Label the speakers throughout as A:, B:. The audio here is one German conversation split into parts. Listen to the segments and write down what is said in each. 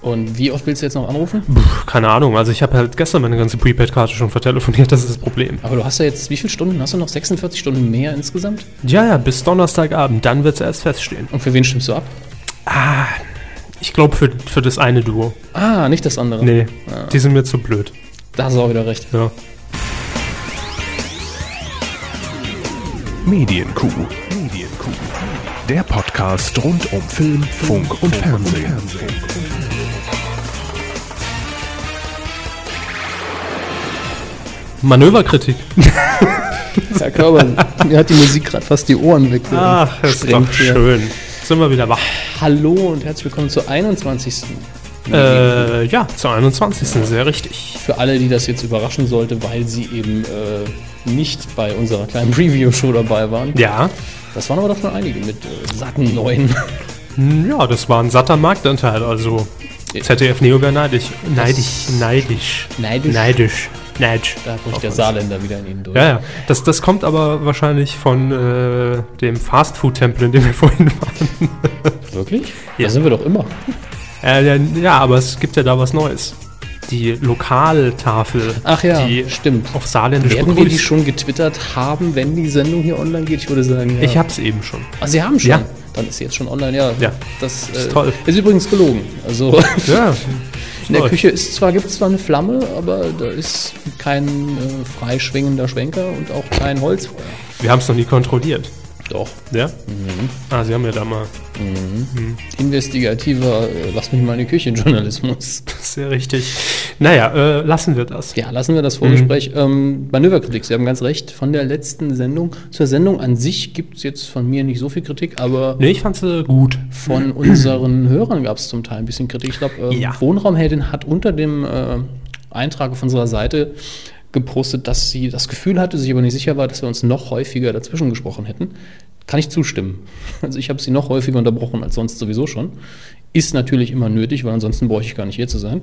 A: Und wie oft willst du jetzt noch anrufen?
B: Puh, keine Ahnung. Also ich habe halt gestern meine ganze Prepaid-Karte schon vertelefoniert. Das ist das Problem.
A: Aber du hast ja jetzt, wie viele Stunden? Hast du noch 46 Stunden mehr insgesamt?
B: Ja, ja, bis Donnerstagabend. Dann wird es erst feststehen.
A: Und für wen stimmst du ab?
B: Ah, ich glaube für, für das eine Duo.
A: Ah, nicht das andere.
B: Nee,
A: Ah.
B: die sind mir zu blöd.
A: Da hast du auch wieder recht.
B: Ja.
C: Medienkuh. Der Podcast rund um Film, Funk und Fernsehen.
B: Manöverkritik.
A: Hm, Herr Körber, mir hat die Musik gerade fast die Ohren weg.
B: Ach, ist
A: gesprengt
B: doch
A: hier.
B: schön. Sind wir wieder wach.
A: Hallo und herzlich willkommen zur 21. Mhm.
B: Äh, ja, zur 21. Sehr richtig.
A: Für alle, die das jetzt überraschen sollte, weil sie eben äh, nicht bei unserer kleinen Preview-Show dabei waren.
B: Ja.
A: Das waren aber doch schon einige mit äh, satten neuen.
B: Hm, Ja, das war ein satter Marktanteil. Also ZDF Neo wäre neidisch. Neidisch, neidisch.
A: Neidisch?
B: Neidisch. Neidisch.
A: Da
B: Auf
A: bricht der
B: uns.
A: Saarländer wieder in ihnen durch.
B: Ja, ja. Das, das kommt aber wahrscheinlich von äh, dem Fastfood-Tempel, in dem wir vorhin waren.
A: Wirklich?
B: Ja.
A: Da sind wir doch immer.
B: Äh, ja, ja, aber es gibt ja da was Neues. Die Lokaltafel.
A: Ach ja,
B: die
A: stimmt.
B: auf Saarländisch
A: Werden wir die
B: begrüßt.
A: schon getwittert haben, wenn die Sendung hier online geht? Ich würde sagen, ja.
B: Ich hab's eben schon.
A: Ah, Sie haben schon.
B: Ja.
A: Dann ist sie jetzt schon online, ja.
B: Ja.
A: Das äh,
B: Ist
A: ist,
B: toll.
A: übrigens gelogen. Also
B: Ja.
A: in der
B: läuft.
A: Küche ist zwar gibt es zwar eine Flamme, aber da ist kein äh, freischwingender Schwenker und auch kein Holzfeuer.
B: Wir haben's noch nie kontrolliert.
A: Doch.
B: Ja?
A: Mhm.
B: Ah, sie haben ja da mal.
A: Investigativer, äh, lass mich mal in die Küche, Journalismus.
B: Sehr richtig. Naja, äh, lassen wir das.
A: Ja, lassen wir
B: Mhm.
A: das Vorgespräch. Ähm, Manöverkritik, Sie haben ganz recht, von der letzten Sendung. Zur Sendung an sich gibt es jetzt von mir nicht so viel Kritik, aber
B: Nee, ich fand's äh, gut.
A: von unseren Hörern gab es zum Teil ein bisschen Kritik. Ich glaube, äh,
B: Ja.
A: Wohnraumheldin hat unter dem äh, Eintrag auf unserer Seite gepostet, dass sie das Gefühl hatte, sich aber nicht sicher war, dass wir uns noch häufiger dazwischen gesprochen hätten. Kann ich zustimmen. Also ich habe sie noch häufiger unterbrochen als sonst sowieso schon. Ist natürlich immer nötig, weil ansonsten bräuchte ich gar nicht hier zu sein.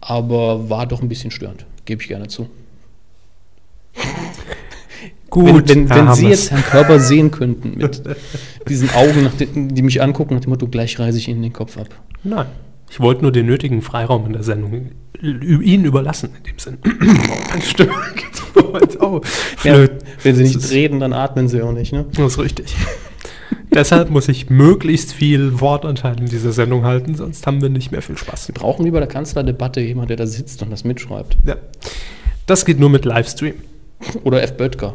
A: Aber war doch ein bisschen störend, gebe ich gerne zu.
B: Gut,
A: wenn wenn,
B: Herr
A: wenn Sie
B: Hammes.
A: jetzt Herrn Körper sehen könnten mit diesen Augen, nach den, die mich angucken, nach dem Motto, gleich reiße ich Ihnen den Kopf ab.
B: Nein. Ich wollte nur den nötigen Freiraum in der Sendung ü- Ihnen überlassen, in dem Sinn. Meine Stimme geht's bereits auf.
A: Ja,
B: Flöten.
A: wenn sie
B: Das
A: nicht
B: ist-
A: reden, dann atmen sie auch nicht, ne?
B: Das ist richtig. Deshalb muss ich möglichst viel Wortanteil in dieser Sendung halten, sonst haben wir nicht mehr viel Spaß.
A: Wir brauchen wie bei der Kanzlerdebatte jemand, der da sitzt und das mitschreibt.
B: Ja. Das geht nur mit Livestream.
A: Oder F. Böttger.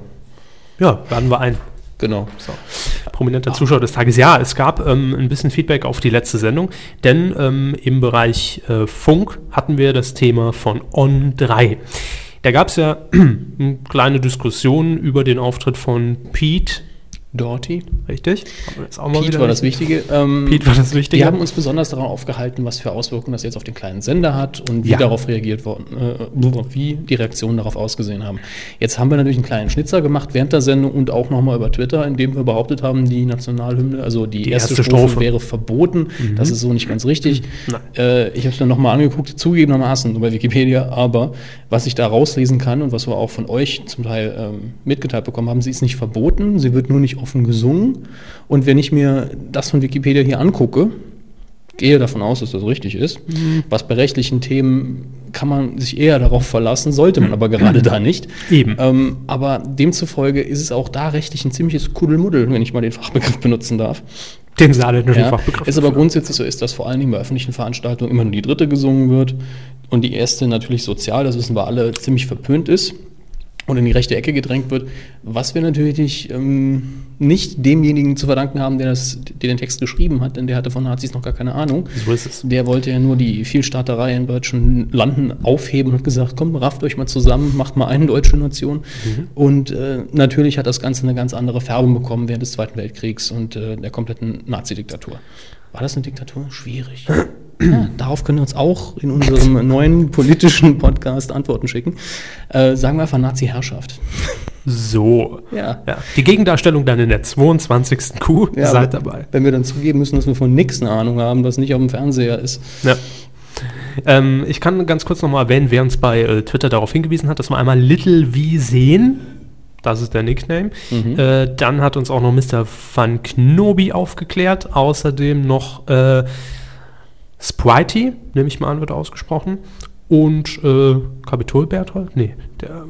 B: Ja, laden wir ein.
A: Genau.
B: Prominenter Zuschauer des Tages. Ja, es gab ähm, ein bisschen Feedback auf die letzte Sendung, denn ähm, im Bereich äh, Funk hatten wir das Thema von On3. Da gab es ja eine kleine Diskussion über den Auftritt von Pete,
A: Doughty.
B: richtig? Haben wir jetzt auch mal
A: Pete
B: wieder
A: war das
B: richtig?
A: Wichtige. Ähm,
B: Pete war das Wichtige.
A: die haben uns besonders daran aufgehalten, was für Auswirkungen das jetzt auf den kleinen Sender hat und wie
B: Ja.
A: darauf reagiert worden, äh, wie die Reaktionen darauf ausgesehen haben. Jetzt haben wir natürlich einen kleinen Schnitzer gemacht während der Sendung und auch nochmal über Twitter, indem wir behauptet haben, die Nationalhymne, also die, erste,
B: erste
A: Strophe,
B: Strophe. Mhm.
A: wäre verboten. Das ist so nicht ganz richtig.
B: Nein.
A: Äh, ich habe es dann nochmal angeguckt, zugegebenermaßen nur bei Wikipedia, aber was ich da rauslesen kann und was wir auch von euch zum Teil ähm, mitgeteilt bekommen haben, sie ist nicht verboten, sie wird nur nicht offen gesungen. Und wenn ich mir das von Wikipedia hier angucke, gehe davon aus, dass das richtig ist.
B: Mhm.
A: Was bei rechtlichen Themen kann man sich eher darauf verlassen, sollte man aber gerade da nicht.
B: Mhm. Eben.
A: Ähm, aber demzufolge ist es auch da rechtlich ein ziemliches Kuddelmuddel, wenn ich mal den Fachbegriff benutzen darf.
B: den saarländischen
A: Ja,
B: Fachbegriff.
A: es aber grundsätzlich so ist, dass vor allen Dingen bei öffentlichen Veranstaltungen immer nur die dritte gesungen wird und die erste natürlich sozial, das wissen wir alle, ziemlich verpönt ist und in die rechte Ecke gedrängt wird, was wir natürlich ähm, nicht demjenigen zu verdanken haben, der, das, der den Text geschrieben hat, denn der hatte von Nazis noch gar keine Ahnung.
B: so ist es.
A: Der wollte ja nur die Vielstaaterei in deutschen Landen aufheben und hat gesagt, komm, rafft euch mal zusammen, macht mal eine deutsche Nation.
B: Mhm.
A: Und äh, natürlich hat das Ganze eine ganz andere Färbung bekommen während des Zweiten Weltkriegs und äh, der kompletten Nazi-Diktatur. War das eine Diktatur? Schwierig. Ja, darauf können wir uns auch in unserem neuen politischen Podcast Antworten schicken. Äh, sagen wir einfach Nazi-Herrschaft.
B: So.
A: Ja.
B: Ja. Die Gegendarstellung dann in der 22. Kuh.
A: Ja,
B: Seid
A: aber
B: dabei.
A: Wenn wir dann zugeben müssen, dass wir von nichts eine Ahnung haben, was nicht auf dem Fernseher ist.
B: Ja. Ähm, ich kann ganz kurz nochmal erwähnen, wer uns bei äh, Twitter darauf hingewiesen hat, dass wir einmal Little V sehen. Das ist der Nickname. Äh, dann hat uns auch noch Mr. Van Knobi aufgeklärt. Außerdem noch äh, Spritey, nehme ich mal an, wird ausgesprochen. Und äh, Kapitol Berthold? Nee, der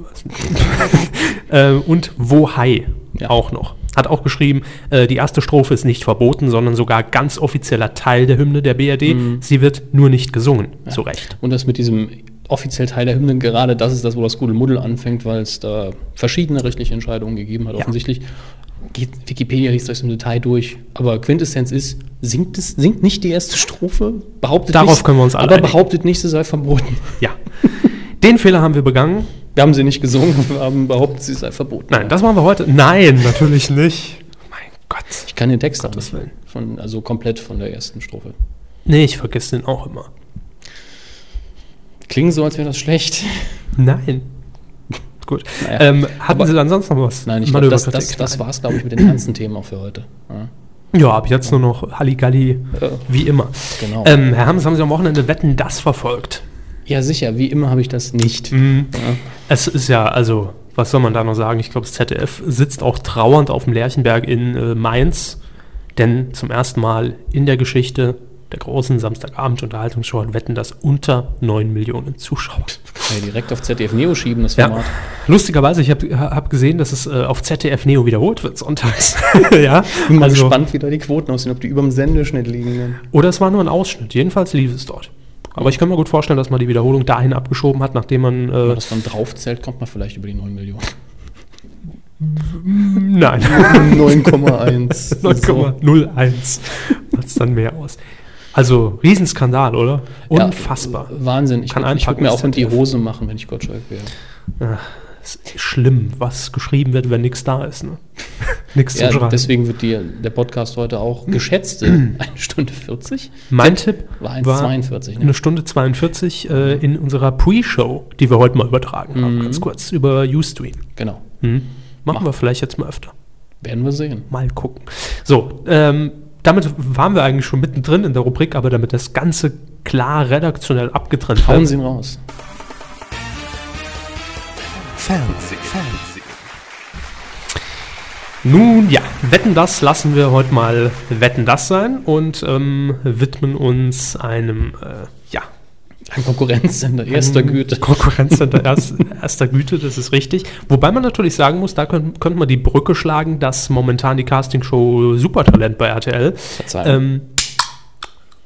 B: äh, Und Wohai
A: Ja.
B: auch noch. Hat auch geschrieben, äh, die erste Strophe ist nicht verboten, sondern sogar ganz offizieller Teil der Hymne der BRD.
A: Mhm.
B: Sie wird nur nicht gesungen, zu Recht.
A: Und das mit diesem offiziell Teil der Hymne, gerade das ist das, wo das Guddelmuddel anfängt, weil es da verschiedene rechtliche Entscheidungen gegeben hat, offensichtlich. Geht, Wikipedia liest euch im Detail durch. Aber Quintessenz ist, singt, es, singt nicht die erste Strophe, behauptet
B: Darauf
A: nicht,
B: können wir uns alle
A: aber
B: einigen.
A: behauptet nicht, sie sei verboten.
B: Ja. Den Fehler haben wir begangen.
A: Wir haben sie nicht gesungen, wir haben behauptet, sie sei verboten.
B: Nein, das machen wir heute. Nein, natürlich nicht. Mein Gott.
A: ich kann den Text auch
B: Gottes
A: nicht.
B: Willen.
A: Von, also komplett von der ersten Strophe.
B: Nee, ich vergesse den auch immer.
A: Klingt so, als wäre das schlecht.
B: Nein. Gut.
A: Naja.
B: Ähm, hatten
A: Aber-
B: Sie dann sonst noch was?
A: Nein, ich glaube, das, das,
B: Manöverkritik?
A: das war es, glaube ich, mit den ganzen Themen auch für heute. Ja,
B: Ja, ab jetzt nur noch Halligalli,
A: Ja.
B: wie immer.
A: genau.
B: Ähm, Herr Hammes, haben Sie am Wochenende Wetten das verfolgt? Hm.
A: ja, sicher, wie immer habe ich das nicht.
B: Mhm.
A: Ja.
B: Es ist ja, also, was soll man da noch sagen? Ich glaube, das ZDF sitzt auch trauernd auf dem Lerchenberg in äh, Mainz, denn zum ersten Mal in der Geschichte der großen Samstagabend-Unterhaltungsshow hat Wetten das unter 9 Millionen Zuschauer.
A: Kann ja direkt auf ZDF Neo schieben, das
B: Ja.
A: Format.
B: Lustigerweise, ich habe hab gesehen, dass es äh, auf ZDF Neo wiederholt wird sonntags. ja, also,
A: Bin mal gespannt, wie da die Quoten aussehen, ob die über dem Sendeschnitt liegen. Ne?
B: Oder es war nur ein Ausschnitt. Jedenfalls lief es dort. Aber ich kann mir gut vorstellen, dass man die Wiederholung dahin abgeschoben hat, nachdem man.
A: Wenn
B: Äh,
A: man das dann draufzählt, kommt man vielleicht über die 9 Millionen.
B: nein,
A: 9,1.
B: 9,01. Macht's dann mehr aus. Also, Riesenskandal, oder?
A: Ja.
B: Unfassbar.
A: Wahnsinn. Ich,
B: Kann
A: würd- ich würde
B: einpacken,
A: mir
B: das
A: auch in die
B: ZDF.
A: Hose machen, wenn ich Gottschalk wäre.
B: Es ist schlimm, was geschrieben wird, wenn nichts da ist. Ne? nichts zu
A: Ja,
B: schreiben.
A: deswegen wird die, der Podcast heute auch
B: Hm.
A: geschätzt in 1 Stunde 40.
B: mein Tipp
A: War
B: war
A: 1,42. Ne? Mhm.
B: eine Stunde 42 äh, in unserer Pre-Show, die wir heute mal übertragen haben, ganz kurz, über Ustream.
A: Genau.
B: Hm? Machen wir vielleicht jetzt mal öfter.
A: Werden wir sehen.
B: Mal gucken. So, ähm, damit waren wir eigentlich schon mittendrin in der Rubrik, aber damit das Ganze klar redaktionell abgetrennt
A: Hauen
B: wird.
A: Sie ihn raus.
C: Fernsehen. Fernsehen.
B: Nun ja, wetten das lassen wir heute mal wetten das sein und ähm, widmen uns einem äh, ja
A: Ein Konkurrenzsender erster Güte.
B: Mhm. Konkurrenz hinter erst, erster Güte, das ist richtig. Wobei man natürlich sagen muss, da könnte könnte man die Brücke schlagen, dass momentan die Castingshow Supertalent bei RTL
A: Verzeihung.
B: ähm,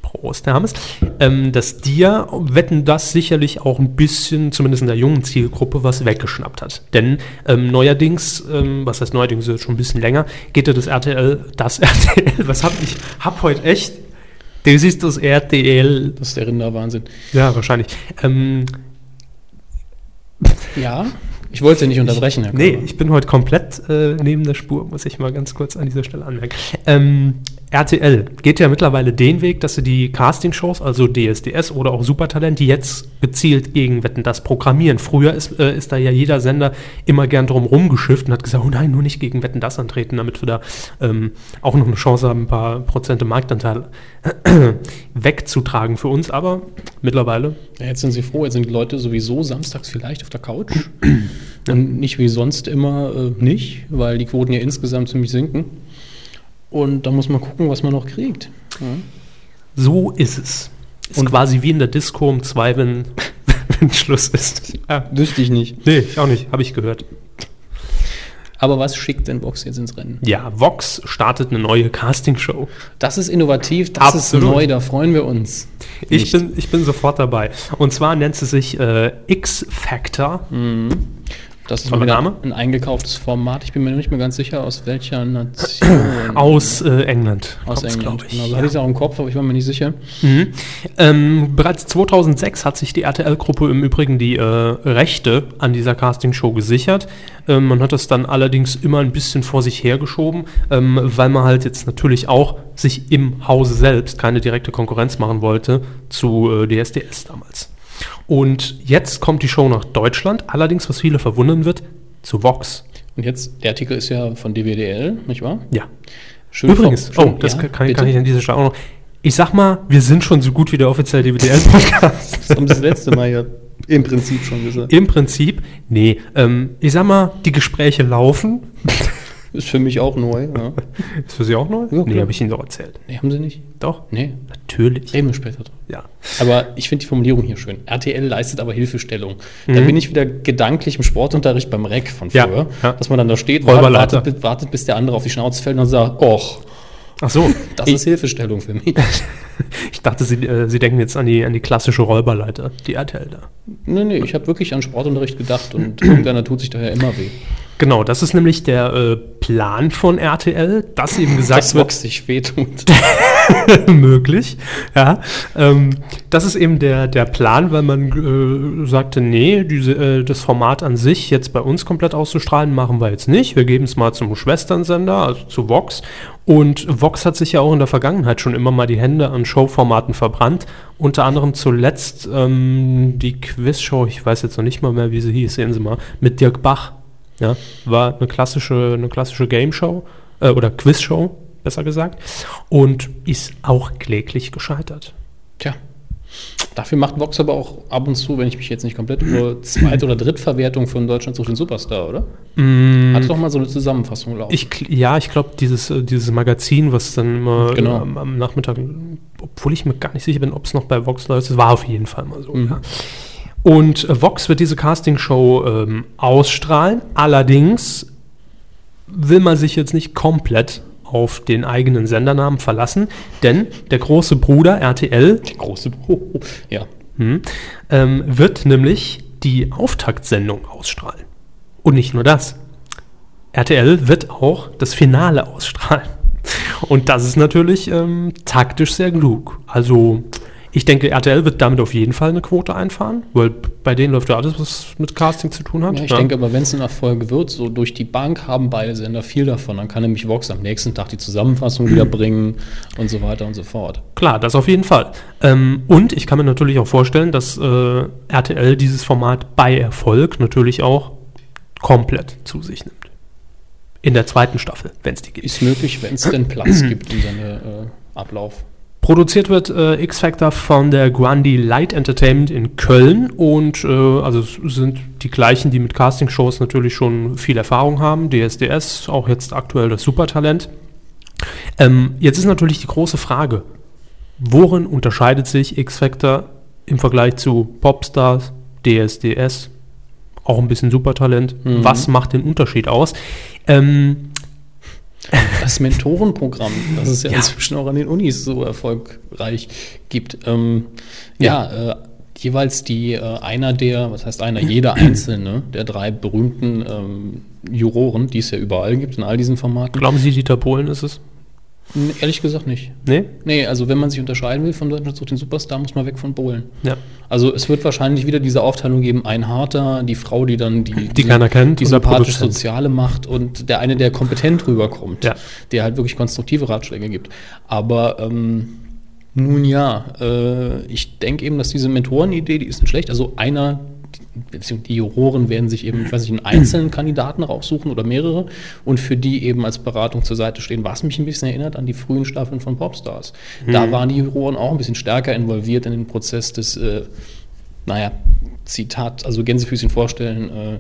B: Prost, Herr Hammes. Ähm, dass dir wetten das sicherlich auch ein bisschen, zumindest in der jungen Zielgruppe, was weggeschnappt hat. Denn ähm, neuerdings, ähm, was heißt neuerdings, ist schon ein bisschen länger, geht ja das RTL, das RTL, was hab ich, hab heute echt, du siehst das RTL,
A: das ist der Rinderwahnsinn.
B: ja, wahrscheinlich. Ähm,
A: Ja, ich wollte Sie nicht unterbrechen, Herr
B: Nee,
A: Körber.
B: ich bin heute komplett äh, neben der Spur, muss ich mal ganz kurz an dieser Stelle anmerken. Ähm, RTL geht ja mittlerweile den Weg, dass sie die Castingshows, also DSDS oder auch Supertalent, die jetzt gezielt gegen Wetten das programmieren. Früher ist, äh, ist da ja jeder Sender immer gern drum rumgeschifft und hat gesagt, oh nein, nur nicht gegen Wetten das antreten, damit wir da ähm, auch noch eine Chance haben, ein paar Prozente Marktanteil wegzutragen für uns. Aber mittlerweile
A: Ja, jetzt sind sie froh, jetzt sind die Leute sowieso samstags vielleicht auf der Couch und nicht wie sonst immer äh, nicht, weil die Quoten ja insgesamt ziemlich sinken. Und da muss man gucken, was man noch kriegt.
B: So ist es. Ist und quasi wie in der Disco um zwei, wenn, wenn Schluss ist. Ja.
A: Wüsste ich nicht.
B: Nee, ich auch nicht, habe ich gehört.
A: Aber was schickt denn Box jetzt ins Rennen?
B: Ja, Vox startet eine neue Castingshow.
A: Das ist innovativ, das ist
B: Absolut.
A: neu, da freuen wir uns.
B: Ich
A: Nicht.
B: bin, ich bin sofort dabei. Und zwar nennt sie sich äh, X-Factor.
A: Mhm. Das ist
B: Aber
A: mal wieder
B: Name?
A: ein eingekauftes Format. Ich bin mir nicht mehr ganz sicher, aus welcher Nation.
B: Aus äh, England.
A: aus
B: kommt's,
A: England.
B: glaub
A: Genau, so
B: ja.
A: hatte ich es auch im Kopf, aber ich war mir nicht sicher.
B: Mhm. Ähm, bereits 2006 hat sich die RTL-Gruppe im Übrigen die äh, Rechte an dieser Castingshow gesichert. Ähm, man hat das dann allerdings immer ein bisschen vor sich hergeschoben, ähm, weil man halt jetzt natürlich auch sich im Hause selbst keine direkte Konkurrenz machen wollte zu äh, DSDS damals. Und jetzt kommt die Show nach Deutschland, allerdings, was viele verwundern wird, zu Vox.
A: Und jetzt, der Artikel ist ja von DWDL, nicht wahr?
B: Ja.
A: Schön
B: Übrigens,
A: vom-
B: oh, das
A: ja,
B: kann- kann,
A: bitte?
B: kann ich an dieser Stelle auch noch. Ich sag mal, wir sind schon so gut wie der offizielle DWDL-Podcast.
A: Das haben sie das letzte Mal ja im Prinzip schon gesagt.
B: Im Prinzip, nee. Ähm, ich sag mal, die Gespräche laufen.
A: Ist für mich auch neu. Ja.
B: Ist für Sie auch neu?
A: Ja, klar.
B: nee, habe ich Ihnen doch erzählt.
A: Nee, haben sie nicht?
B: Doch,
A: Nee,
B: natürlich.
A: reden wir später drauf.
B: Ja.
A: Aber ich finde die Formulierung hier schön. RTL leistet aber Hilfestellung. Da bin ich wieder gedanklich im Sportunterricht beim REC von
B: Mhm. Ja,
A: früher,
B: ja.
A: dass man dann da steht,
B: Räuberleiter.
A: wartet, bis- wartet, bis der andere auf die Schnauze fällt und dann sagt, och,
B: Ach so,
A: das
B: ich,
A: ist Hilfestellung für mich.
B: ich dachte, Sie, äh, Sie denken jetzt an die, an die klassische Räuberleiter, die RTL da.
A: nee, nee, ich habe wirklich an Sportunterricht gedacht und irgendeiner tut sich daher immer weh.
B: Genau, das ist nämlich der äh, Plan von RTL, dass eben gesagt
A: Das
B: wird,
A: Box sich weh tut.
B: möglich. Ja, ähm, das ist eben der, der Plan, weil man äh, sagte, nee, diese, äh, das Format an sich jetzt bei uns komplett auszustrahlen, machen wir jetzt nicht. Wir geben es mal zum Schwesternsender, also zu Vox. Und Vox hat sich ja auch in der Vergangenheit schon immer mal die Hände an Showformaten verbrannt. Unter anderem zuletzt ähm, die Quizshow, ich weiß jetzt noch nicht mal mehr, wie sie hieß, sehen Sie mal, mit Dirk Bach. Ja, war eine klassische, eine klassische Game-Show äh, oder Quiz-Show, besser gesagt, und ist auch kläglich gescheitert.
A: Tja. Dafür macht Vox aber auch ab und zu, wenn ich mich jetzt nicht komplett über Zweit- oder Drittverwertung von Deutschland sucht den Superstar, oder? Hat doch mal so eine Zusammenfassung laufen.
B: Ich, gl- ja, ich glaube, dieses, äh, dieses Magazin, was dann immer
A: Genau.
B: äh, am, am Nachmittag, obwohl ich mir gar nicht sicher bin, ob es noch bei Vox läuft, es war auf jeden Fall mal so. Ja. Und äh, Vox wird diese Castingshow ähm, ausstrahlen. Allerdings will man sich jetzt nicht komplett auf den eigenen Sendernamen verlassen, denn der große Bruder RTL
A: Der große Bro. Ja.
B: Hm. Ähm, wird nämlich die Auftaktsendung ausstrahlen. Und nicht nur das. RTL wird auch das Finale ausstrahlen. Und das ist natürlich ähm, taktisch sehr klug. Also ich denke, RTL wird damit auf jeden Fall eine Quote einfahren, weil bei denen läuft ja alles, was mit Casting zu tun hat.
A: ja ich denke aber, wenn es eine Erfolge wird, so durch die Bank haben beide Sender viel davon. Dann kann nämlich Vox am nächsten Tag die Zusammenfassung wieder bringen und so weiter und so fort.
B: Klar, das auf jeden Fall. Ähm, und ich kann mir natürlich auch vorstellen, dass äh, RTL dieses Format bei Erfolg natürlich auch komplett zu sich nimmt. In der zweiten Staffel, wenn es die gibt.
A: Ist möglich, wenn es denn Platz gibt in seinem äh, Ablauf.
B: Produziert wird äh, X-Factor von der Grundy Light Entertainment in Köln und äh, also es sind die gleichen, die mit Castingshows natürlich schon viel Erfahrung haben. DSDS, auch jetzt aktuell das Supertalent. Ähm, jetzt ist natürlich die große Frage, worin unterscheidet sich X-Factor im Vergleich zu Popstars, DSDS, auch ein bisschen Supertalent? Was macht den Unterschied aus? Ähm,
A: Das Mentorenprogramm, das es ja,
B: Ja.
A: inzwischen auch an den Unis so erfolgreich gibt. Ähm, ja, äh, jeweils die äh, einer der, was heißt einer, jeder einzelne der drei berühmten ähm, Juroren, die es ja überall gibt in all diesen Formaten.
B: glauben Sie, Dieter Bohlen ist es?
A: N- Ehrlich gesagt nicht.
B: Nee?
A: Nee, also wenn man sich unterscheiden will von Deutschland sucht den Superstar, muss man weg von Bohlen.
B: Ja.
A: Also es wird wahrscheinlich wieder diese Aufteilung geben, ein harter, die Frau, die dann die, die
B: keiner kennt,
A: die
B: und der
A: sympathisch
B: Produzent.
A: soziale macht und der eine, der kompetent rüberkommt,
B: Ja.
A: der halt wirklich konstruktive Ratschläge gibt. Aber ähm, nun ja, äh, ich denke eben, dass diese Mentorenidee, die ist nicht schlecht. Also einer, beziehungsweise die Juroren werden sich eben, ich weiß nicht, einen einzelnen Kandidaten raussuchen oder mehrere und für die eben als Beratung zur Seite stehen, was mich ein bisschen erinnert an die frühen Staffeln von Popstars. Da waren die Juroren auch ein bisschen stärker involviert in den Prozess des, äh, naja, Zitat, also Gänsefüßchen vorstellen, äh,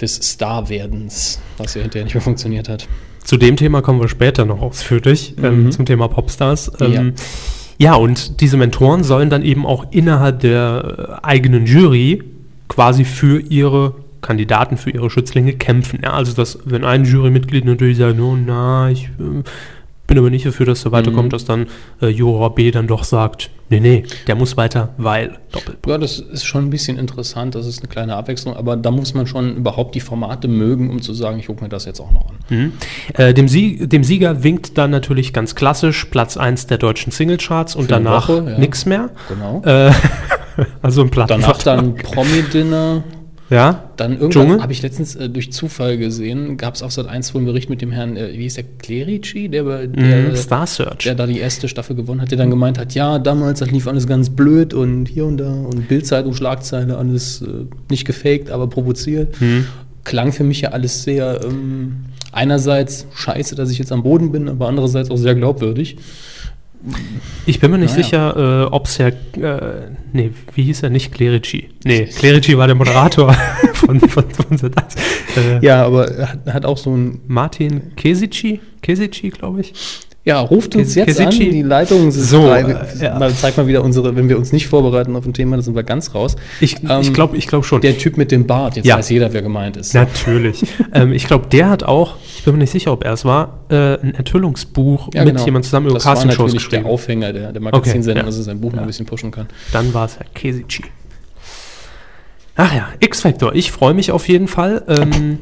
A: des Starwerdens, was ja hinterher nicht mehr funktioniert hat.
B: Zu dem Thema kommen wir später noch ausführlich, ähm, zum Thema Popstars. Ähm, ja. und diese Mentoren sollen dann eben auch innerhalb der äh, eigenen Jury quasi für ihre Kandidaten, für ihre Schützlinge kämpfen. Ja, also, dass, wenn ein Jurymitglied natürlich sagt, oh, na, ich äh, bin aber nicht dafür, dass du weiterkommst, dass dann äh, Juror B dann doch sagt, nee, nee, der muss weiter, weil doppelt.
A: Ja, das ist schon ein bisschen interessant, das ist eine kleine Abwechslung, aber da muss man schon überhaupt die Formate mögen, um zu sagen, ich gucke mir das jetzt auch noch an.
B: Mhm. Äh, dem, Sieg, dem Sieger winkt dann natürlich ganz klassisch Platz 1 der deutschen Singlecharts und
A: Für eine
B: danach
A: Woche, ja.
B: nichts mehr.
A: Genau.
B: Äh, also ein Platten.
A: Danach dann Promi-Dinner.
B: Ja.
A: Dann irgendwann
B: Dschungel?
A: habe ich letztens äh, durch Zufall gesehen, gab es auf Sat 1 wohl einen Bericht mit dem Herrn, äh, wie hieß der, Clerici, der, äh, bei- der,
B: Mhm, Star Search.
A: der da die erste Staffel gewonnen hat, der dann gemeint hat, ja, damals das lief alles ganz blöd und hier und da und Bildzeitung, Schlagzeile, alles äh, nicht gefaked, aber provoziert.
B: Mhm.
A: Klang für mich ja alles sehr ähm, einerseits scheiße, dass ich jetzt am Boden bin, aber andererseits auch sehr glaubwürdig.
B: Ich bin mir nicht
A: Naja.
B: sicher, äh, ob es ja. Äh, nee, wie hieß er? Nicht Clerici. Nee, Clerici war der Moderator von, von, von Sat. Äh,
A: Ja, aber er hat, hat auch so ein.
B: Martin Kesici, Kesici, glaube ich.
A: Ja, ruft uns
B: Kes-
A: jetzt an,
B: Kesici.
A: die Leitungen sind
B: So,
A: frei.
B: äh, ja.
A: mal, zeig mal wieder unsere, wenn wir uns nicht vorbereiten auf ein Thema, dann sind wir ganz raus.
B: Ich, ich
A: Ähm,
B: glaube ich glaub schon.
A: Der Typ mit dem Bart, jetzt
B: Ja.
A: weiß jeder, wer gemeint ist.
B: Natürlich. ähm, ich glaube, der hat auch, ich bin mir nicht sicher, ob er es war, äh, ein Enthüllungsbuch
A: Ja,
B: mit
A: genau.
B: jemandem zusammen über
A: Das war
B: Castingshows
A: natürlich der
B: geschrieben.
A: Aufhänger der, der Magazinsendung,
B: Okay,
A: dass
B: ja.
A: er sein Buch noch
B: Ja.
A: ein bisschen pushen kann.
B: Dann war es Herr Kesici. Ach ja, X-Factor. Ich freue mich auf jeden Fall. Ähm,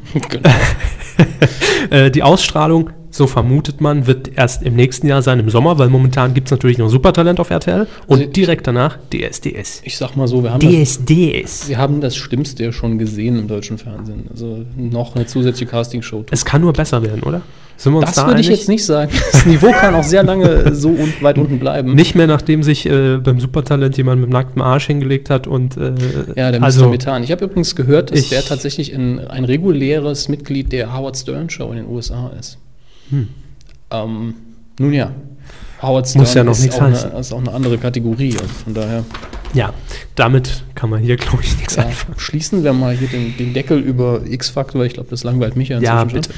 B: äh, die Ausstrahlung, so vermutet man, wird erst im nächsten Jahr sein, im Sommer, weil momentan gibt es natürlich noch Supertalent auf RTL
A: Sie-
B: und direkt danach DSDS.
A: Ich sag mal so, wir haben das,
B: DSDS.
A: wir haben das Schlimmste ja schon gesehen im deutschen Fernsehen. Also noch eine zusätzliche Castingshow.
B: Es kann nur besser werden, oder? Sind wir uns
A: Das
B: da
A: würde ich
B: einig?
A: jetzt nicht sagen. Das Niveau kann auch sehr lange so un weit unten bleiben.
B: Nicht mehr, nachdem sich äh, beim Supertalent jemand mit nacktem Arsch hingelegt hat und äh,
A: Ja, der
B: also
A: Mr. Methan. Ich habe übrigens gehört,
B: Ich-
A: dass der tatsächlich in, ein reguläres Mitglied der Howard Stern Show in den USA ist. Ähm, nun ja, Howard Stern
B: Hm. Muss ja noch
A: ist,
B: nichts
A: auch eine,
B: heißen.
A: ist auch eine andere Kategorie. Also von daher
B: ja, damit kann man hier glaube ich nichts
A: ja,
B: anfangen.
A: schließen wir mal hier den, den Deckel über X-Faktor. Ich glaube, das langweilt mich ja
B: Ja,
A: schon.
B: bitte.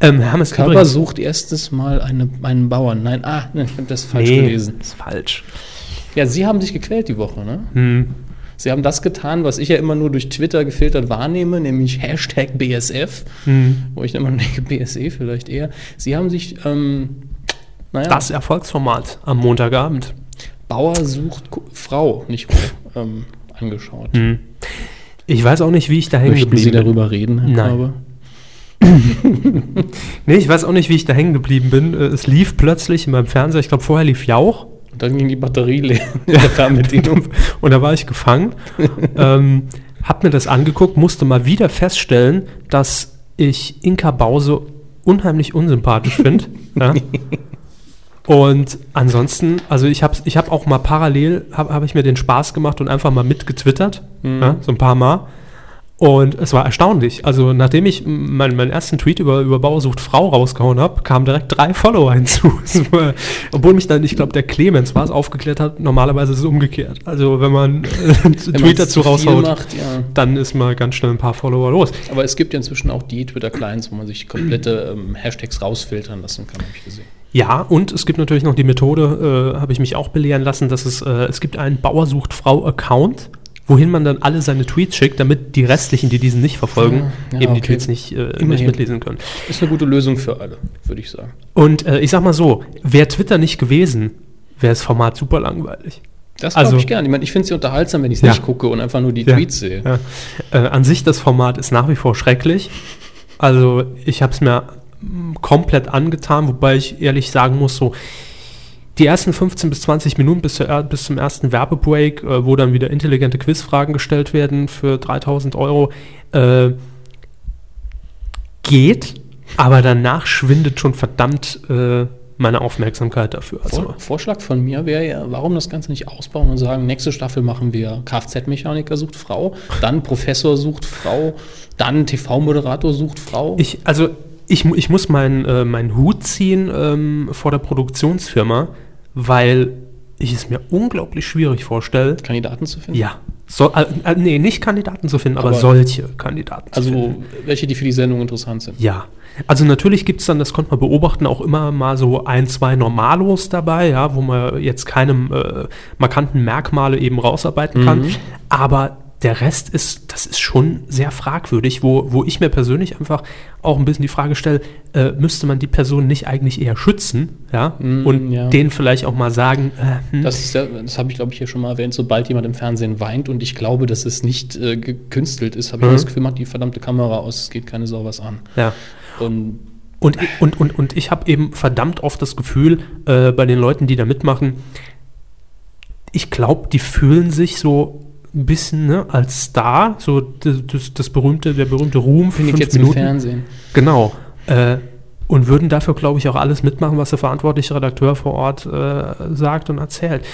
B: Ähm, Hermes
A: Körper
B: übrigens-
A: sucht erstes Mal eine, einen Bauern. Nein, ah, nein, ich habe das falsch
B: nee,
A: gelesen.
B: ist falsch.
A: Ja, Sie haben sich gequält die Woche, ne?
B: Hm.
A: Sie haben das getan, was ich ja immer nur durch Twitter gefiltert wahrnehme, nämlich Hashtag BSF,
B: Hm.
A: wo ich immer nur denke, BSE vielleicht eher. Sie haben sich, ähm, naja,
B: Das Erfolgsformat am Montagabend.
A: Bauer sucht Ku- Frau, nicht ähm, angeschaut.
B: Hm. Ich weiß auch nicht, wie ich da hängen
A: Möchten Sie
B: geblieben bin.
A: darüber reden, Herr
B: Nein.
A: Körber?
B: Nee, ich weiß auch nicht, wie ich da hängen geblieben bin. Äh, Es lief plötzlich in meinem Fernseher, ich glaube vorher lief Jauch
A: Und dann ging die Batterie leer in der Fernbedienung.
B: und da war ich gefangen. ähm, hab mir das angeguckt, musste mal wieder feststellen, dass ich Inka Bause unheimlich unsympathisch finde. ja. Und ansonsten, also ich habe ich hab auch mal parallel, habe hab ich mir den Spaß gemacht und einfach mal mitgetwittert, ja, so ein paar Mal. Und es war erstaunlich. Also nachdem ich m- meinen, meinen ersten Tweet über, über Bauer sucht Frau rausgehauen habe, kamen direkt drei Follower hinzu. Es war, obwohl mich dann, ich glaube, der Clemens war es, aufgeklärt hat. Normalerweise ist es umgekehrt. Also wenn man äh, einen
A: Wenn
B: Tweet
A: man's zu
B: dazu
A: viel
B: raushaut,
A: Macht, ja.
B: dann ist mal ganz schnell ein paar Follower los.
A: Aber es gibt ja inzwischen auch die Twitter-Clients, wo man sich komplette ähm, Hashtags rausfiltern lassen kann, habe ich gesehen.
B: Ja, und es gibt natürlich noch die Methode, äh, habe ich mich auch belehren lassen, dass es, äh, es gibt einen Bauer sucht Frau Account, wohin man dann alle seine Tweets schickt, damit die restlichen, die diesen nicht verfolgen,
A: Ja, ja,
B: eben die
A: okay.
B: Tweets nicht, äh, nicht
A: Immerhin.
B: mitlesen können.
A: Ist eine gute Lösung für alle, würde ich sagen.
B: Und äh, ich sag mal so, wäre Twitter nicht gewesen, wäre das Format super langweilig.
A: Das glaube
B: Also-
A: ich gern. Ich meine, ich finde es ja unterhaltsam, wenn ich es
B: Ja.
A: nicht gucke und einfach nur die Tweets sehe.
B: Ja. Äh, an sich das Format ist nach wie vor schrecklich. Also ich habe es mir mm, komplett angetan, wobei ich ehrlich sagen muss, so die ersten 15 bis 20 Minuten bis, zur, bis zum ersten Werbebreak, äh, wo dann wieder intelligente Quizfragen gestellt werden für 3000 Euro, äh, geht, aber danach schwindet schon verdammt äh, meine Aufmerksamkeit dafür. Also,
A: Vor Vorschlag von mir wäre ja, warum das Ganze nicht ausbauen und sagen, nächste Staffel machen wir Kfz-Mechaniker sucht Frau, dann Professor sucht Frau, dann TV-Moderator sucht Frau.
B: Ich, also ich, mu- ich muss meinen äh, meinen Hut ziehen ähm, vor der Produktionsfirma, weil ich es mir unglaublich schwierig vorstelle.
A: Kandidaten zu finden?
B: Ja. So, äh, äh, nee, nicht Kandidaten zu finden, aber,
A: Aber-
B: solche Kandidaten zu finden.
A: Also welche, die für die Sendung interessant sind.
B: Ja. Also natürlich gibt es dann, das konnte man beobachten, auch immer mal so ein, zwei Normalos dabei, ja, wo man jetzt keine äh, markanten Merkmale eben rausarbeiten kann.
A: Mhm.
B: Aber der Rest ist, das ist schon sehr fragwürdig, wo, wo ich mir persönlich einfach auch ein bisschen die Frage stelle, äh, müsste man die Person nicht eigentlich eher schützen, ja, und
A: Mhm, ja.
B: denen vielleicht auch mal sagen, äh, hm,
A: Das, ist ja, das habe ich, glaube ich, hier schon mal erwähnt, sobald jemand im Fernsehen weint und ich glaube, dass es nicht äh, gekünstelt ist, habe ich
B: Mhm.
A: das Gefühl, macht die verdammte Kamera aus, es geht keine Sau was an.
B: ja.
A: Und
B: Und, und, und, und ich habe eben verdammt oft das Gefühl, äh, bei den Leuten, die da mitmachen, ich glaube, die fühlen sich so ein bisschen ne, als Star, so das, das, das berühmte, der berühmte Ruhm für
A: bin ich
B: fünf
A: jetzt im
B: Minuten.
A: Fernsehen.
B: Genau. Äh, und würden dafür, glaube ich, auch alles mitmachen, was der verantwortliche Redakteur vor Ort äh, sagt und erzählt.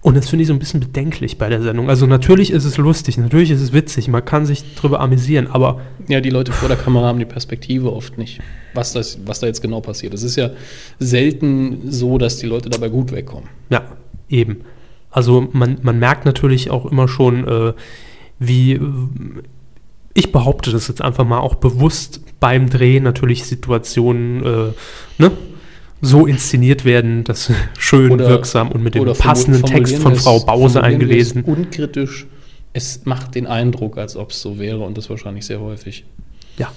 B: Und das finde ich so ein bisschen bedenklich bei der Sendung. Also natürlich ist es lustig, natürlich ist es witzig, man kann sich drüber amüsieren, aber
A: Ja, die Leute vor der Kamera haben die Perspektive oft nicht, was, das, was da jetzt genau passiert. Es ist ja selten so, dass die Leute dabei gut wegkommen.
B: ja, eben. Also man, man merkt natürlich auch immer schon, äh, wie äh, ich behaupte das jetzt einfach mal auch bewusst beim Dreh natürlich Situationen äh, ne, so inszeniert werden, dass schön,
A: Oder-
B: wirksam und mit dem
A: Oder formu-
B: passenden Text
A: formulieren
B: von
A: wir es-
B: Frau Bause
A: formulieren wir es
B: eingelesen.
A: Unkritisch. Es macht den Eindruck, als ob es so wäre und das wahrscheinlich sehr häufig.
B: Ja,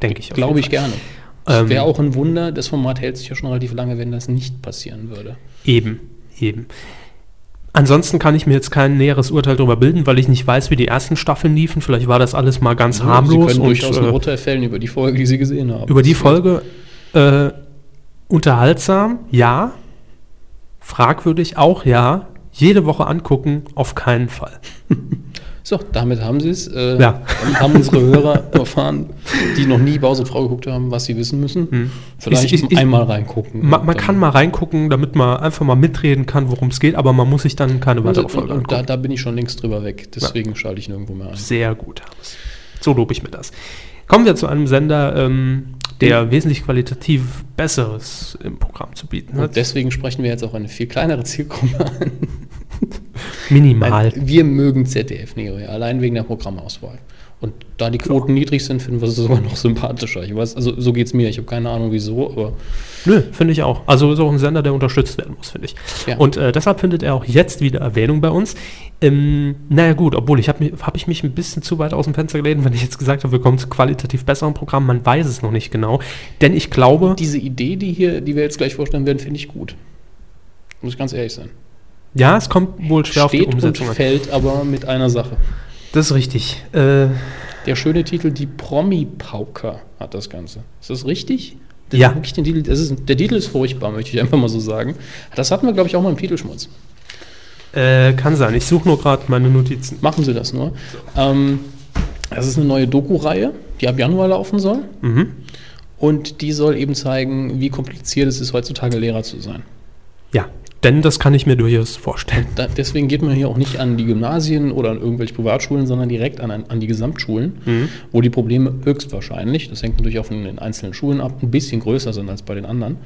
B: denke ich. auf
A: Glaube
B: jeden
A: ich
B: Fall.
A: gerne.
B: Ähm,
A: Es wäre auch ein Wunder, das Format hält sich ja schon relativ lange, wenn das nicht passieren würde.
B: Eben, eben. Ansonsten kann ich mir jetzt kein näheres Urteil darüber bilden, weil ich nicht weiß, wie die ersten Staffeln liefen. Vielleicht war das alles mal ganz harmlos.
A: Sie können durchaus ein
B: äh,
A: Urteil fällen über die Folge, die Sie gesehen haben.
B: über die Folge äh, unterhaltsam, ja. Fragwürdig auch, ja. Jede Woche angucken, auf keinen Fall.
A: So, damit haben Sie es. Äh,
B: Ja.
A: Und haben unsere Hörer erfahren, die noch nie Bausenfrau geguckt haben, was sie wissen müssen.
B: Hm.
A: Vielleicht
B: Ich- ich- ich-
A: einmal reingucken.
B: Man,
A: Und
B: man
A: dann-
B: kann mal reingucken, damit man einfach mal mitreden kann, worum es geht, aber man muss sich dann keine
A: Und,
B: weitere
A: und,
B: Folge
A: und da,
B: angucken.
A: da bin ich schon längst drüber weg. Deswegen schalte ich nirgendwo mehr ein.
B: Sehr gut, Hans. So lobe ich mir das. Kommen wir zu einem Sender, ähm, der wesentlich qualitativ Besseres im Programm zu bieten
A: Und
B: hat.
A: deswegen sprechen wir jetzt auch eine viel kleinere Zielgruppe an.
B: Minimal.
A: Wir mögen ZDF Neo, ja, allein wegen der Programmauswahl. Und da die Quoten niedrig sind, finden wir es sogar noch sympathischer. Ich weiß, also so geht es mir. Ich habe keine Ahnung wieso, aber
B: Nö, finde ich auch. Also ist auch ein Sender, der unterstützt werden muss, finde ich.
A: Ja.
B: Und äh, deshalb findet er auch jetzt wieder Erwähnung bei uns. Ähm, naja gut, obwohl ich habe hab ich mich ein bisschen zu weit aus dem Fenster gelehnt, wenn ich jetzt gesagt habe, wir kommen zu qualitativ besseren Programmen. Man weiß es noch nicht genau. Denn ich glaube,
A: diese Idee, die hier, die wir jetzt gleich vorstellen werden, finde ich gut. Muss ich ganz ehrlich sein.
B: ja, es kommt wohl schwer auf die
A: Steht und
B: Umsetzung an.
A: fällt aber mit einer Sache.
B: Das ist richtig. Äh,
A: Der schöne Titel Die Promi-Pauker hat das Ganze. Ist das richtig? Das
B: Ja.
A: ist Wirklich den Titel, das ist, der Titel ist furchtbar, möchte ich einfach mal so sagen. Das hatten wir, glaube ich, auch mal im Titelschmutz.
B: äh, kann sein. Ich suche nur gerade meine Notizen.
A: Machen Sie das nur. Ähm, das ist eine neue Doku-Reihe, die ab Januar laufen soll.
B: Mhm.
A: Und die soll eben zeigen, wie kompliziert es ist, heutzutage Lehrer zu sein.
B: Ja, denn das kann ich mir durchaus vorstellen.
A: Da, deswegen geht man hier auch nicht an die Gymnasien oder an irgendwelche Privatschulen, sondern direkt an, ein- an die Gesamtschulen, wo die Probleme höchstwahrscheinlich, das hängt natürlich auch von den einzelnen Schulen ab, ein bisschen größer sind als bei den anderen.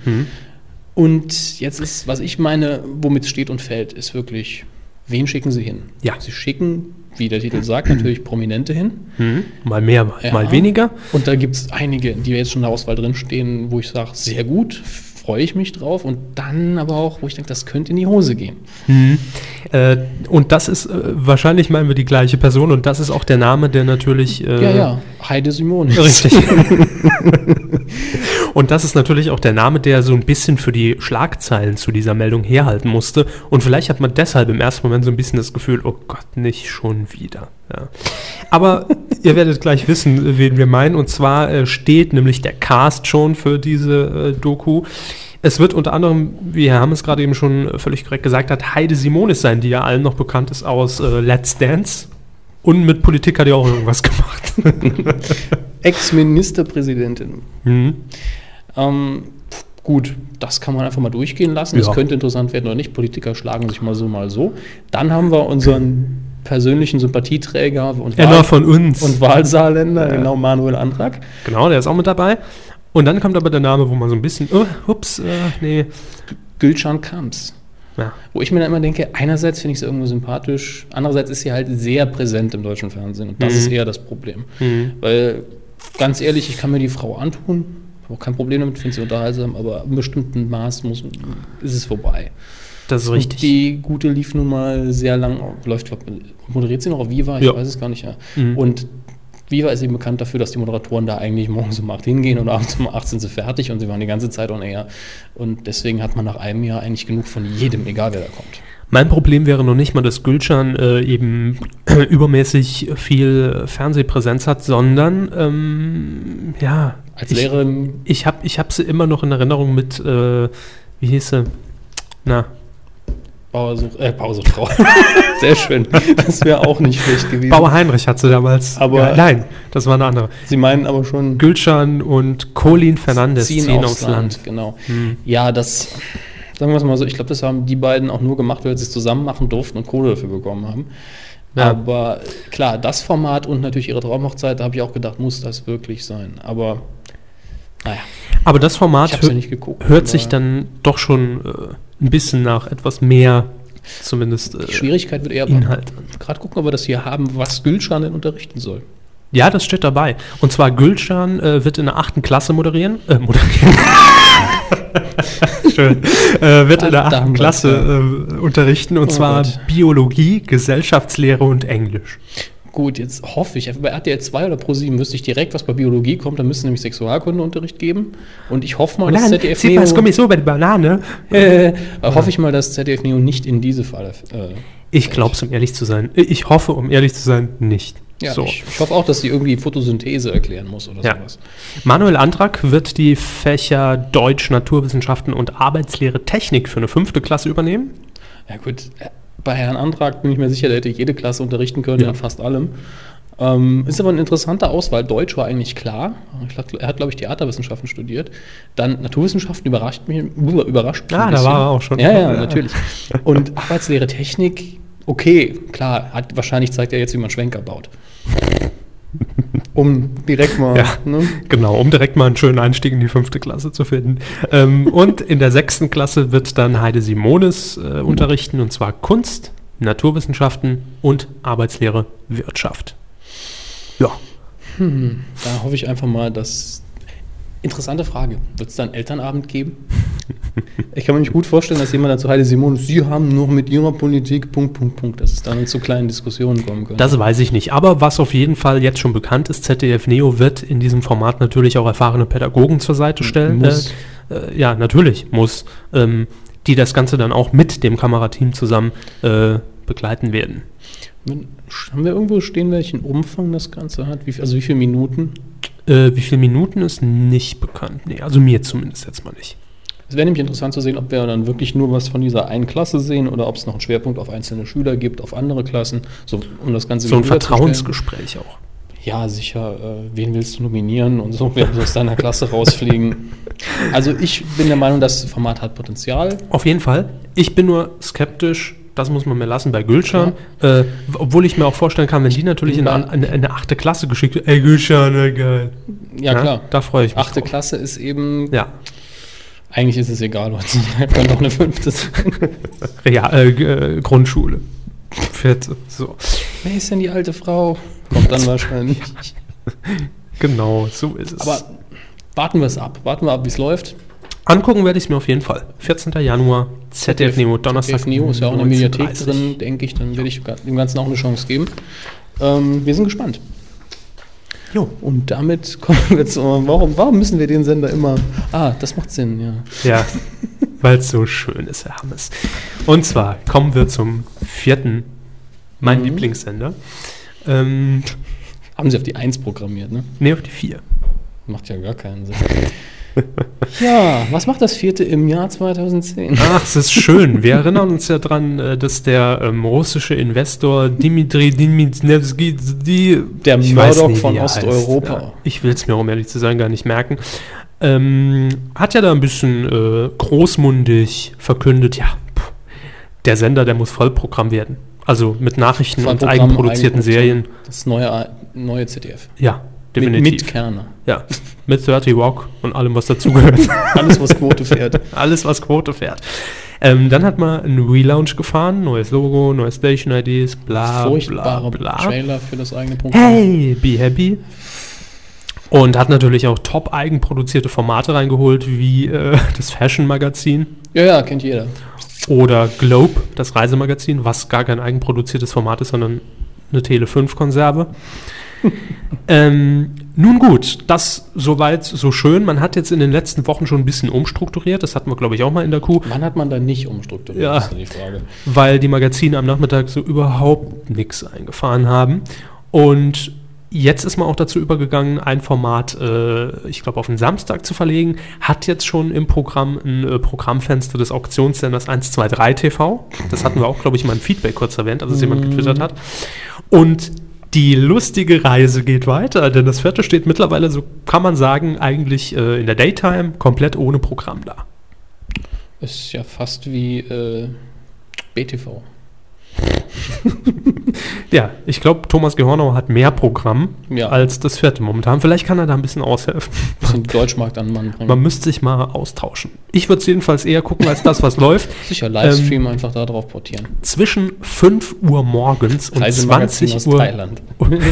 A: Und jetzt ist, was ich meine, womit es steht und fällt, ist wirklich, wen schicken sie hin?
B: Ja.
A: Sie schicken, wie der Titel sagt, natürlich Prominente hin.
B: Mhm. Mal mehr, mal,
A: Hm? Ja.
B: mal weniger.
A: Und da gibt es einige, die jetzt schon in der Auswahl drinstehen, wo ich sage, sehr gut, freue ich mich drauf. Und dann aber auch, wo ich denke, das könnte in die Hose gehen.
B: Äh, und das ist, äh, wahrscheinlich meinen wir die gleiche Person und das ist auch der Name, der natürlich. Äh,
A: Ja, ja, Heide Simone.
B: Richtig. und das ist natürlich auch der Name, der so ein bisschen für die Schlagzeilen zu dieser Meldung herhalten musste. Und vielleicht hat man deshalb im ersten Moment so ein bisschen das Gefühl, oh Gott, nicht schon wieder. Ja. Aber ihr werdet gleich wissen, äh, wen wir meinen. Und zwar äh, steht nämlich der Cast schon für diese äh, Doku. Es wird unter anderem, wie Herr Hammes gerade eben schon äh, völlig korrekt gesagt hat, Heide Simonis sein, die ja allen noch bekannt ist aus äh, Let's Dance. Und mit Politik hat die auch irgendwas gemacht.
A: Ex-Ministerpräsidentin.
B: Mhm.
A: Ähm, pf, gut, das kann man einfach mal durchgehen lassen.
B: Ja.
A: Das könnte interessant werden oder nicht. Politiker schlagen sich mal so, mal so. Dann haben wir unseren persönlichen Sympathieträger und,
B: Einer
A: Wahl
B: von uns.
A: und Wahlsaarländer,
B: Ja.
A: genau Manuel Antrag.
B: genau, der ist auch mit dabei. Und dann kommt aber der Name, wo man so ein bisschen, oh, ups, äh, nee.
A: Gülcan Kamps.
B: Ja,
A: Wo ich mir dann immer denke, einerseits finde ich sie irgendwo sympathisch, andererseits ist sie halt sehr präsent im deutschen Fernsehen und das
B: Mhm.
A: ist eher das Problem.
B: hm.
A: Weil, ganz ehrlich, ich kann mir die Frau antun, habe auch kein Problem damit, finde sie unterhaltsam, aber in bestimmten Maß muss, ist es vorbei.
B: das ist richtig.
A: Und die gute lief nun mal sehr lang, läuft, glaub, moderiert sie noch auf Viva? Ich
B: Ja.
A: weiß es gar nicht. Ja.
B: Mhm.
A: Und Viva ist eben bekannt dafür, dass die Moderatoren da eigentlich morgens um 8 hingehen und abends um 8 sind sie fertig und sie waren die ganze Zeit on air. Und deswegen hat man nach einem Jahr eigentlich genug von jedem, egal wer da kommt.
B: mein Problem wäre noch nicht mal, dass Gülcan äh, eben übermäßig viel Fernsehpräsenz hat, sondern, ähm, ja.
A: Als
B: ich,
A: Lehrerin,
B: Ich habe ich hab sie immer noch in Erinnerung mit, äh, wie hieß sie? Na,
A: Bauersuch, äh, Pausenfrau. sehr schön. Das wäre auch nicht schlecht gewesen.
B: Bauer Heinrich hat sie damals.
A: Aber-
B: Ja, nein, das war eine andere.
A: Sie meinen aber schon
B: Gülcan und Colin Fernandes Hm.
A: Ziehen aufs Land, genau. Ja, das Sagen wir es mal so, ich glaube, das haben die beiden auch nur gemacht, weil sie es zusammen machen durften und Kohle dafür bekommen haben.
B: Ja.
A: Aber äh, klar, das Format und natürlich ihre Traumhochzeit, da habe ich auch gedacht, muss das wirklich sein. Aber naja,
B: Aber das
A: ich
B: Format
A: habe es ja
B: hö
A: nicht geguckt.
B: hört sich
A: von daher.
B: dann doch schon äh, ein bisschen nach etwas mehr, zumindest.
A: Die
B: Äh,
A: Schwierigkeit wird eher
B: Inhalt.
A: Gerade gucken, ob wir das hier haben, was Gülschan denn unterrichten soll.
B: ja, das steht dabei. Und zwar Gülcan äh, wird in der achten Klasse moderieren. Äh, moderieren. Schön. Äh, wird in der
A: Da haben
B: achten
A: wir's,
B: Klasse äh, unterrichten und
A: Oh
B: zwar
A: Gott.
B: Biologie, Gesellschaftslehre und Englisch.
A: Gut, jetzt hoffe ich. Bei RTL 2 oder Pro 7 wüsste ich direkt, was bei Biologie kommt. Da müsste nämlich Sexualkundeunterricht geben. Und ich hoffe mal, dass ZDF Neo,
B: so bei der Banane.
A: äh, hoffe ich mal, dass ZDF Neo nicht in diese Falle. Äh,
B: Ich glaube es, um ehrlich zu sein. Ich hoffe, um ehrlich zu sein, nicht.
A: ja, ich, ich hoffe auch, dass sie irgendwie Photosynthese erklären muss oder
B: Ja.
A: sowas.
B: Manuel Antrag wird die Fächer Deutsch, Naturwissenschaften und Arbeitslehre Technik für eine fünfte Klasse übernehmen.
A: Ja gut, äh, bei Herrn Antrag bin ich mir sicher, der hätte jede Klasse unterrichten können,
B: Ja.
A: in fast allem. Ähm, ist aber eine interessante Auswahl. Deutsch war eigentlich klar. Ich glaub, er hat, glaube ich, Theaterwissenschaften studiert. Dann Naturwissenschaften überrascht mich. Überrascht mich
B: Ah,
A: ein
B: da
A: bisschen.
B: war er auch schon.
A: Ja, ja,
B: Ja.
A: natürlich. Und Arbeitslehre Technik, okay, klar, hat, wahrscheinlich zeigt er jetzt, wie man Schwenker baut. Um direkt mal.
B: Ja.
A: Ne?
B: Genau, um direkt mal einen schönen Einstieg in die fünfte Klasse zu finden. Ähm, und in der sechsten Klasse wird dann Heide Simonis äh, unterrichten, und zwar Kunst, Naturwissenschaften und Arbeitslehre Wirtschaft. Ja.
A: Da hoffe ich einfach mal, dass. Interessante Frage. Wird es dann Elternabend geben? Ich kann mir nicht gut vorstellen, dass jemand dann zu Heide Simon, Sie haben noch mit Ihrer Politik, Punkt, Punkt, Punkt, dass es dann zu kleinen Diskussionen kommen könnte.
B: Das weiß ich nicht. Aber was auf jeden Fall jetzt schon bekannt ist, ZDF Neo wird in diesem Format natürlich auch erfahrene Pädagogen zur Seite stellen.
A: Muss.
B: Äh, äh, ja, natürlich muss. Ähm, die das Ganze dann auch mit dem Kamerateam zusammen äh, begleiten werden.
A: Haben wir irgendwo stehen, welchen Umfang das Ganze hat? Wie, viel- also wie viele Minuten?
B: Äh, wie viele Minuten ist nicht bekannt. Nee, also mir zumindest jetzt mal nicht.
A: Es wäre nämlich interessant zu sehen, ob wir dann wirklich nur was von dieser einen Klasse sehen oder ob es noch einen Schwerpunkt auf einzelne Schüler gibt, auf andere Klassen, so, um das Ganze
B: So ein
A: wieder herzustellen.
B: Vertrauensgespräch auch.
A: Ja, sicher, äh, wen willst du nominieren und so, wer soll aus deiner Klasse rausfliegen? Also ich bin der Meinung, das Format hat Potenzial.
B: Auf jeden Fall. Ich bin nur skeptisch, das muss man mir lassen, bei Gülschan. Äh, w- obwohl ich mir auch vorstellen kann, wenn die natürlich in eine, in eine achte Klasse geschickt wird. Ey, Gülschan, ey, geil.
A: Ja, klar.
B: Da freue ich mich.
A: Achte
B: drauf.
A: Klasse ist eben,
B: Ja,
A: eigentlich ist es egal, was könnte auch eine fünfte sein.
B: ja äh, G- äh, Grundschule. Vierte. So.
A: Wer ist denn die alte Frau? Kommt dann wahrscheinlich.
B: Genau, so ist es.
A: Aber warten wir es ab. Warten wir ab, wie es läuft.
B: Angucken werde ich es mir auf jeden Fall. 14. Januar, ZDF Neo, Donnerstag.
A: ZDF Neo ist E ja auch in der Mediathek
B: 19.30.
A: drin, denke ich. Dann werde ich dem Ganzen auch eine Chance geben. Ähm, wir sind gespannt.
B: Jo.
A: Und damit kommen wir zu. Warum, warum müssen wir den Sender immer. Ah, das macht Sinn, ja.
B: Ja, weil es so schön ist, Herr Hammes. Und zwar kommen wir zum vierten, mein
A: Mhm.
B: Lieblingssender. Ähm,
A: Haben sie auf die 1 programmiert, ne?
B: nee, auf die vier.
A: Macht ja gar keinen Sinn. ja, was macht das vierte im Jahr 2010?
B: Ach, es ist schön. Wir erinnern uns ja dran, äh, dass der ähm, russische Investor Dimitri Dimitrevsky, die,
A: Der
B: ich weiß
A: Murdoch
B: nie, wie
A: von
B: er heißt.
A: Osteuropa.
B: Ja, ich will es mir, um ehrlich zu sein, gar nicht merken. Ähm, hat ja da ein bisschen äh, großmundig verkündet, ja, pff, der Sender, der muss Vollprogramm werden. Also mit Nachrichten und
A: Vollprogramm,
B: eigenproduzierten
A: Eigenproduktion.
B: Serien.
A: Das neue, neue ZDF.
B: Ja,
A: Mit,
B: definitiv.
A: mit Kerner.
B: ja, mit 30 Rock und allem, was dazugehört.
A: Alles, was Quote fährt.
B: Alles, was Quote fährt. Ähm, dann hat man einen Relaunch gefahren, neues Logo, neue Station-IDs, bla bla
A: Furchtbare
B: bla.
A: Trailer für das eigene Programm.
B: Hey, be happy. Und hat natürlich auch top eigenproduzierte Formate reingeholt, wie äh, das Fashion-Magazin
A: Ja, ja, kennt jeder.
B: oder Globe, das Reisemagazin, was gar kein eigenproduziertes Format ist, sondern eine Tele5-Konserve. ähm, nun gut, das soweit so schön. Man hat jetzt in den letzten Wochen schon ein bisschen umstrukturiert. Das hatten wir, glaube ich, auch mal in der Kuh.
A: Wann hat man da nicht umstrukturiert?
B: Ja.
A: die Frage.
B: weil die Magazine am Nachmittag so überhaupt nichts eingefahren haben. Und jetzt ist man auch dazu übergegangen, ein Format, äh, ich glaube, auf den Samstag zu verlegen. Hat jetzt schon im Programm ein äh, Programmfenster des Auktionssenders 123 TV. Das hatten wir auch, glaube ich, mal im Feedback kurz erwähnt, als es jemand getwittert hat. Und die lustige Reise geht weiter, denn das vierte steht mittlerweile, so kann man sagen, eigentlich äh, in der Daytime komplett ohne Programm da.
A: Ist ja fast wie äh, BTV.
B: Ja, ich glaube, Thomas Gehornauer hat mehr Programm
A: Ja. Mhm.
B: als das vierte momentan. Vielleicht kann er da ein bisschen aushelfen.
A: Bisschen Deutschmarkt an den Mann bringen.
B: Man müsste sich mal austauschen. Ich würde es jedenfalls eher gucken als das, was läuft.
A: Sicher Livestream
B: ähm,
A: einfach da drauf portieren.
B: Zwischen 5 Uhr morgens und
A: Reisemagazin
B: 20 Uhr.
A: Thailand.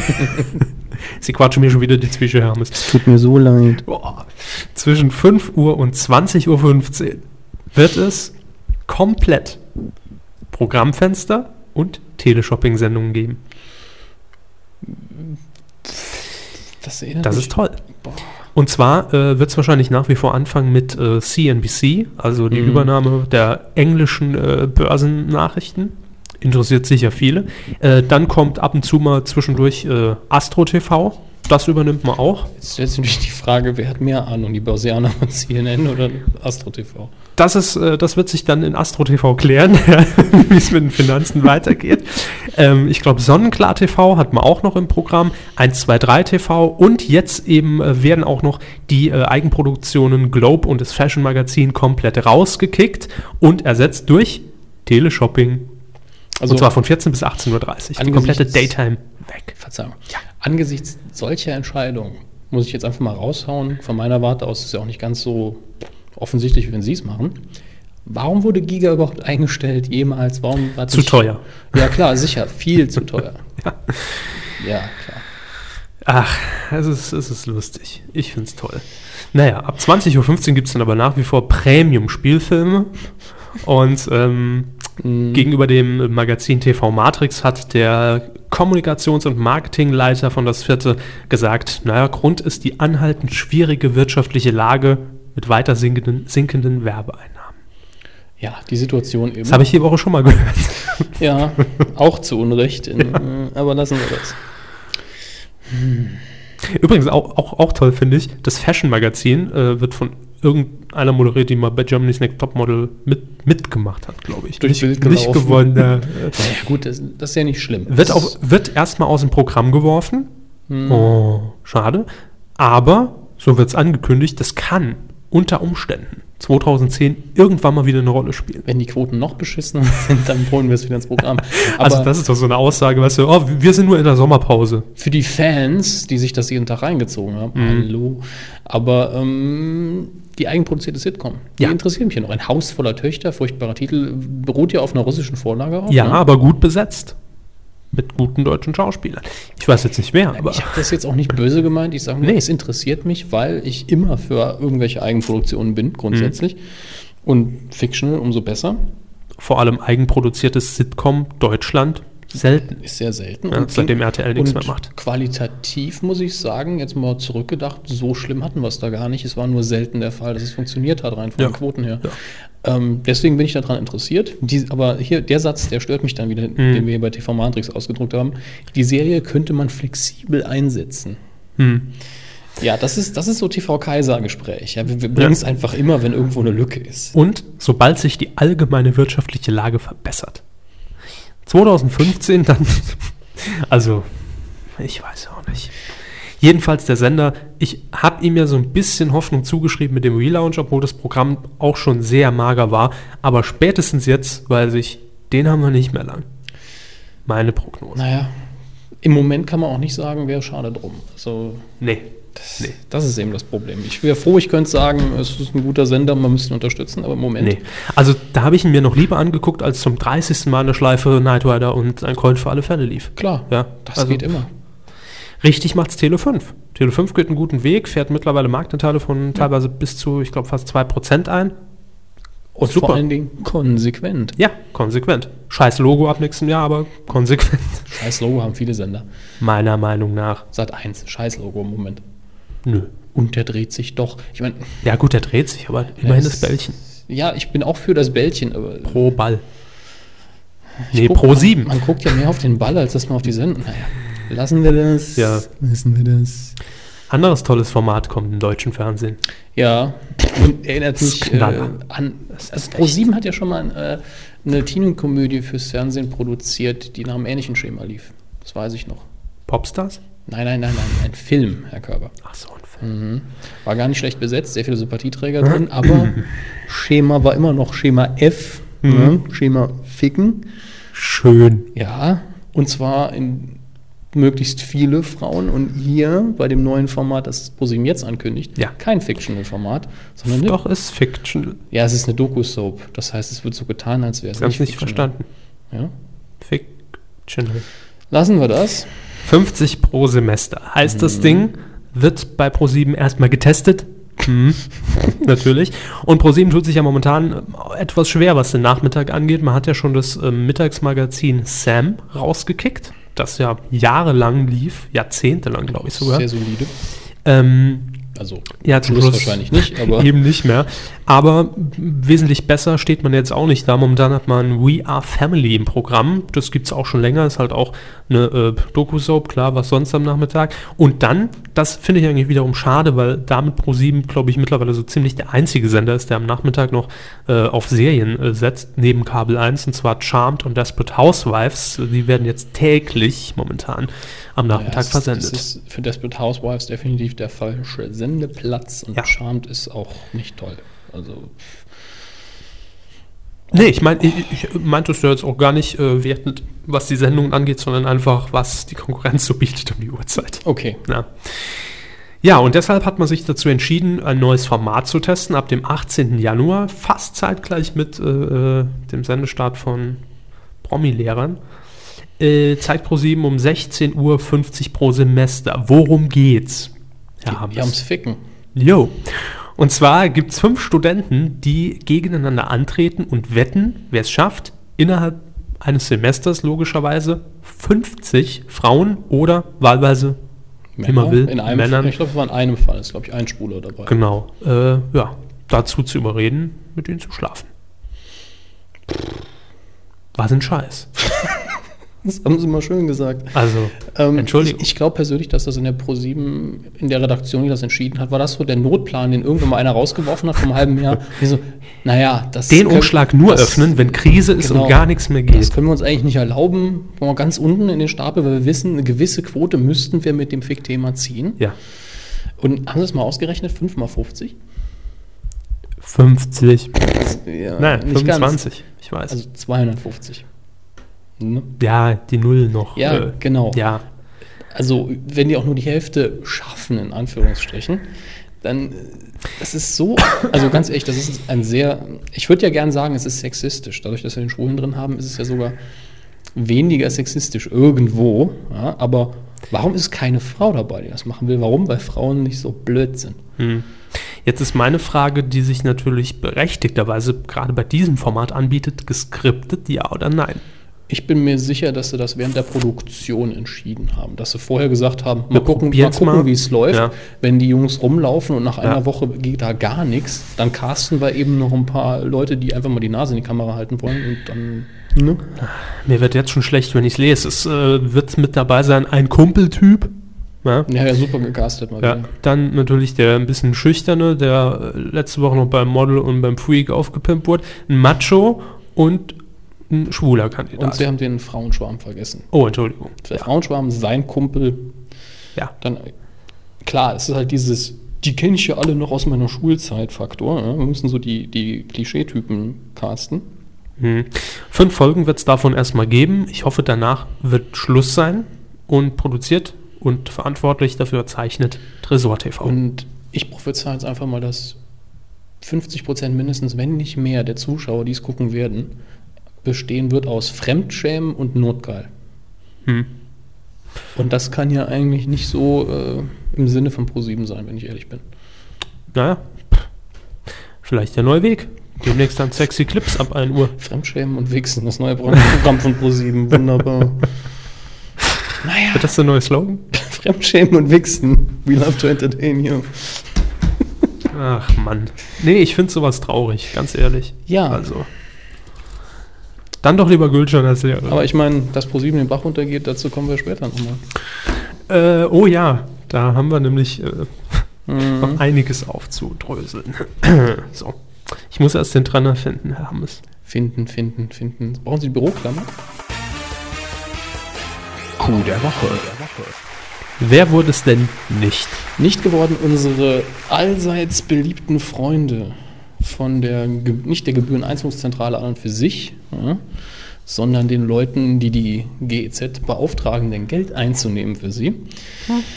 B: Sie quatschen mir schon wieder die Zwische, Hermes.
D: Tut mir so leid.
B: Boah. Zwischen 5 Uhr und 20.15 Uhr wird es komplett Programmfenster und Teleshopping-Sendungen geben.
A: Das, erinnert
B: Das
A: mich-
B: ist toll.
A: Boah.
B: Und zwar äh, wird es wahrscheinlich nach wie vor anfangen mit äh, CNBC, also die
A: Mhm.
B: Übernahme der englischen äh, Börsennachrichten. Interessiert sicher viele. Äh, dann kommt ab und zu mal zwischendurch äh, Astro TV. Das übernimmt man auch.
A: Jetzt stellt sich natürlich die Frage, wer hat mehr Ahnung, die Börsianer von CNN oder Astro TV?
B: Das, ist, äh, das wird sich dann in Astro TV klären, wie es mit den Finanzen weitergeht. Ähm, ich glaube, Sonnenklar TV hat man auch noch im Programm, 123 TV und jetzt eben äh, werden auch noch die äh, Eigenproduktionen Globe und das Fashion Magazin komplett rausgekickt und ersetzt durch Teleshopping.
A: Also,
B: und zwar von 14 bis 18.30 Uhr. Die komplette
A: Angesichts-
B: Daytime weg.
A: Verzeihung. Angesichts solcher Entscheidungen muss ich jetzt einfach mal raushauen. Von meiner Warte aus ist ja auch nicht ganz so offensichtlich, wie wenn Sie es machen. Warum wurde Giga überhaupt eingestellt jemals? Warum war
B: Zu teuer.
A: Ja klar, sicher, viel zu teuer.
B: Ja.
A: Ja, klar.
B: Ach, es ist, es ist lustig. Ich find's toll. Naja, ab 20.15 Uhr gibt's dann aber nach wie vor Premium-Spielfilme. Und ähm,
A: Mhm. Hm,
B: gegenüber dem Magazin TV Matrix hat der Kommunikations- und Marketingleiter von das Vierte gesagt, naja, Grund ist die anhaltend schwierige wirtschaftliche Lage mit weiter sinkenden, sinkenden Werbeeinnahmen.
A: Ja, die Situation eben.
B: Das habe ich die Woche schon mal gehört.
A: Ja, auch zu Unrecht. In, äh, Aber lassen wir das.
B: Übrigens auch, auch, auch toll finde ich, das Fashion-Magazin äh, wird von irgendeiner moderiert, die mal bei Germany's Next Topmodel mit, mitgemacht hat, glaube ich.
A: Durch
B: nicht,
A: Bild
B: nicht
A: gelaufen.
B: gewonnen. ja.
A: Naja, gut, das, das ist ja nicht schlimm.
B: wird
A: Das-
B: auch, wird erstmal aus dem Programm geworfen.
A: Hm.
B: Oh, schade. Aber, so wird es angekündigt, das kann unter Umständen 2010 irgendwann mal wieder eine Rolle spielen.
A: Wenn die Quoten noch beschissen sind, dann holen wir es wieder ins Programm. Aber
B: also das ist doch so eine Aussage, weißt du, oh, wir sind nur in der Sommerpause.
A: für die Fans, die sich das jeden Tag reingezogen haben,
B: Mhm.
A: hallo. Aber ähm, die eigenproduzierte Sitcom, die
B: Ja.
A: interessiert mich ja noch. Ein Haus voller Töchter, furchtbarer Titel, beruht ja auf einer russischen Vorlage auch.
B: Ja,
A: ne?
B: aber gut besetzt. Mit guten deutschen Schauspielern. Ich weiß jetzt nicht mehr, aber...
A: Ich habe das jetzt auch nicht böse gemeint. Ich sage nur, es interessiert mich, weil ich immer für irgendwelche Eigenproduktionen bin, grundsätzlich.
B: Mhm.
A: Und Fictional umso besser.
B: vor allem eigenproduziertes Sitcom Deutschland selten.
A: Ist sehr selten.
B: Ja, seitdem RTL nichts
A: und
B: mehr macht.
A: Qualitativ muss ich sagen, jetzt mal zurückgedacht, so schlimm hatten wir es da gar nicht. Es war nur selten der Fall, dass es funktioniert hat, rein von
B: Ja.
A: den Quoten her. Ähm, deswegen bin ich daran interessiert. Die, aber hier, der Satz, der stört mich dann
B: Mhm.
A: wieder, den wir hier bei TV Matrix ausgedruckt haben. Die Serie könnte man flexibel einsetzen.
B: Hm.
A: Ja, das ist, das ist so TV-Kaiser-Gespräch. Ja, wir wir bringen es einfach immer, wenn irgendwo eine Lücke ist.
B: Und sobald sich die allgemeine wirtschaftliche Lage verbessert. 2015 dann, also ich weiß auch nicht. Jedenfalls der Sender, ich habe ihm ja so ein bisschen Hoffnung zugeschrieben mit dem Relaunch, obwohl das Programm auch schon sehr mager war. Aber spätestens jetzt weiß ich, den haben wir nicht mehr lang. Meine Prognose.
A: Naja, im Moment kann man auch nicht sagen, wäre schade drum. Also,
B: Nee.
A: Nee. Das ist eben das Problem. Ich wäre froh, ich könnte sagen, es ist ein guter Sender, man müsste ihn unterstützen, aber im Moment.
B: Nee. Also da habe ich ihn mir noch lieber angeguckt, als zum 30. Mal eine Schleife Night Rider und ein Colt für alle Fälle lief.
A: Klar,
B: Ja,
A: das
B: also-
A: geht immer.
B: Richtig macht's Tele 5. Tele 5 geht einen guten Weg, fährt mittlerweile Marktanteile von teilweise bis zu, ich glaube, fast 2% ein.
A: Und
B: super.
A: vor allen Dingen konsequent.
B: Ja, konsequent. Scheiß Logo ab nächstem Jahr, aber konsequent.
A: Scheiß Logo haben viele Sender.
B: Meiner Meinung nach.
A: Sat 1, scheiß Logo im Moment.
B: Nö.
A: Und der dreht sich doch. Ich meine,
B: Ja gut, der dreht sich, aber immerhin das Bällchen.
A: Ja, ich bin auch für das Bällchen, aber.
B: Pro Ball. Nee,
A: Guck,
B: pro
A: man-
B: 7.
A: Man guckt ja mehr auf den Ball, als dass man auf die Sendung. Naja, lassen wir das.
B: Ja.
A: Lassen wir das.
B: Anderes tolles Format kommt im deutschen Fernsehen.
A: Ja, und erinnert
B: Das ist
A: mich äh,
B: Knaller.
A: an. Also ProSieben hat ja schon mal äh, eine Teenenkomödie fürs Fernsehen produziert, die nach einem ähnlichen Schema lief. Das weiß ich noch.
B: Popstars?
A: Nein, nein, nein, nein, ein Film, Herr Körber. Mhm.
B: Ach so, ein Film.
A: War gar nicht schlecht besetzt, sehr viele Sympathieträger drin, aber Schema war immer noch Schema F,
B: Mhm.
A: ne? Schema Ficken.
B: Schön.
A: Ja, und zwar in möglichst viele Frauen und hier bei dem neuen Format, das ProSieben jetzt ankündigt,
B: Ja.
A: kein Fictional-Format, sondern eine,
B: Doch, ist Fiction.
A: ja, es ist eine Doku-Soap. Das heißt, es wird so getan, als wäre es
B: Sie haben es nicht
A: fictional.
B: verstanden.
A: Ja.
B: Fictional.
A: Lassen wir das.
B: 50 pro Semester. Heißt das Ding, wird bei Pro7 erstmal getestet? Hm, natürlich. Und Pro7 tut sich ja momentan äh, etwas schwer, was den Nachmittag angeht. Man hat ja schon das ähm, Mittagsmagazin Sam rausgekickt, das ja jahrelang lief, jahrzehntelang, glaube ich sogar.
A: Sehr solide.
B: Ähm,
A: Also
B: ja, zum
A: Schluss
B: Schluss
A: wahrscheinlich nicht, aber
B: eben nicht mehr. Aber wesentlich besser steht man jetzt auch nicht da. Momentan hat man We Are Family im Programm. Das gibt es auch schon länger. Ist halt auch eine äh, Doku-Soap, klar, was sonst am Nachmittag. Und dann, das finde ich eigentlich wiederum schade, weil damit Pro7, glaube ich, mittlerweile so ziemlich der einzige Sender ist, der am Nachmittag noch äh, auf Serien äh, setzt, neben Kabel 1, und zwar Charmed und Desperate Housewives. Die werden jetzt täglich momentan am
A: Ja,
B: Nachmittag
A: es ist-
B: versendet.
A: Das ist für Desperate Housewives definitiv der falsche Sendeplatz und
B: Ja.
A: Charmed ist auch nicht toll. Also
B: Nee, ich, mein, ich, ich meinte es ja jetzt auch gar nicht äh, wertend, was die Sendungen angeht, sondern einfach, was die Konkurrenz so bietet um die Uhrzeit.
A: okay,
B: Ja. ja, und deshalb hat man sich dazu entschieden, ein neues Format zu testen ab dem 18. Januar, fast zeitgleich mit äh, äh, dem Sendestart von Promi-Lehrern. Äh, Zeit pro 7 um 16.50 Uhr pro Semester. Worum geht's? Herr Hammes?
A: wir haben's ficken.
B: Jo. Und zwar gibt es fünf Studenten, die gegeneinander antreten und wetten, wer es schafft, innerhalb eines Semesters logischerweise 50 Frauen oder wahlweise, wie man will,
A: in einem
B: Männern,
A: Fall, ich glaube, es war in einem Fall, ist glaube ich ein Spuler dabei.
B: genau, äh, ja, dazu zu überreden, mit ihnen zu schlafen. Was ein Scheiß.
A: Das haben sie mal schön gesagt.
B: Also,
A: Ähm,
B: Entschuldigung.
A: Ich, ich glaube persönlich, dass das in der Pro7, in der Redaktion, die das entschieden hat, war das so der Notplan, den irgendwann mal einer rausgeworfen hat vom halben Jahr. Die so, naja, das
B: den
A: können-
B: Umschlag nur
A: das-
B: öffnen, wenn Krise ist
A: Genau.
B: und gar nichts mehr
A: Das
B: geht.
A: können wir uns eigentlich nicht erlauben. Wollen wir ganz unten in den Stapel, weil wir wissen, eine gewisse Quote müssten wir mit dem Fick-Thema ziehen.
B: Ja,
A: Und haben Sie es mal ausgerechnet? 5 mal 50?
B: 50.
A: Ja,
B: Nein,
A: Äh, nicht ganz.
B: 25. Ich weiß.
A: Also 250. Ne?
B: ja, die Null noch.
A: Ja,
B: äh,
A: genau.
B: Ja,
A: Also, wenn die auch nur die Hälfte schaffen, in Anführungsstrichen, dann äh, das ist so, also ganz ehrlich, das ist ein sehr, ich würde ja gern sagen, es ist sexistisch. Dadurch, dass wir den Schwulen drin haben, ist es ja sogar weniger sexistisch irgendwo. Ja? Aber warum ist keine Frau dabei, die das machen will? Warum? Weil Frauen nicht so blöd sind.
B: Hm. Jetzt ist meine Frage, die sich natürlich berechtigterweise gerade bei diesem Format anbietet, geskriptet, ja oder nein?
A: Ich bin mir sicher, dass sie das während der Produktion entschieden haben. Dass sie vorher gesagt haben, mal gucken, mal
B: probieren's
A: gucken
B: mal.
A: wie es läuft.
B: Ja.
A: Wenn die Jungs rumlaufen und nach einer
B: Ja.
A: Woche geht da gar nichts, dann casten wir eben noch ein paar Leute, die einfach mal die Nase in die Kamera halten wollen und dann. Ne?
B: Mir wird jetzt schon schlecht, wenn ich es lese. Es äh, wird mit dabei sein ein Kumpeltyp. Ja?
A: Ja, ja, super gecastet mal
B: Ja,
A: wieder.
B: dann natürlich der ein bisschen schüchterne, der äh, letzte Woche noch beim Model und beim Freak aufgepimpt wurde, ein Macho und ein schwuler
A: Und
B: Kandidat.
A: sie haben den Frauenschwarm vergessen.
B: oh, Entschuldigung.
A: Der Frauenschwarm, sein Kumpel.
B: Ja.
A: Dann, klar, es ist halt dieses, die kenne ich ja alle noch aus meiner Schulzeit Faktor. Ja? Wir müssen so die, die Klischeetypen casten.
B: Hm. Fünf Folgen wird es davon erstmal geben. Ich hoffe, danach wird Schluss sein und produziert und verantwortlich dafür zeichnet Tresor TV.
A: Und ich prophezei jetzt einfach mal, dass 50 Prozent mindestens, wenn nicht mehr, der Zuschauer, die es gucken werden, bestehen wird aus Fremdschämen und Notgeil.
B: hm.
A: Und das kann ja eigentlich nicht so äh, im Sinne von ProSieben sein, wenn ich ehrlich bin.
B: Naja, pff. vielleicht der neue Weg. Demnächst dann sexy Clips ab 1 Uhr.
A: Fremdschämen und Wichsen, das neue Programm von ProSieben, wunderbar. Naja,
B: Wird das der neue Slogan?
A: Fremdschämen und Wichsen, we love to entertain you.
B: Ach Mann. Nee, ich finde sowas traurig, ganz ehrlich.
A: Ja.
B: Also. Dann doch lieber Gülcan als Lehrer.
A: Aber ich meine, dass ProSieben den Bach runtergeht, dazu kommen wir später nochmal.
B: Äh, oh ja, da haben wir nämlich äh,
A: Mhm.
B: noch einiges aufzudröseln. so. Ich muss erst den Trenner finden, Herr Hammes.
A: Finden, finden, finden. Brauchen Sie die Büroklammer?
C: Coup der Woche.
B: Wer wurde es denn nicht?
A: Nicht geworden unsere allseits beliebten Freunde von der, Ge- nicht der Gebühreneinzugszentrale an und für sich, ja, sondern den Leuten, die die GEZ beauftragen, denn Geld einzunehmen für sie.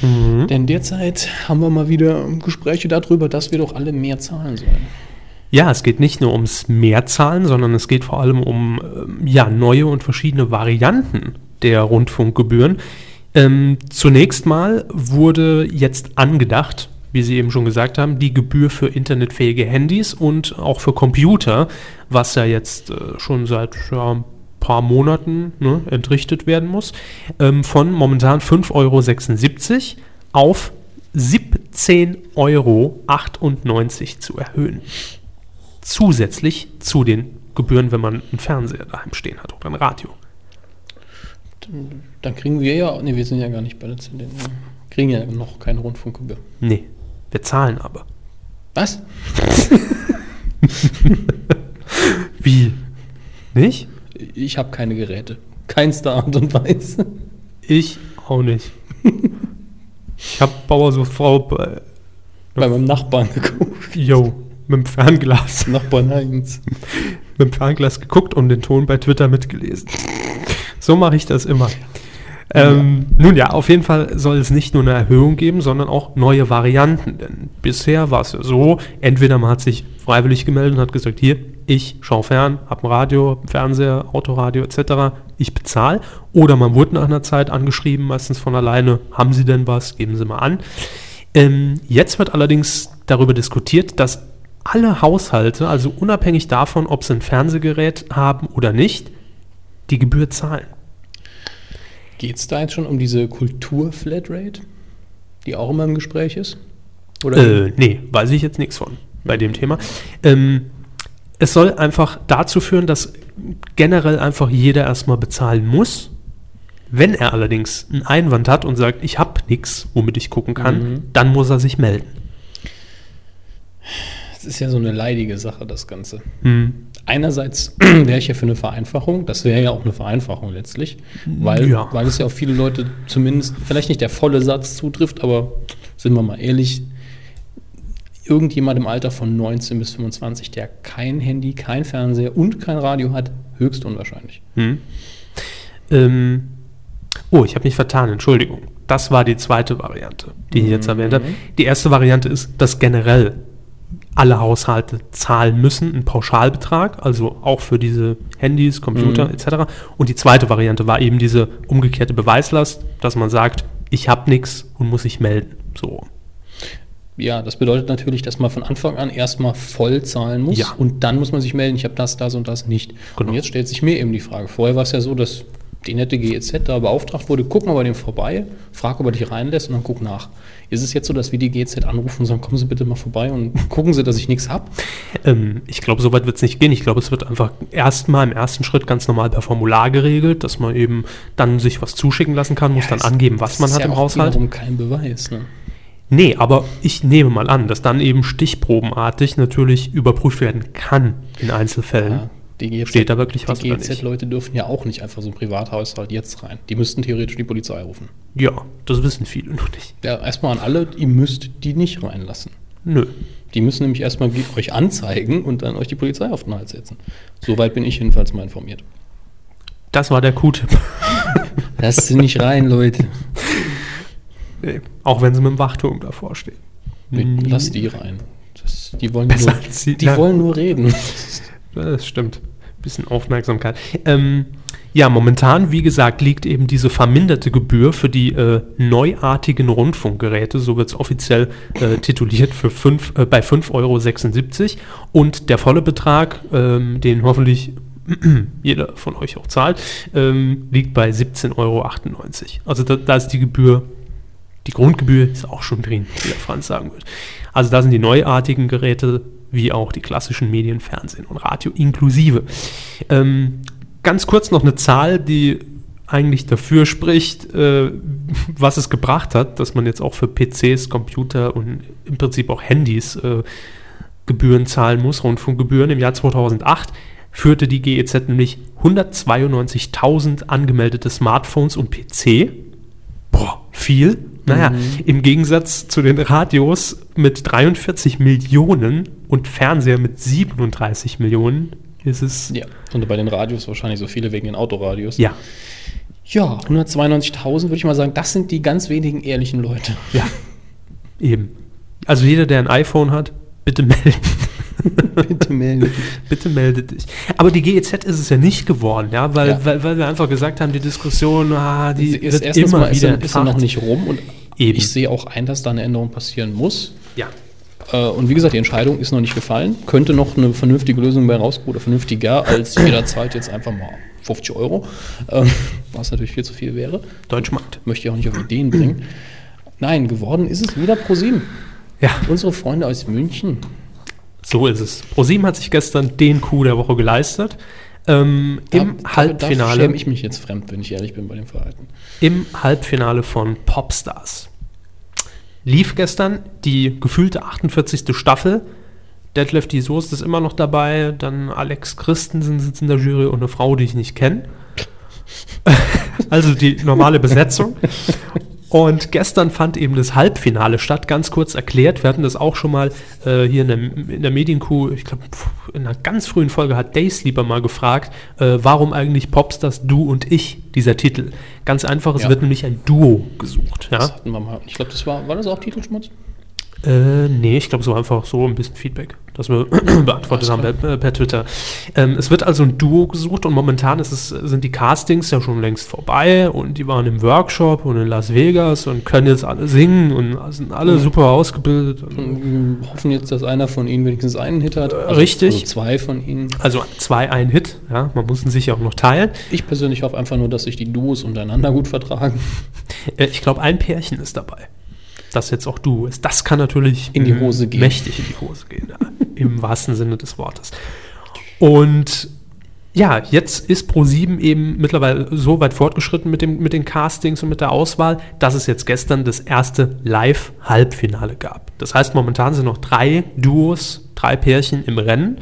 A: Denn derzeit haben wir mal wieder Gespräche darüber, dass wir doch alle mehr zahlen sollen.
B: Ja, es geht nicht nur ums Mehrzahlen, sondern es geht vor allem um ähm, ja, neue und verschiedene Varianten der Rundfunkgebühren. Ähm, zunächst mal wurde jetzt angedacht, wie Sie eben schon gesagt haben, die Gebühr für internetfähige Handys und auch für Computer, was ja jetzt äh, schon seit ja, ein paar Monaten ne, entrichtet werden muss, ähm, von momentan 5,76 Euro auf 17,98 Euro zu erhöhen zusätzlich zu den Gebühren, wenn man einen Fernseher daheim stehen hat oder ein Radio.
A: Dann kriegen wir ja, nee, wir sind ja gar nicht bei der CD, ne? kriegen ja noch keine Rundfunkgebühr.
B: Nee, wir zahlen aber.
A: Was?
B: Wie? Nicht?
A: Ich habe keine Geräte. Keinster Art und Weise.
B: Ich auch nicht. Ich hab Bauersuchtfrau bei.
A: Bei meinem Nachbarn geguckt.
B: Yo, mit dem Fernglas.
A: Nachbarn Heinz.
B: mit dem Fernglas geguckt und den Ton bei Twitter mitgelesen. So mache ich das immer. Ähm, Nun ja, auf jeden Fall soll es nicht nur eine Erhöhung geben, sondern auch neue Varianten. Denn bisher war es ja so, entweder man hat sich freiwillig gemeldet und hat gesagt, hier, ich schaue fern, habe ein Radio, Fernseher, Autoradio etc., ich bezahle. Oder man wurde nach einer Zeit angeschrieben, meistens von alleine, haben Sie denn was, geben Sie mal an. Ähm, jetzt wird allerdings darüber diskutiert, dass alle Haushalte, also unabhängig davon, ob sie ein Fernsehgerät haben oder nicht, die Gebühr zahlen.
A: Geht's da jetzt schon um diese Kultur-Flatrate, die auch immer im Gespräch ist? Oder?
B: Äh, nee, weiß ich jetzt nichts von bei dem Thema. Ähm, es soll einfach dazu führen, dass generell einfach jeder erstmal bezahlen muss. Wenn er allerdings einen Einwand hat und sagt, ich habe nichts, womit ich gucken kann, dann muss er sich melden.
A: Es ist ja so eine leidige Sache, das Ganze.
B: Hm.
A: Einerseits wäre ich ja für eine Vereinfachung, das wäre ja auch eine Vereinfachung letztlich, weil,
B: Ja.
A: weil es ja auf viele Leute zumindest, vielleicht nicht der volle Satz zutrifft, aber sind wir mal ehrlich, irgendjemand im Alter von 19 bis 25, der kein Handy, kein Fernseher und kein Radio hat, höchst unwahrscheinlich.
B: Hm. Ähm, oh, ich habe mich vertan, Entschuldigung. Das war die zweite Variante, die ich jetzt erwähnt habe. Die erste Variante ist, dass generell alle Haushalte zahlen müssen, einen Pauschalbetrag, also auch für diese Handys, Computer etc. Und die zweite Variante war eben diese umgekehrte Beweislast, dass man sagt, ich habe nichts und muss sich melden. So.
A: Ja, das bedeutet natürlich, dass man von Anfang an erstmal voll zahlen muss
B: Ja.
A: und dann muss man sich melden, ich habe das, das und das nicht.
B: Genau.
A: Und jetzt stellt sich mir eben die Frage. Vorher war es ja so, dass die nette GEZ da beauftragt wurde, guck mal bei dem vorbei, frag, ob er dich reinlässt und dann guck nach. Ist es jetzt so, dass wir die GEZ anrufen und sagen, kommen Sie bitte mal vorbei und gucken Sie, dass ich nichts hab?
B: Ähm, ich glaube, so weit wird es nicht gehen. Ich glaube, es wird einfach erstmal im ersten Schritt ganz normal per Formular geregelt, dass man eben dann sich was zuschicken lassen kann, muss dann
A: es-
B: angeben, was man
A: ist
B: hat
A: ja
B: im
A: auch
B: Haushalt.
A: wiederum kein Beweis. Ne?
B: Nee, aber ich nehme mal an, dass dann eben stichprobenartig natürlich überprüft werden kann in Einzelfällen.
A: Ja, die GEZ,
B: Steht da wirklich was
A: Die
B: oder nicht?
A: GEZ-Leute dürfen ja auch nicht einfach so einen Privathaushalt jetzt rein. Die müssten theoretisch die Polizei rufen.
B: Ja, das wissen viele noch nicht.
A: Ja, erstmal an alle, ihr müsst die nicht reinlassen.
B: Nö.
A: Die müssen nämlich erstmal ge- euch anzeigen und dann euch die Polizei auf den Hals setzen. Soweit bin ich jedenfalls mal informiert.
B: Das war der Q-Tipp.
A: Lasst sie nicht rein, Leute.
B: Nee, Auch wenn sie mit dem Wachturm davor stehen.
A: Nee, Lasst die rein. Das, die wollen
B: Besser
A: nur,
B: als sie-
A: die
B: Nein.
A: wollen nur reden.
B: Das stimmt. Bisschen Aufmerksamkeit. Ähm, ja, momentan, wie gesagt, liegt eben diese verminderte Gebühr für die äh, neuartigen Rundfunkgeräte, so wird es offiziell äh, tituliert, für fünf, äh, bei 5,76 Euro. Und der volle Betrag, ähm, den hoffentlich jeder von euch auch zahlt, ähm, liegt bei 17,98 Euro. Also da, da ist die Gebühr die Grundgebühr ist auch schon drin, wie der Franz sagen wird. Also da sind die neuartigen Geräte wie auch die klassischen Medien, Fernsehen und Radio inklusive. Ähm, ganz kurz noch eine Zahl, die eigentlich dafür spricht, äh, was es gebracht hat, dass man jetzt auch für PCs, Computer und im Prinzip auch Handys äh, Gebühren zahlen muss, Rundfunkgebühren. Im Jahr 2008 führte die GEZ nämlich 192.000 angemeldete Smartphones und PC boah, viel
A: Mhm.
B: Naja, im Gegensatz zu den Radios mit 43 Millionen und Fernseher mit 37 Millionen ist es.
A: Ja. Und bei den Radios wahrscheinlich so viele wegen den Autoradios.
B: Ja,
A: Ja, 192.000 würde ich mal sagen, das sind die ganz wenigen ehrlichen Leute.
B: ja. Eben. Also jeder, der ein iPhone hat, bitte melden.
A: Bitte melden.
B: Bitte melde dich. Aber die GEZ ist es ja nicht geworden, ja, weil,
A: Ja.
B: Weil, weil wir einfach gesagt haben, die Diskussion, ah, die
A: Sie
B: ist wird immer
A: ist,
B: wieder
A: sie- ist sie noch
B: entfacht.
A: nicht rum und
B: Eben.
A: ich sehe auch ein, dass da eine Änderung passieren muss.
B: Ja.
A: Äh, Und wie gesagt, die Entscheidung ist noch nicht gefallen. Könnte noch eine vernünftige Lösung bei rauskommen oder vernünftiger als jeder zahlt jetzt einfach mal 50 Euro, ähm, was natürlich viel zu viel wäre.
B: Deutschmarkt.
A: Möchte ich auch nicht auf Ideen bringen. Nein, geworden ist es wieder ProSieben.
B: Ja,
A: Unsere Freunde aus München.
B: so ist es. ProSieben hat sich gestern den Coup der Woche geleistet. Ähm,
A: Da-
B: Im
A: da- Da
B: Halbfinale.
A: schäme ich mich jetzt fremd, wenn ich ehrlich bin bei dem Verhalten.
B: im Halbfinale von Popstars. Lief gestern die gefühlte 48. Staffel. Detlef die Soest ist immer noch dabei, dann Alex Christensen sitzt in der Jury und eine Frau, die ich nicht kenne. also die normale Besetzung. Und gestern fand eben das Halbfinale statt, ganz kurz erklärt. Wir hatten das auch schon mal äh, hier in der, in der Medienkuh, ich glaube, in einer ganz frühen Folge hat Days lieber mal gefragt, äh, warum eigentlich Popstars Du und Ich, dieser Titel. Ganz einfach, es
A: Ja.
B: wird nämlich ein Duo gesucht.
A: Das
B: Ja?
A: hatten wir mal. Ich glaube, das war, war das auch Titelschmutz?
B: Äh, nee, ich glaube, so einfach so ein bisschen Feedback, das wir
A: Alles
B: beantwortet haben per, äh, per Twitter. Ähm, es wird also ein Duo gesucht und momentan ist es, sind die Castings ja schon längst vorbei und die waren im Workshop und in Las Vegas und können jetzt alle singen und sind
A: Mhm.
B: alle super ausgebildet. Und,
A: Wir hoffen jetzt, dass einer von ihnen wenigstens einen Hit hat.
B: richtig.
A: Also zwei von ihnen.
B: also zwei, ein Hit, ja, man muss ihn sich ja auch noch teilen.
A: Ich persönlich hoffe einfach nur, dass sich die Duos untereinander gut vertragen.
B: Äh, ich glaube, ein Pärchen ist dabei. Das jetzt auch Duo ist. Das kann natürlich
A: In die
B: mh,
A: Hose gehen.
B: mächtig in die Hose gehen, ja, im wahrsten Sinne des Wortes. Und ja, jetzt ist Pro7 eben mittlerweile so weit fortgeschritten mit, dem, mit den Castings und mit der Auswahl, dass es jetzt gestern das erste Live-Halbfinale gab. Das heißt, momentan sind noch drei Duos, drei Pärchen im Rennen.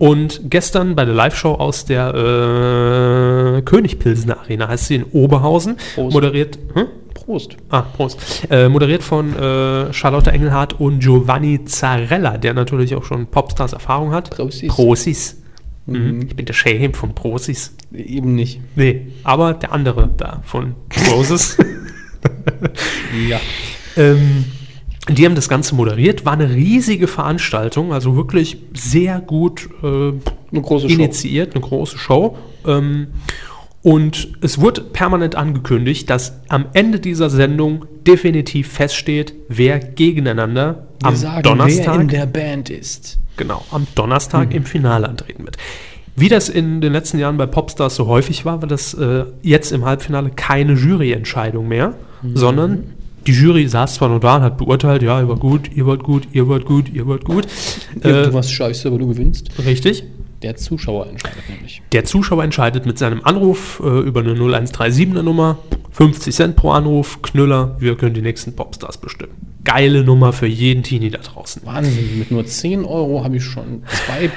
B: Und gestern bei der Live-Show aus der äh, König-Pilsener Arena, heißt sie in Oberhausen,
A: Prost.
B: moderiert. Hm?
A: Prost.
B: Ah, Prost. Äh, moderiert von äh, Charlotte Engelhardt und Giovanni Zarella, der natürlich auch schon Popstars-Erfahrung hat.
A: Prosis.
B: Prosis. Mhm. Ich bin der Shame von Prosis.
A: Eben nicht.
B: Nee, aber der andere da von Prosis.
A: Ja.
B: ähm, die haben das Ganze moderiert. War eine riesige Veranstaltung, also wirklich sehr gut äh,
A: Eine große Show.
B: initiiert, eine große Show. Ähm, und es wurde permanent angekündigt, dass am Ende dieser Sendung definitiv feststeht, wer gegeneinander am Donnerstag
A: wer in der Band ist.
B: genau, am Donnerstag
A: Hm.
B: im Finale antreten wird. Wie das in den letzten Jahren bei Popstars so häufig war, war das äh, jetzt im Halbfinale keine Juryentscheidung mehr,
A: Hm.
B: sondern die Jury saß zwar nur da und hat beurteilt, ja, ihr wart gut, ihr wart gut, ihr wart gut, ihr wart gut. Äh,
A: du warst scheiße, aber du gewinnst.
B: richtig.
A: Der Zuschauer entscheidet nämlich.
B: Der Zuschauer entscheidet mit seinem Anruf äh, über eine 0137er Nummer, 50 Cent pro Anruf, Knüller, wir können die nächsten Popstars bestimmen. Geile Nummer für jeden Teenie da draußen.
A: Wahnsinn. Mit nur 10 Euro habe ich schon zwei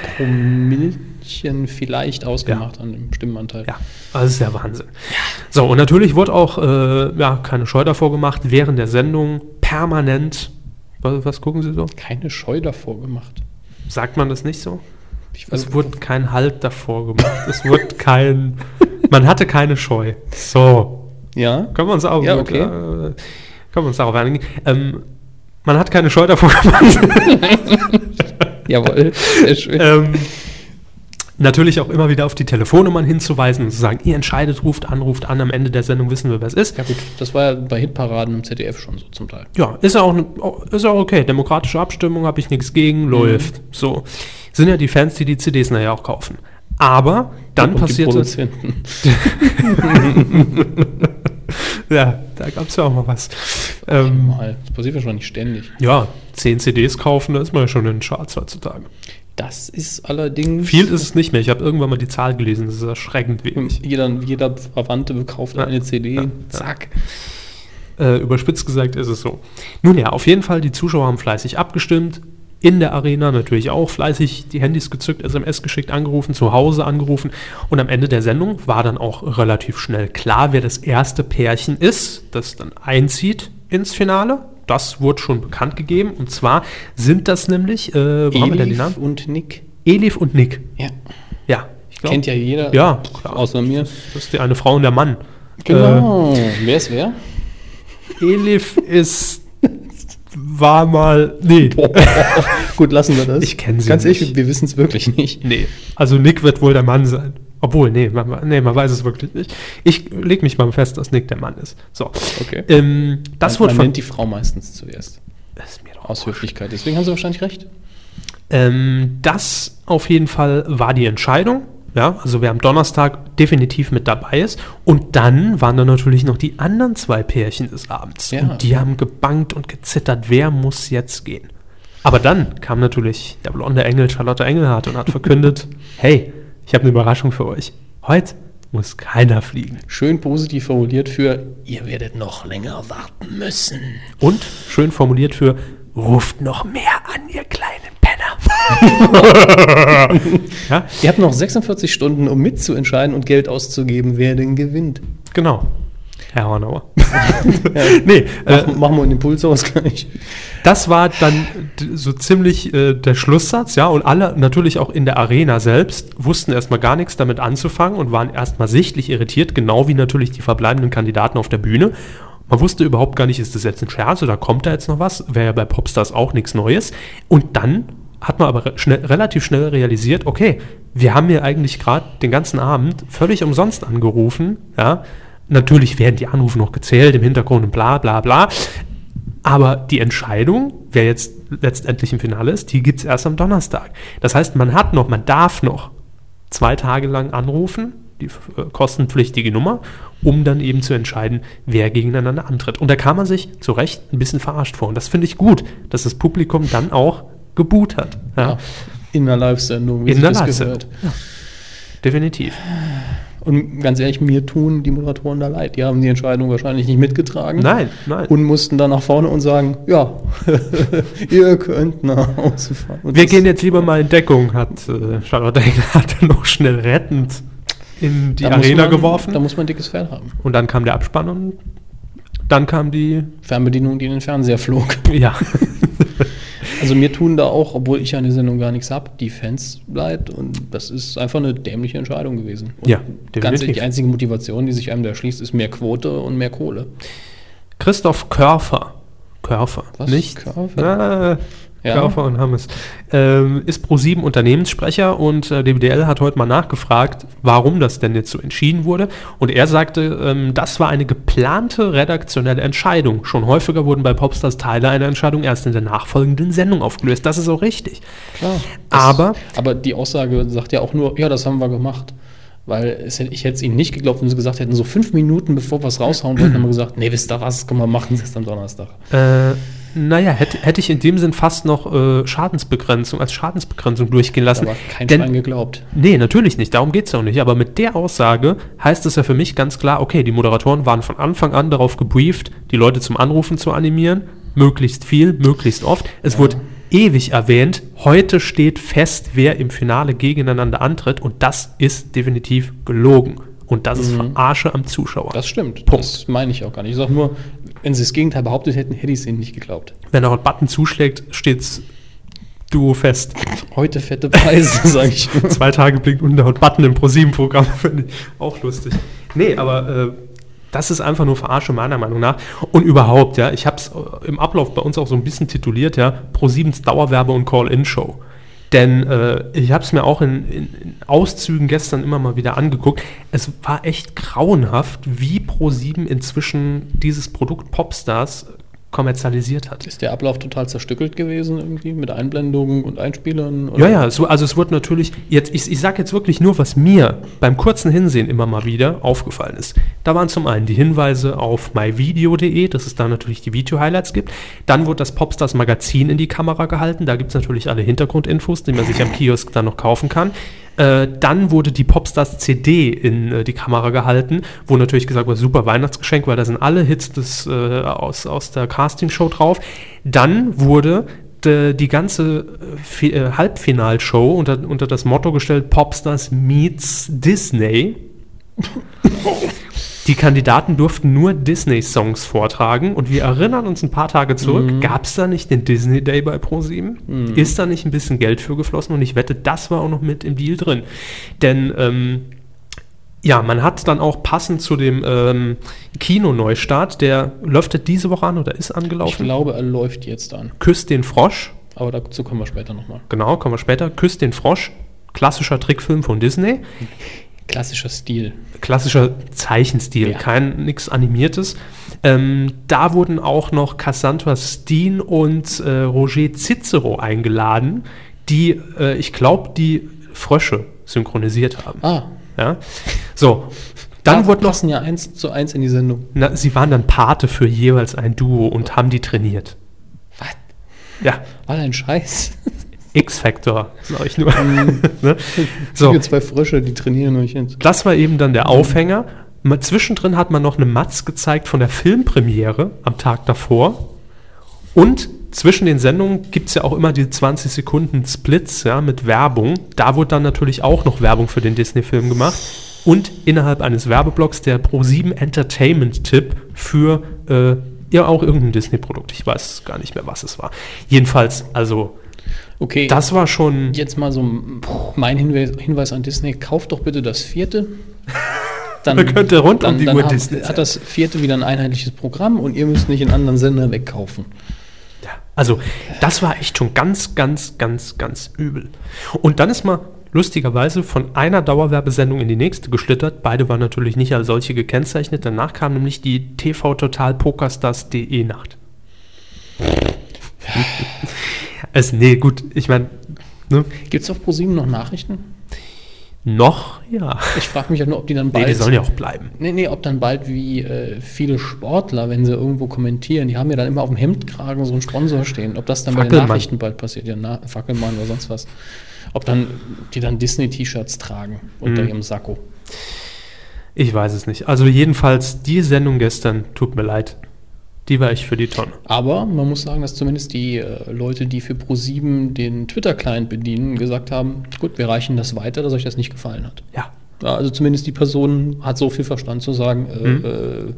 A: Promillchen vielleicht ausgemacht an dem Stimmenanteil.
B: Ja, das ist der Wahnsinn. So, und natürlich wurde auch äh, ja, keine Scheu davor gemacht, während der Sendung permanent. Was, was gucken Sie so?
A: Keine Scheu davor gemacht.
B: Sagt man das nicht so?
A: Ich
B: Es wurde kein Halt davor gemacht. Es wurde kein. Man hatte keine Scheu. So.
A: ja.
B: Können wir uns auch,
A: Ja, okay.
B: äh, können wir uns darauf einigen. Ähm, man hat keine Scheu davor gemacht. Äh.
A: Jawohl. Sehr schön.
B: ähm, natürlich auch immer wieder auf die Telefonnummern hinzuweisen und zu sagen, ihr entscheidet, ruft an, ruft an, am Ende der Sendung wissen wir, wer es ist.
A: Ja gut, das war ja bei Hitparaden im ZDF schon so zum Teil.
B: Ja, ist ja auch, ne- ist ja auch okay. Demokratische Abstimmung, habe ich nichts
A: Mhm.
B: gegen, läuft. So. Sind ja die Fans, die die CDs nachher auch kaufen. Aber dann
A: Und Die
B: passierte.
A: Produzenten.
B: Ja, da gab es ja auch mal was. Ähm,
A: Mal. Das passiert wahrscheinlich ständig.
B: ja, 10 CDs kaufen, da ist man ja schon in den Charts heutzutage.
A: Das ist allerdings.
B: Viel ist es nicht mehr. Ich habe irgendwann mal die Zahl gelesen. Das ist erschreckend wenig.
A: Jeder, jeder Verwandte kauft
B: Hm. Ja,
A: eine CD.
B: ja, ja.
A: Zack.
B: Äh, überspitzt gesagt ist es so. Nun ja, auf jeden Fall, die Zuschauer haben fleißig abgestimmt. In der Arena natürlich auch fleißig die Handys gezückt, SMS geschickt, angerufen, zu Hause angerufen. Und am Ende der Sendung war dann auch relativ schnell klar, wer das erste Pärchen ist, das dann einzieht ins Finale. Das wurde schon bekannt gegeben. Und zwar sind das nämlich, äh, wo haben wir denn die Namen?
A: Elif und Nick.
B: Elif und Nick.
A: Ja.
B: Ja, ich glaub,
A: Kennt ja jeder,
B: Ja, klar.
A: außer mir.
B: Das ist die eine Frau und der Mann.
A: Genau.
B: Genau.
A: wer ist wer?
B: Äh, Elif ist. war mal. Nee.
A: Gut, lassen wir das.
B: Ich kenn sie
A: Ganz ehrlich,
B: nicht.
A: wir wissen es wirklich nicht.
B: Nee. Also Nick wird wohl der Mann sein. Obwohl, nee man, nee, man weiß es wirklich nicht. Ich leg mich mal fest, dass Nick der Mann ist. So.
A: Okay.
B: Ähm, das
A: man
B: wurde
A: man
B: von.
A: nennt die Frau meistens zuerst.
B: Ist mir doch
A: Aus Höflichkeit. Deswegen haben sie wahrscheinlich recht.
B: Ähm, das auf jeden Fall war die Entscheidung. Ja, also wer am Donnerstag definitiv mit dabei ist. Und dann waren da natürlich noch die anderen zwei Pärchen des Abends.
A: Ja.
B: Und die haben gebangt und gezittert, wer muss jetzt gehen. Aber dann kam natürlich der blonde Engel Charlotte Engelhardt und hat verkündet, hey, ich habe eine Überraschung für euch. Heute muss keiner fliegen.
A: Schön positiv formuliert für, ihr werdet noch länger warten müssen.
B: Und schön formuliert für, ruft noch mehr an, ihr kleinen Penner. ja,
A: Ihr habt noch 46 Stunden, um mitzuentscheiden und Geld auszugeben, wer denn gewinnt.
B: Genau. Herr Hornauer. nee, äh,
A: Machen- Machen wir einen Impulsausgleich.
B: das war dann d- so ziemlich äh, der Schlusssatz, ja, und alle natürlich auch in der Arena selbst wussten erstmal gar nichts damit anzufangen und waren erstmal sichtlich irritiert, genau wie natürlich die verbleibenden Kandidaten auf der Bühne. Man wusste überhaupt gar nicht, ist das jetzt ein Scherz oder kommt da jetzt noch was? Wäre ja bei Popstars auch nichts Neues. Und dann hat man aber re schnell, relativ schnell realisiert, okay, wir haben hier eigentlich gerade den ganzen Abend völlig umsonst angerufen, ja. Natürlich werden die Anrufe noch gezählt im Hintergrund und bla bla bla. Aber die Entscheidung, wer jetzt letztendlich im Finale ist, die gibt es erst am Donnerstag. Das heißt, man hat noch, man darf noch zwei Tage lang anrufen, die äh, kostenpflichtige Nummer, um dann eben zu entscheiden, wer gegeneinander antritt. Und da kann man sich zu Recht ein bisschen verarscht vor. Und das finde ich gut, dass das Publikum dann auch geboot hat. Ja,
A: Ja. In einer Live-Sendung, wie
B: In
A: sich
B: der
A: das
B: Live-Sendung.
A: gehört.
B: definitiv.
A: Und ganz ehrlich, mir tun die Moderatoren da leid. Die haben die Entscheidung wahrscheinlich nicht mitgetragen.
B: Nein, nein.
A: Und mussten dann nach vorne und sagen, ja, ihr könnt nach Hause fahren. Und
B: wir
A: das-
B: gehen jetzt lieber mal in Deckung, hat äh, Charlotte Engelhardt dann noch schnell rettend in die
A: da muss
B: Arena
A: man,
B: geworfen.
A: Da muss man ein dickes Pferd haben.
B: Und dann kam der Abspann und dann kam die.
A: Fernbedienung, die in den Fernseher flog.
B: Ja.
A: Also mir tun da auch, obwohl ich an der Sendung gar nichts habe, die Fans leid. Und das ist einfach eine dämliche Entscheidung gewesen. Und
B: Ja,
A: ganz
B: definitiv.
A: die einzige Motivation, die sich einem da erschließt, ist mehr Quote und mehr Kohle.
B: Christoph Körfer. Körfer.
A: Was?
B: Nicht?
A: Körfer?
B: Äh,
A: Ja.
B: Körfer und Hammes. Ähm, ist Pro7 Unternehmenssprecher und äh, DBDL hat heute mal nachgefragt, warum das denn jetzt so entschieden wurde. Und er sagte, ähm, das war eine geplante redaktionelle Entscheidung. Schon häufiger wurden bei Popstars Teile einer Entscheidung erst in der nachfolgenden Sendung aufgelöst. Das ist auch richtig.
A: Klar.
B: Aber-
A: aber die Aussage sagt ja auch nur, ja, das haben wir gemacht. Weil es, hätte- ich hätte es ihnen nicht geglaubt, wenn sie gesagt hätten, so fünf Minuten bevor wir es raushauen wollten, haben wir gesagt, nee, wisst ihr was, komm mal, machen sie es am Donnerstag.
B: Äh, naja, hätte, hätte ich in dem Sinn fast noch äh, Schadensbegrenzung als Schadensbegrenzung durchgehen lassen.
A: Aber kein
B: Denn-
A: Schwein geglaubt.
B: Nee, natürlich nicht. Darum geht's ja auch nicht. Aber mit der Aussage heißt es ja für mich ganz klar, okay, die Moderatoren waren von Anfang an darauf gebrieft, die Leute zum Anrufen zu animieren. Möglichst viel, möglichst oft. Es wurde ewig erwähnt, heute steht fest, wer im Finale gegeneinander antritt. Und das ist definitiv gelogen. Und das ist Verarsche am Zuschauer.
A: Das stimmt.
B: Punkt.
A: Das meine ich auch gar nicht. Ich sage nur, wenn sie das Gegenteil behauptet hätten, hätte ich es ihnen nicht geglaubt.
B: Wenn er einen Button zuschlägt, steht's Duo fest.
A: Heute fette Preise, sage ich.
B: Zwei Tage blinkt unten der Hot Button im ProSieben-Programm. Finde ich auch lustig. Nee, aber äh, das ist einfach nur Verarsche meiner Meinung nach. Und überhaupt, ja, ich habe es im Ablauf bei uns auch so ein bisschen tituliert, ja, ProSiebens Dauerwerbe- und Call-In-Show. Denn äh, ich habe es mir auch in, in, in Auszügen gestern immer mal wieder angeguckt. Es war echt grauenhaft, wie ProSieben inzwischen dieses Produkt Popstars kommerzialisiert hat.
A: Ist der Ablauf total zerstückelt gewesen irgendwie mit Einblendungen und Einspielern?
B: Ja, ja, so, also es wird natürlich, jetzt, ich, ich sage jetzt wirklich nur, was mir beim kurzen Hinsehen immer mal wieder aufgefallen ist. Da waren zum einen die Hinweise auf myvideo.de, dass es da natürlich die Video-Highlights gibt. Dann wurde das Popstars Magazin in die Kamera gehalten. Da gibt's natürlich alle Hintergrundinfos, die man sich am Kiosk dann noch kaufen kann. Äh, dann wurde die Popstars CD in äh, die Kamera gehalten, wo natürlich gesagt wurde, super Weihnachtsgeschenk, weil da sind alle Hits des, äh, aus, aus der Castingshow drauf. Dann wurde d- die ganze äh, Fi- äh, Halbfinalshow unter, unter das Motto gestellt, Popstars meets Disney. Die Kandidaten durften nur Disney-Songs vortragen und wir erinnern uns ein paar Tage zurück, gab es da nicht den Disney Day bei ProSieben? Ist da nicht ein bisschen Geld für geflossen? Und ich wette, das war auch noch mit im Deal drin. Denn ähm, ja, man hat dann auch passend zu dem ähm, Kinoneustart, der läuft das diese Woche an oder ist
A: Ich
B: angelaufen,
A: glaube, er läuft jetzt an.
B: Küsst den Frosch
A: Aber dazu kommen wir später nochmal.
B: Genau, kommen wir später. Küsst den Frosch. Klassischer Trickfilm von Disney.
A: Klassischer Stil.
B: Klassischer Zeichenstil,
A: Ja.
B: kein nix Animiertes. Ähm, da wurden auch noch Cassandra Steen und äh, Roger Cicero eingeladen, die, äh, ich glaube, die Frösche synchronisiert haben.
A: Ah,
B: Ja? So, dann
A: pa-
B: wurde noch.
A: passen ja eins zu eins in die Sendung.
B: Na, sie waren dann Pate für jeweils ein Duo und haben die trainiert.
A: Was?
B: Ja,
A: War ein Scheiß.
B: X-Factor, sag ich nur.
A: Hm.
B: ne? So.
A: Ihr zwei Frösche, die trainieren euch jetzt.
B: Das war eben dann der Aufhänger. Ma- Zwischendrin hat man noch eine Matz gezeigt von der Filmpremiere am Tag davor. Und zwischen den Sendungen gibt es ja auch immer die 20 Sekunden Splits ja, mit Werbung. Da wurde dann natürlich auch noch Werbung für den Disney-Film gemacht. Und innerhalb eines Werbeblocks der Pro7 Entertainment-Tipp für äh, ja auch irgendein Disney-Produkt. Ich weiß gar nicht mehr, was es war. Jedenfalls, also
A: Okay,
B: das war schon.
A: jetzt mal so mein Hinweis, Hinweis an Disney. Kauft doch bitte das vierte. Dann,
B: Man könnte rund um
A: dann,
B: die
A: dann
B: Uhr
A: haben,
B: Disney sein.
A: hat das vierte wieder ein einheitliches Programm und ihr müsst nicht in anderen Sender wegkaufen.
B: Also, das war echt schon ganz, ganz, ganz, ganz übel. Und dann ist man lustigerweise von einer Dauerwerbesendung in die nächste geschlittert. Beide waren natürlich nicht als solche gekennzeichnet. Danach kam nämlich die TV Total Pokerstars.de Nacht. also, nee, gut, ich meine, ne,
A: Gibt es auf ProSieben noch Nachrichten?
B: noch, ja.
A: Ich frage mich ja nur, ob die dann
B: Nee,
A: bald.
B: die sollen ja auch bleiben.
A: Nee, nee, ob dann bald wie äh, viele Sportler, wenn sie irgendwo kommentieren, die haben ja dann immer auf dem Hemdkragen so einen Sponsor stehen. Ob das dann bei den
B: Fackelmann.
A: Nachrichten bald passiert, ja, na, Fackelmann oder sonst was. Ob dann die dann Disney-T-Shirts tragen unter ihrem Sakko.
B: Ich weiß es nicht. Also, jedenfalls, die Sendung gestern, tut mir leid, die war ich für die Tonne.
A: Aber man muss sagen, dass zumindest die äh, Leute, die für Pro7 den Twitter-Client bedienen, gesagt haben: gut, wir reichen das weiter, dass euch das nicht gefallen hat.
B: Ja.
A: Ja, Also zumindest die Person hat so viel Verstand zu sagen, äh,
B: Mhm.
A: äh,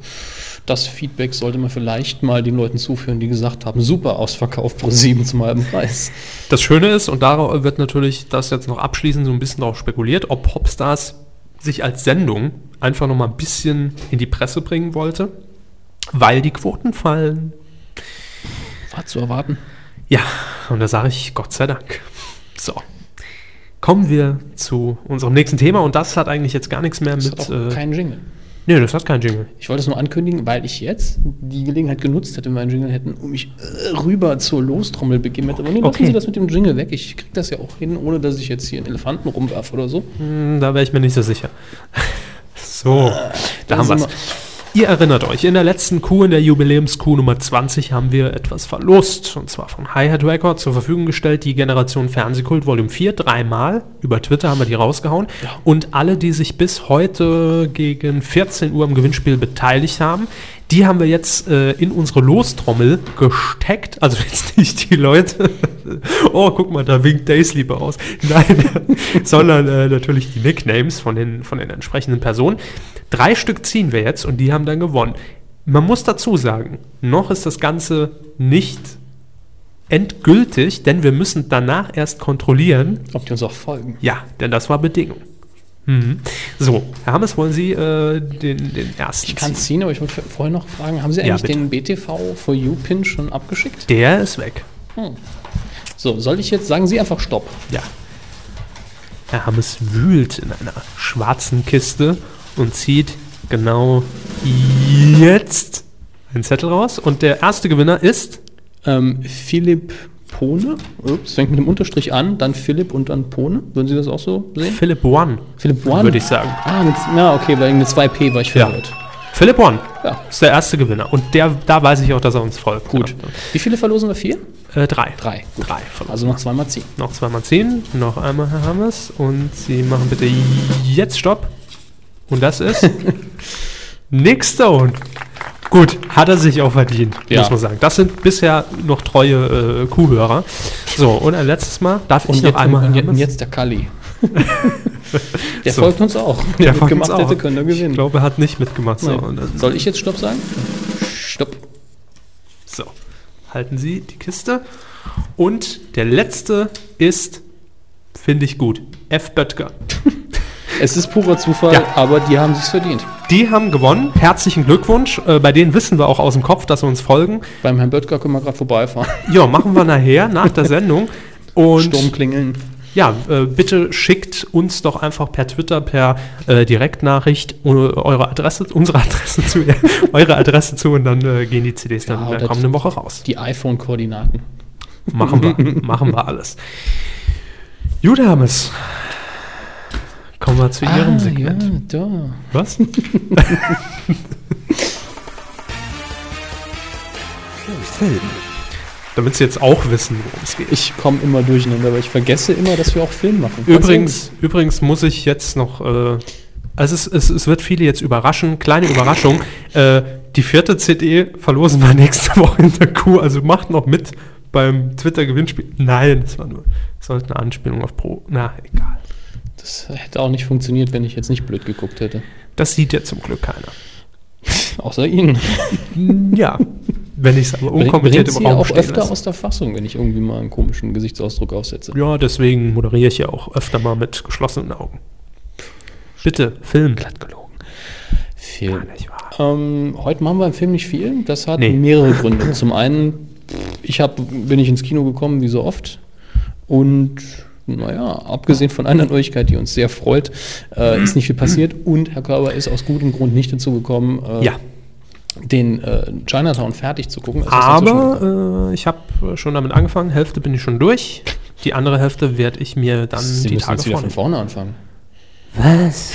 A: das Feedback sollte man vielleicht mal den Leuten zuführen, die gesagt haben, super Ausverkauf pro 7 zum halben Preis.
B: Das Schöne ist, und darauf wird natürlich das jetzt noch abschließend so ein bisschen darauf spekuliert, ob Popstars sich als Sendung einfach nochmal ein bisschen in die Presse bringen wollte, weil die Quoten fallen.
A: War zu erwarten.
B: Ja, und da sage ich Gott sei Dank. So. Kommen wir zu unserem nächsten Thema und das hat eigentlich jetzt gar nichts mehr
A: Das
B: mit.
A: hat auch
B: äh,
A: keinen Jingle.
B: nee, das hat kein Jingle.
A: Ich wollte es nur ankündigen, weil ich jetzt die Gelegenheit genutzt hätte, wenn wir einen Jingle hätten, um mich äh, rüber zur Lostrommel begeben hätte. Aber nee, lassen
B: Okay.
A: Sie das mit dem Jingle weg. Ich kriege das ja auch hin, ohne dass ich jetzt hier einen Elefanten rumwerfe oder so.
B: Hm, Da wäre ich mir nicht so sicher. So, da haben
A: sind
B: wir's. Ihr erinnert euch, in der letzten Kuh, in der Jubiläumskuh Nummer 20, haben wir etwas verlost. Und zwar von Hi-Hat Record zur Verfügung gestellt, die Generation Fernsehkult Volume 4, dreimal. Über Twitter haben wir die rausgehauen. Und alle, die sich bis heute gegen 14 Uhr am Gewinnspiel beteiligt haben, die haben wir jetzt äh, in unsere Lostrommel gesteckt. Also jetzt nicht die Leute. oh, guck mal, da winkt Daysleeper aus. Nein, sondern äh, natürlich die Nicknames von den, von den entsprechenden Personen. Drei Stück ziehen wir jetzt und die haben dann gewonnen. Man muss dazu sagen, noch ist das Ganze nicht endgültig, denn wir müssen danach erst kontrollieren.
A: Ob die uns auch folgen.
B: Ja, denn das war Bedingung. Mhm. So, Herr Hammes, wollen Sie äh, den, den ersten?
A: Ich kann
B: ziehen?
A: es ziehen, aber ich wollte vorher noch fragen, haben Sie
B: Ja,
A: eigentlich
B: bitte.
A: den BTV for You-Pin schon abgeschickt?
B: Der ist weg.
A: So, soll ich jetzt, sagen Sie einfach Stopp.
B: Ja. Herr Hammes wühlt in einer schwarzen Kiste und zieht genau jetzt einen Zettel raus. Und der erste Gewinner ist.
A: Ähm, Philipp Pone, ups, fängt mit dem Unterstrich an, dann Philipp und dann Pone. Würden Sie das auch so sehen?
B: Philipp One.
A: Philipp One?
B: Würde ich sagen.
A: Ah, mit, na okay, weil mit 2P war ich verwirrt.
B: Philipp One
A: Ja.
B: ist der erste Gewinner. Und der, da weiß ich auch, dass er uns folgt.
A: Gut. Wie viele verlosen wir? Vier?
B: Ja. Äh, drei.
A: Drei. Gut.
B: Drei von uns.
A: Also noch zweimal zehn.
B: Noch zweimal zehn. Noch einmal, Herr Hammes. Und Sie machen bitte jetzt Stopp. Und das ist. Nick Stone. Gut, hat er sich auch verdient,
A: Ja.
B: muss man sagen. Das sind bisher noch treue äh, Kuhhörer. So, und ein letztes Mal darf ich noch
A: jetzt,
B: einmal.
A: und, je- und
B: Herr Hammes?
A: jetzt der Kali. Der
B: So.
A: folgt uns auch. Wenn
B: Der
A: er
B: fand
A: mitgemacht
B: es auch.
A: hätte, können wir
B: Ich
A: gewinnen.
B: glaube, er hat nicht mitgemacht. So,
A: Nein.
B: und das-
A: Soll ich jetzt Stopp sagen? Stopp.
B: so, halten Sie die Kiste. Und der letzte ist, finde ich gut, F. Böttger.
A: Es ist purer Zufall,
B: Ja.
A: aber die haben sich's verdient.
B: Die haben gewonnen. Herzlichen Glückwunsch. Äh, bei denen wissen wir auch aus dem Kopf, dass sie uns folgen.
A: Beim Herrn Böttger können wir gerade vorbeifahren.
B: Ja, machen wir nachher, nach der Sendung. Und
A: Sturm klingeln.
B: ja, äh, bitte schickt uns doch einfach per Twitter, per äh, Direktnachricht äh, eure Adresse, unsere Adresse zu, eure Adresse zu und dann äh, gehen die CDs dann
A: Ja,
B: in der
A: oder
B: kommenden Woche raus.
A: Die iPhone-Koordinaten.
B: Machen wir, machen wir alles. Gut, Hermes. Kommen wir zu Ihrem Segment.
A: Ah, Ja, da.
B: Was?
C: Film.
B: Damit Sie jetzt auch wissen, worum es geht.
A: Ich komme immer durcheinander, aber ich vergesse immer, dass wir auch Film machen.
B: Übrigens, übrigens muss ich jetzt noch, äh, also es, es, es wird viele jetzt überraschen, kleine Überraschung, äh, die vierte CD verlosen wir nächste Woche in der Kuh, also macht noch mit beim Twitter-Gewinnspiel. Nein, das war nur, das war eine Anspielung auf Pro, na egal.
A: das hätte auch nicht funktioniert, wenn ich jetzt nicht blöd geguckt hätte.
B: Das sieht ja zum Glück keiner.
A: Außer Ihnen.
B: Ja, wenn ich es aber unkommentiert
A: Bringt
B: im
A: Sie
B: Raum
A: auch
B: stehen
A: öfter
B: lasse.
A: aus der Fassung, wenn ich irgendwie mal einen komischen Gesichtsausdruck aufsetze.
B: Ja, deswegen moderiere ich ja auch öfter mal mit geschlossenen Augen. Bitte, Film. Glatt gelogen. Gar
A: Film.
B: nicht wahr.
A: Ähm, heute machen wir im Film nicht viel. Das hat
B: Nee.
A: mehrere Gründe. Zum einen, ich hab, bin ich ins Kino gekommen, wie so oft. Und naja, abgesehen von einer Neuigkeit, die uns sehr freut, äh, ist nicht viel passiert. Und Herr Körber ist aus gutem Grund nicht dazu gekommen, äh,
B: Ja.
A: den äh, Chinatown fertig zu gucken. Das hast du schon gesagt.
B: Aber äh, ich habe schon damit angefangen. Hälfte bin ich schon durch. Die andere Hälfte werde ich mir dann
A: Sie
B: die
A: müssen
B: Tage
A: jetzt wieder von
B: vornehmen.
A: vorne anfangen.
B: Was?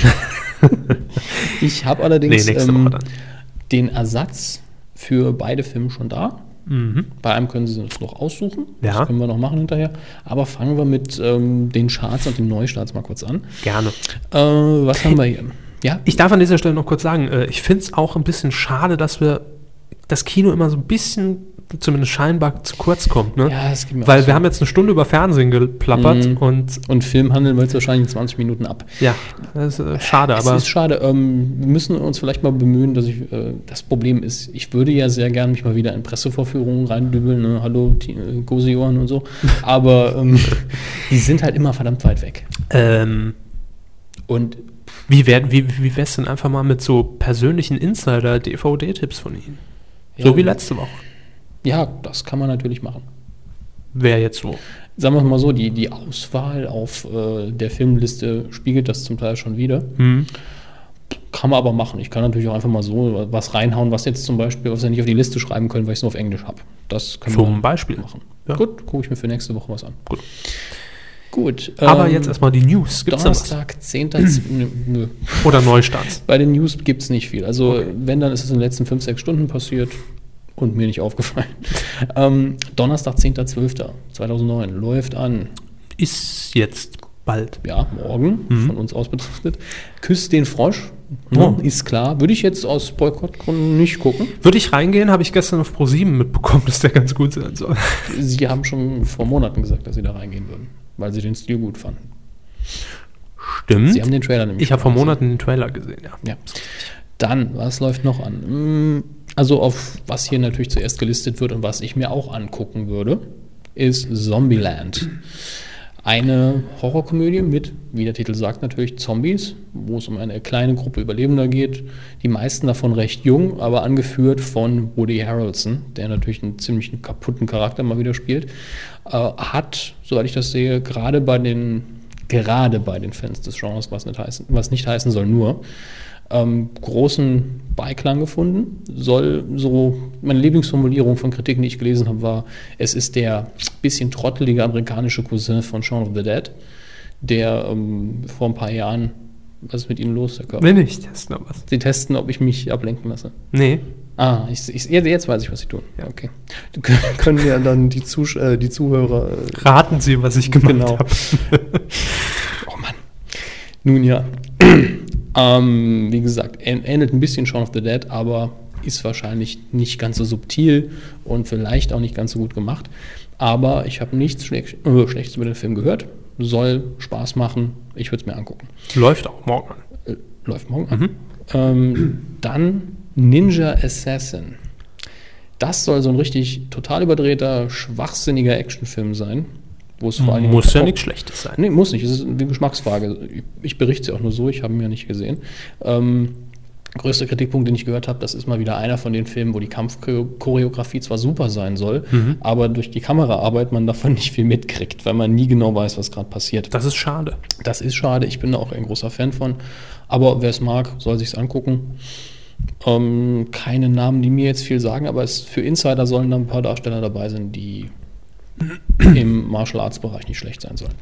A: Ich habe
B: Nee,
A: allerdings
B: nächste
A: ähm,
B: Woche dann.
A: den Ersatz für beide Filme schon da.
B: Mhm.
A: Bei einem können Sie uns noch aussuchen.
B: Ja.
A: Das können wir noch machen hinterher. Aber fangen wir mit ähm, den Charts und den Neustarts mal kurz an.
B: Gerne.
A: Äh, was haben wir hier? Ja,
B: Ich darf an dieser Stelle noch kurz sagen, äh, ich finde es auch ein bisschen schade, dass wir das Kino immer so ein bisschen, zumindest scheinbar, zu kurz kommt. Ne?
A: ja das geht mir
B: Weil
A: auch
B: wir
A: so.
B: haben jetzt eine Stunde über Fernsehen geplappert
A: Mhm.
B: und
A: Und Film handeln wir jetzt wahrscheinlich in 20 Minuten ab.
B: ja, das ist äh, schade,
A: Es
B: aber
A: ist schade. Ähm, wir müssen uns vielleicht mal bemühen, dass ich. Äh, das Problem ist, ich würde ja sehr gern mich mal wieder in Pressevorführungen reindübeln. Ne? Hallo, T- äh, Gosejohann und so. Aber ähm, die sind halt immer verdammt weit weg.
B: ähm,
A: Und
B: wie wäre wie, wie wär's denn einfach mal mit so persönlichen Insider-DVD-Tipps von Ihnen?
A: Ja.
B: So wie letzte Woche.
A: ja, das kann man natürlich machen.
B: Wäre jetzt so.
A: Sagen wir mal so, die, die Auswahl auf äh, der Filmliste spiegelt das zum Teil schon wieder.
B: Hm.
A: Kann man aber machen. Ich kann natürlich auch einfach mal so was reinhauen, was jetzt zum Beispiel, was wir nicht auf die Liste schreiben können, weil ich es nur auf Englisch habe. Das kann
B: Zum
A: man
B: Beispiel.
A: machen.
B: Ja.
A: Gut, gucke ich mir für nächste Woche was an.
B: Gut.
A: Gut.
B: Aber
A: ähm,
B: jetzt erstmal die News. Gibt's da was?
A: Donnerstag, 10. Z- nö, nö.
B: Oder Neustarts.
A: Bei den News gibt es nicht viel. Also, wenn, dann ist es in den letzten 5, 6 Stunden passiert und mir nicht aufgefallen. Ähm, Donnerstag, 10.12.2009 läuft an,
B: Ist jetzt bald.
A: ja, morgen,
B: Mhm.
A: von uns aus betrachtet. Küsst den Frosch, ne,
B: Oh.
A: ist klar. Würde ich jetzt aus Boykottgründen nicht gucken.
B: Würde ich reingehen, habe ich gestern auf ProSieben mitbekommen, dass der ganz gut sein soll.
A: Sie haben schon vor Monaten gesagt, dass Sie da reingehen würden, weil Sie den Stil gut fanden.
B: Stimmt.
A: Sie haben den Trailer nämlich
B: Hm? ich habe vor
A: schon gesehen.
B: Monaten den Trailer gesehen, ja.
A: Ja. Dann, was läuft noch an? Hm, Also auf was hier natürlich zuerst gelistet wird und was ich mir auch angucken würde, ist Zombieland. Eine Horrorkomödie mit, wie der Titel sagt, natürlich Zombies, wo es um eine kleine Gruppe Überlebender geht. Die meisten davon recht jung, aber angeführt von Woody Harrelson, der natürlich einen ziemlich kaputten Charakter mal wieder spielt. Äh, hat, soweit ich das sehe, gerade bei den gerade bei den Fans des Genres, was nicht heißen, was nicht heißen soll, nur ähm, großen Beiklang gefunden. Soll so, meine Lieblingsformulierung von Kritiken, die ich gelesen habe, war, es ist der bisschen trottelige amerikanische Cousin von Shaun of the Dead, der ähm, vor ein paar Jahren, was ist mit ihm los, Herr Körper?
B: Wenn ich testen noch was.
A: Sie testen, ob ich mich ablenken lasse.
B: Nee.
A: Ah, ich, ich, jetzt- jetzt weiß ich, was sie tun.
B: Ja.
A: Okay. Können ja dann die, Zusch äh, die Zuhörer äh,
B: Raten Sie, was ich gemacht
A: Genau.
B: habe.
A: Oh Mann. Nun ja. ähm, wie gesagt, ähn- ähnelt ein bisschen Shaun of the Dead, aber ist wahrscheinlich nicht ganz so subtil und vielleicht auch nicht ganz so gut gemacht. Aber ich habe nichts Schle äh, Schlechtes über den Film gehört. soll Spaß machen. Ich würde es mir angucken.
B: Läuft auch morgen an.
A: Äh, läuft morgen
B: Mhm.
A: an. Ähm, dann Ninja Assassin. Das soll so ein richtig total überdrehter, schwachsinniger Actionfilm sein. Wo es vor allen Dingen um
B: Muss ja nichts Schlechtes sein.
A: Nee, muss nicht. Es ist eine Geschmacksfrage. Ich berichte sie auch nur so, ich habe ihn ja nicht gesehen. Ähm, größter Kritikpunkt, den ich gehört habe, das ist mal wieder einer von den Filmen, wo die Kampfchoreografie zwar super sein soll, aber durch die Kameraarbeit man davon nicht viel mitkriegt, weil man nie genau weiß, was gerade passiert.
B: Das ist schade.
A: Das ist schade, ich bin da auch ein großer Fan von. Aber wer es mag, soll sich's angucken. Ähm, keine Namen, die mir jetzt viel sagen, aber es, für Insider sollen da ein paar Darsteller dabei sein, die im Martial Arts Bereich nicht schlecht sein sollen.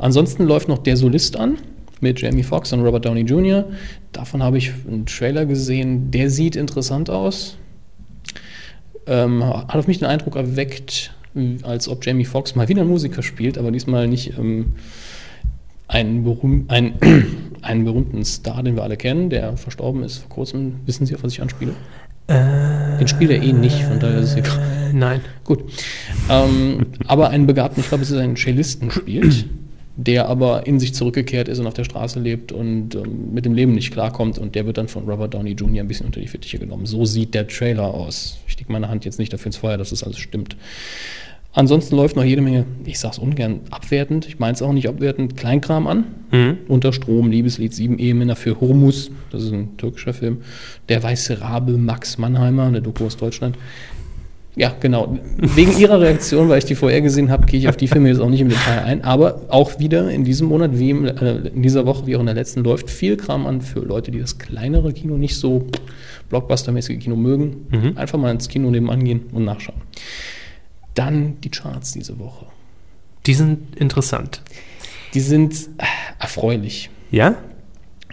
A: Ansonsten läuft noch Der Solist an mit Jamie Foxx und Robert Downey Jr. Davon habe ich einen Trailer gesehen, der sieht interessant aus. Ähm, hat auf mich den Eindruck erweckt, als ob Jamie Foxx mal wieder einen Musiker spielt, aber diesmal nicht ähm, einen, berühm ein, einen berühmten Star, den wir alle kennen, der verstorben ist vor kurzem. Wissen Sie, auf was ich anspiele? Den spielt er eh nicht, von daher ist es egal.
B: Äh, nein.
A: Gut. Ähm, aber einen Begabten, ich glaube, es ist ein Cellisten spielt, der aber in sich zurückgekehrt ist und auf der Straße lebt und ähm, mit dem Leben nicht klarkommt und der wird dann von Robert Downey Jr. ein bisschen unter die Fittiche genommen. So sieht der Trailer aus. Ich lege meine Hand jetzt nicht dafür ins Feuer, dass das alles stimmt. Ansonsten läuft noch jede Menge, ich sag's ungern abwertend, ich meine es auch nicht abwertend, Kleinkram an. Unter Strom, Liebeslied, sieben Ehemänner für Hormus, das ist ein türkischer Film. Der weiße Rabe, Max Mannheimer, eine Doku aus Deutschland. Ja, genau. Wegen Ihrer Reaktion, weil ich die vorher gesehen habe, gehe ich auf die Filme jetzt auch nicht im Detail ein. Aber auch wieder in diesem Monat, wie im, äh, in dieser Woche, wie auch in der letzten, läuft viel Kram an für Leute, die das kleinere Kino nicht so blockbustermäßige Kino mögen.
B: Mhm.
A: Einfach mal ins Kino nebenan gehen und nachschauen. Dann die Charts diese Woche.
B: Die sind interessant.
A: Die sind äh, erfreulich.
B: Ja?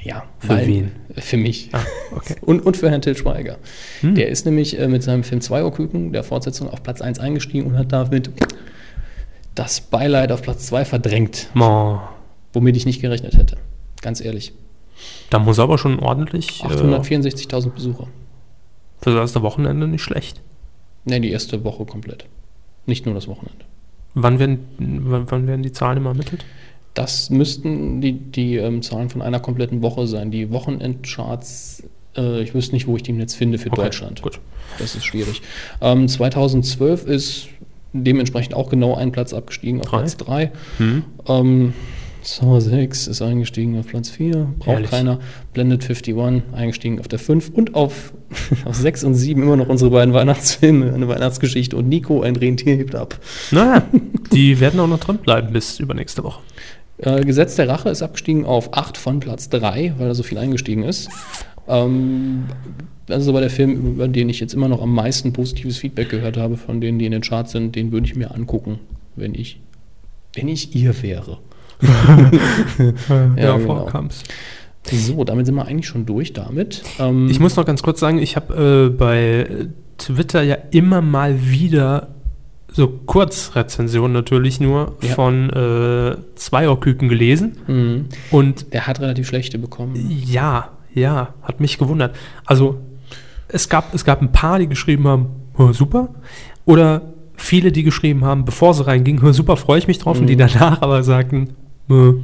A: Ja.
B: Für wen?
A: Für mich.
B: Ah, okay.
A: Und, und für Herrn Til Schweiger.
B: Hm.
A: Der ist nämlich äh, mit seinem Film Zweierküken, der Fortsetzung, auf Platz 1 eingestiegen und hat damit das Beileid auf Platz 2 verdrängt,
B: Mo,
A: womit ich nicht gerechnet hätte. Ganz ehrlich.
B: da muss aber schon ordentlich. äh,
A: 864.000 Besucher.
B: Für das erste Wochenende nicht schlecht.
A: Ne, die erste Woche komplett. Nicht nur das Wochenende.
B: Wann werden, wann, wann werden die Zahlen immer ermittelt?
A: Das müssten die, die ähm, Zahlen von einer kompletten Woche sein. Die Wochenendcharts, äh, ich wüsste nicht, wo ich die im Netz finde für
B: Okay,
A: Deutschland.
B: Gut.
A: Das ist schwierig. Ähm, 2012 ist dementsprechend auch genau ein Platz abgestiegen auf
B: Drei?
A: Platz 3.
B: Hm.
A: Ähm, Saw 6 ist eingestiegen auf Platz 4, braucht
B: Ehrlich?
A: keiner. Blended 51 eingestiegen auf der 5 und auf, auf 6 und 7 immer noch unsere beiden Weihnachtsfilme, eine Weihnachtsgeschichte und Nico, ein Rentier hebt ab.
B: Naja, die werden auch noch drin bleiben bis übernächste Woche.
A: Äh, Gesetz der Rache ist abgestiegen auf 8 von Platz 3, weil da so viel eingestiegen ist. Ähm, das ist aber der Film, über den ich jetzt immer noch am meisten positives Feedback gehört habe, von denen, die in den Charts sind. Den würde ich mir angucken, wenn ich, wenn ich ihr wäre.
B: Ja,
A: genau.
B: vorkam's.
A: So, damit sind wir eigentlich schon durch damit. Ähm,
B: Ich muss noch ganz kurz sagen, ich habe äh, bei Twitter ja immer mal wieder so Kurzrezensionen natürlich nur
A: Ja.
B: von äh, Zweierküken gelesen.
A: mh,
B: Und
A: Mhm. der hat relativ schlechte bekommen.
B: Ja, ja, hat mich gewundert. Also es gab, es gab ein paar, die geschrieben haben, "Hö, super. Oder viele, die geschrieben haben, bevor sie reingingen, "Hö, super, freue ich mich drauf. Und die danach aber sagten, "Hö,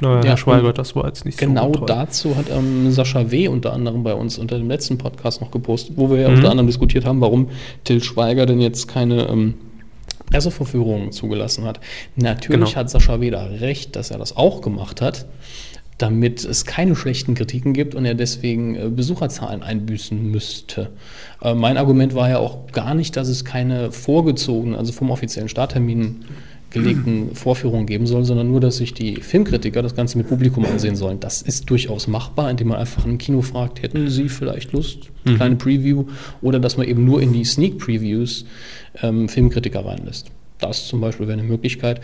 B: naja,
A: Mhm. Ja,
B: Herr Schweiger,
A: und
B: das war jetzt nicht
A: Genau
B: so toll."
A: dazu hat ähm, Sascha W. unter anderem bei uns unter dem letzten Podcast noch gepostet, wo
B: Mhm.
A: wir ja unter anderem diskutiert haben, warum Till Schweiger denn jetzt keine ähm, Presseverführungen zugelassen hat. Natürlich
B: Genau.
A: hat Sascha W. da recht, dass er das auch gemacht hat, damit es keine schlechten Kritiken gibt und er deswegen äh, Besucherzahlen einbüßen müsste. Äh, mein Argument war ja auch gar nicht, dass es keine vorgezogenen, also vom offiziellen Starttermin gelegten Vorführungen geben soll, sondern nur, dass sich die Filmkritiker das Ganze mit Publikum ansehen sollen. Das ist durchaus machbar, indem man einfach im Kino fragt, hätten Sie vielleicht Lust, kleine Preview, oder dass man eben nur in die Sneak Previews ähm, Filmkritiker reinlässt. Das zum Beispiel wäre eine Möglichkeit.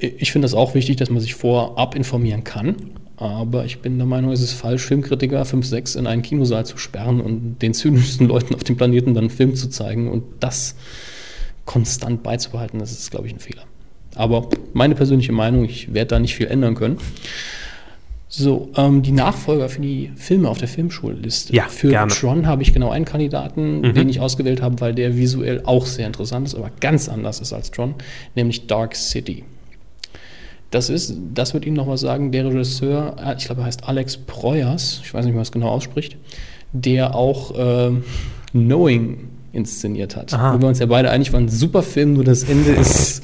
A: I- Ich finde das auch wichtig, dass man sich vorab informieren kann. Aber ich bin der Meinung, es ist falsch, Filmkritiker 5, 6 in einen Kinosaal zu sperren und den zynischsten Leuten auf dem Planeten dann einen Film zu zeigen und das konstant beizubehalten. Das ist, glaube ich, ein Fehler. Aber meine persönliche Meinung, ich werde da nicht viel ändern können. So, ähm, die Nachfolger für die Filme auf der Filmschulliste.
B: Ja,
A: für
B: gerne.
A: Tron habe ich genau einen Kandidaten, den ich ausgewählt habe, weil der visuell auch sehr interessant ist, aber ganz anders ist als Tron, nämlich Dark City. Das ist, das wird Ihnen noch was sagen, der Regisseur, äh, ich glaube, er heißt Alex Preuers, ich weiß nicht, wie man es genau ausspricht, der auch ähm, Knowing inszeniert hat.
B: Aha.
A: Wo wir uns ja beide einig waren, super Film, nur das Ende ist.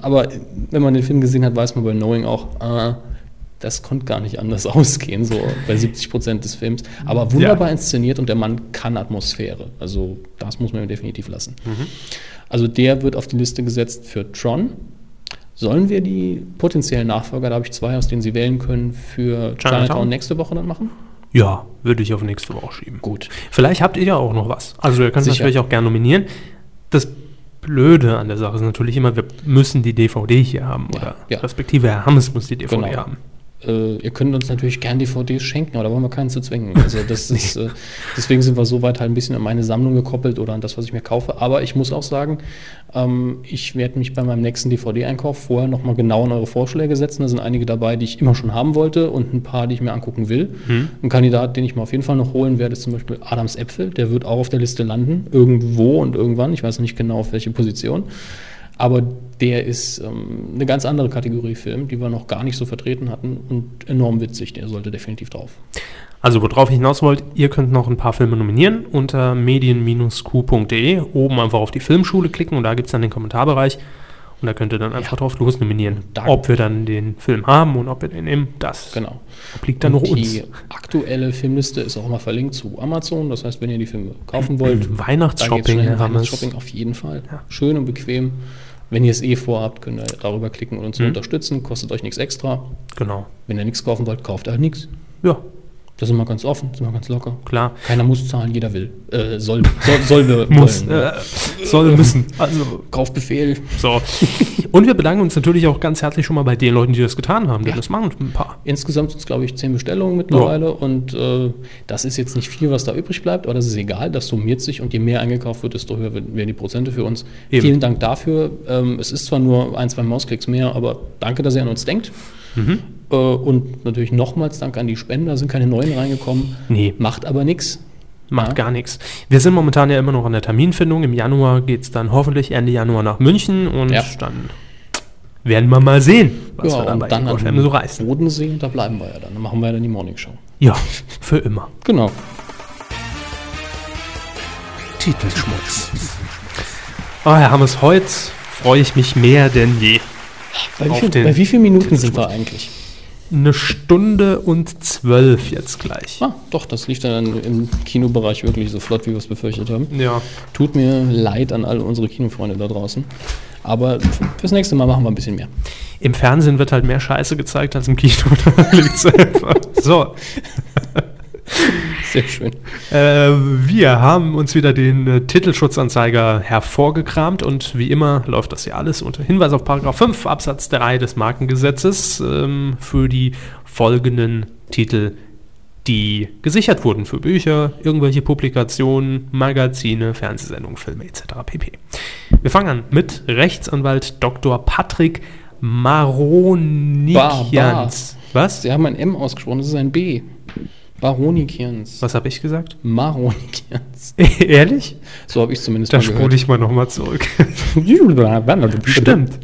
A: Aber wenn man den Film gesehen hat, weiß man bei Knowing auch, ah, das konnte gar nicht anders ausgehen, so bei 70 Prozent des Films. Aber wunderbar inszeniert und der Mann kann Atmosphäre. Also das muss man ihm definitiv lassen. Also der wird auf die Liste gesetzt für Tron. Sollen wir die potenziellen Nachfolger, da habe ich zwei, aus denen Sie wählen können, für
B: Chinatown?
A: Chinatown, nächste Woche dann machen?
B: Ja, würde ich auf nächste Woche schieben.
A: Gut.
B: Vielleicht habt ihr ja auch noch was. Also ihr könnt
A: Sicher.
B: natürlich auch gerne nominieren. Das Blöde an der Sache ist natürlich immer, wir müssen die DVD hier haben.
A: Ja,
B: Oder
A: ja.
B: respektive Herr Hammes muss die DVD
A: Genau.
B: haben.
A: Äh, ihr könnt uns natürlich gern DVDs schenken, aber da wollen wir keinen zu zwingen. Also das ist, äh, deswegen sind wir so weit halt ein bisschen an meine Sammlung gekoppelt oder an das, was ich mir kaufe. Aber ich muss auch sagen, ähm, ich werde mich bei meinem nächsten DVD-Einkauf vorher nochmal genau an eure Vorschläge setzen. Da sind einige dabei, die ich immer schon haben wollte und ein paar, die ich mir angucken will.
B: Mhm.
A: Ein Kandidat, den ich mir auf jeden Fall noch holen werde, ist zum Beispiel Adams Äpfel. Der wird auch auf der Liste landen, irgendwo und irgendwann. Ich weiß noch nicht genau, auf welche Position. Aber der ist ähm, eine ganz andere Kategorie Film, die wir noch gar nicht so vertreten hatten und enorm witzig. Der sollte definitiv drauf.
B: Also worauf ich hinaus wollt, ihr könnt noch ein paar Filme nominieren unter medien-q.de. Oben einfach auf die Filmschule klicken und da gibt es dann den Kommentarbereich. Und da könnt ihr dann einfach drauf los nominieren.
A: da-
B: ob wir dann den Film haben und ob wir den nehmen, das
A: Genau.
B: liegt dann noch
A: und
B: uns.
A: die aktuelle Filmliste ist auch mal verlinkt zu Amazon. Das heißt, wenn ihr die Filme kaufen wollt, da geht's
B: Weihnachtsshopping,
A: schnell.
B: Herr Hammes.
A: Shopping auf jeden Fall.
B: Ja.
A: Schön und bequem. Wenn ihr es eh vorhabt, könnt ihr darüber klicken und uns
B: Mhm.
A: unterstützen. Kostet euch nichts extra.
B: Genau.
A: Wenn ihr nichts kaufen wollt, kauft halt nichts.
B: Ja,
A: Da sind wir ganz offen, sind wir ganz locker.
B: klar.
A: Keiner muss zahlen, jeder will. Äh, soll, soll, soll wir
B: Muss,
A: wollen.
B: äh, soll müssen. Also,
A: Kaufbefehl.
B: so. Und wir bedanken uns natürlich auch ganz herzlich schon mal bei den Leuten, die das getan haben, denn
A: Ja.
B: das machen ein paar.
A: Insgesamt sind es, glaube ich, zehn Bestellungen mittlerweile und äh, das ist jetzt nicht viel, was da übrig bleibt, aber das ist egal, das summiert sich und je mehr eingekauft wird, desto höher werden werden die Prozente für uns.
B: Eben.
A: Vielen Dank dafür. Ähm, es ist zwar nur ein, zwei Mausklicks mehr, aber danke, dass ihr an uns denkt.
B: Mhm.
A: Äh, und natürlich nochmals Dank an die Spender, sind keine neuen reingekommen.
B: Nee,
A: Macht aber nichts.
B: macht
A: Ja.
B: gar nichts. Wir sind momentan ja immer noch an der Terminfindung. Im Januar geht es dann hoffentlich Ende Januar nach München und
A: Ja.
B: dann werden wir mal sehen, was wir
A: Ja,
B: dann
A: und
B: bei
A: dann
B: Igor
A: an
B: FM so reißen.
A: Bodensee, da bleiben wir ja dann. Dann machen wir ja dann die Morning Show.
B: Ja, für immer.
A: Genau.
C: Titelschmutz.
B: Oh, Herr Hammes, heute freue ich mich mehr denn je.
A: Bei
B: Auf
A: wie, viel,
B: den
A: bei wie vielen Minuten sind wir eigentlich?
B: Eine Stunde und zwölf jetzt gleich.
A: Ah, doch, das lief dann im Kinobereich wirklich so flott, wie wir es befürchtet haben.
B: Ja.
A: Tut mir leid an alle unsere Kinofreunde da draußen. Aber fürs nächste Mal machen wir ein bisschen mehr.
B: Im Fernsehen wird halt mehr Scheiße gezeigt als im Kino. Da liegt's einfach. so,
A: Sehr schön.
B: äh, wir haben uns wieder den äh, Titelschutzanzeiger hervorgekramt und wie immer läuft das hier alles unter Hinweis auf Paragraph 5 Absatz 3 des Markengesetzes ähm, für die folgenden Titel, die gesichert wurden für Bücher, irgendwelche Publikationen, Magazine, Fernsehsendungen, Filme etc. pp. Wir fangen an mit Rechtsanwalt Dr. Patrick Maronikians. Was?
A: Sie haben ein M ausgesprochen, das ist ein B. Baronikians.
B: Was habe ich gesagt?
A: Maronikians.
B: Ehrlich?
A: So habe ich zumindest
B: Da spule ich mal nochmal zurück.
A: gehört.
B: Stimmt.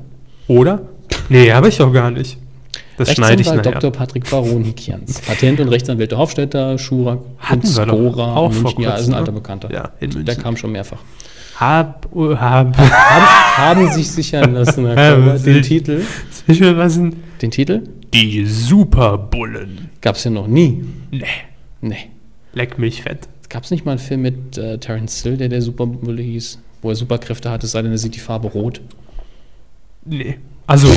B: Oder? Nee, habe ich doch gar nicht. Das schneide ich
A: Rechtsanwalt
B: nachher.
A: Dr. Patrick Baronikians. Patent- und Rechtsanwälte Hofstädter, Schurak
B: Hatten wir doch auch
A: in
B: vor
A: München. Ja,
B: kurzem,
A: ist ein
B: ne?
A: alter Bekannter.
B: Ja, in
A: Der
B: München.
A: kam schon mehrfach.
B: Hab, uh, hab,
A: haben, haben sich sichern lassen, Herr
B: Ja,
A: Körber. Den
B: natürlich.
A: Titel,
B: sicher lassen.
A: den Titel
B: Die Superbullen.
A: gab es ja noch nie.
B: Nee,
A: Nee.
B: leck mich fett.
A: Gab es nicht mal einen Film mit äh, Terence Hill, der der Superbulle hieß, wo er Superkräfte hatte, es sei denn, er sieht die Farbe rot?
B: Nee. Also,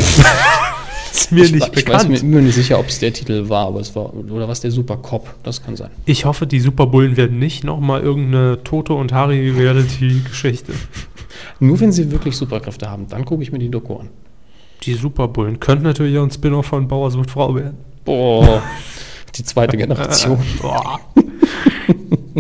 B: ist mir
A: ich,
B: nicht
A: wa- ich
B: bekannt.
A: weiß mir immer nicht sicher, ob es der Titel war, aber es war, oder was der Supercop, das kann sein.
B: ich hoffe, die Superbullen werden nicht nochmal irgendeine Toto und Harry Reality-Geschichte.
A: Nur wenn sie wirklich Superkräfte haben, dann gucke ich mir die Doku an.
B: Die Superbullen könnten natürlich auch ein Spin-off von Bauer sucht Frau werden.
A: Boah, die zweite Generation.
B: Boah.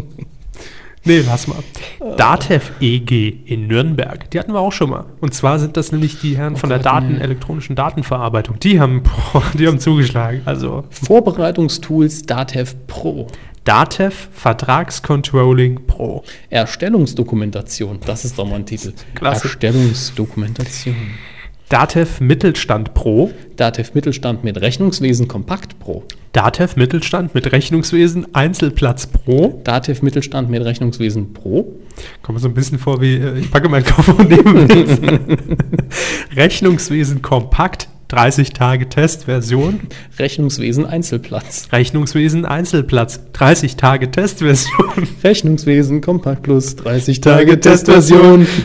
B: nee, lass mal. Äh. DATEV EG in Nürnberg, die hatten wir auch schon mal. Und zwar sind das nämlich die Herren von der
A: Gott,
B: Daten,
A: nee.
B: elektronischen Datenverarbeitung. Die haben, boah, die haben zugeschlagen. Also
A: Vorbereitungstools DATEV Pro.
B: DATEV Vertragscontrolling Pro.
A: Erstellungsdokumentation, das ist doch mal ein Titel.
B: Klasse.
A: Erstellungsdokumentation.
B: DATEV Mittelstand Pro,
A: DATEV Mittelstand mit Rechnungswesen Kompakt Pro,
B: DATEV Mittelstand mit Rechnungswesen Einzelplatz Pro.
A: DATEV Mittelstand mit Rechnungswesen Pro,
B: Kommt mir so ein bisschen vor wie, äh, ich packe meinen Koffer und nehme nichts. Rechnungswesen Kompakt, 30 Tage Testversion.
A: Rechnungswesen Einzelplatz,
B: Rechnungswesen Einzelplatz, 30 Tage Testversion.
A: Rechnungswesen Kompakt Plus, 30 Tage Testversion,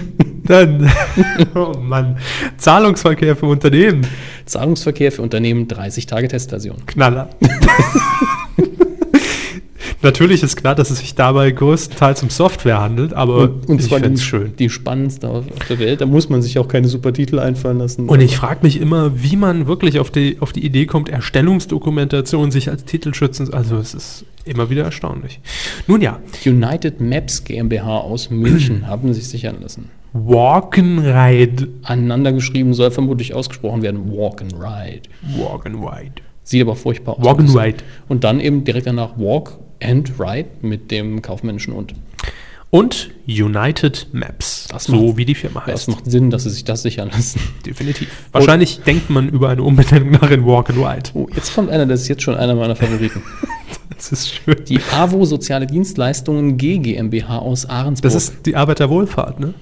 B: Dann, oh Mann, Zahlungsverkehr für Unternehmen.
A: Zahlungsverkehr für Unternehmen, 30 Tage Testversion.
B: Knaller. Natürlich ist klar, dass es sich dabei größtenteils um Software handelt, aber ich
A: zwar
B: fände es
A: die-
B: schön.
A: die spannendste auf auf der Welt. Da muss man sich auch keine super Titel einfallen lassen.
B: Und ich frage mich immer, wie man wirklich auf die, auf die Idee kommt, Erstellungsdokumentation sich als Titelschützen. Also es ist immer wieder erstaunlich. Nun ja,
A: United Maps GmbH aus München haben sich sichern lassen.
B: Walkenride.
A: Aneinander geschrieben soll vermutlich ausgesprochen werden Walk and Ride.
B: Walkenride.
A: Sieht aber furchtbar aus.
B: Walk and Ride.
A: Und dann eben direkt danach Walk and Ride mit dem kaufmännischen und.
B: Und United Maps.
A: Das
B: so
A: macht-
B: wie die Firma
A: Das
B: heißt.
A: Ah, macht Sinn, dass sie sich das sichern lassen.
B: Definitiv. Wahrscheinlich denkt man über eine Umbenennung nach in Walkenride.
A: Oh, jetzt kommt einer, das ist jetzt schon einer meiner Favoriten.
B: Das ist schön.
A: Die AWO Soziale Dienstleistungen G GmbH aus Ahrensburg.
B: das ist die Arbeiterwohlfahrt, ne?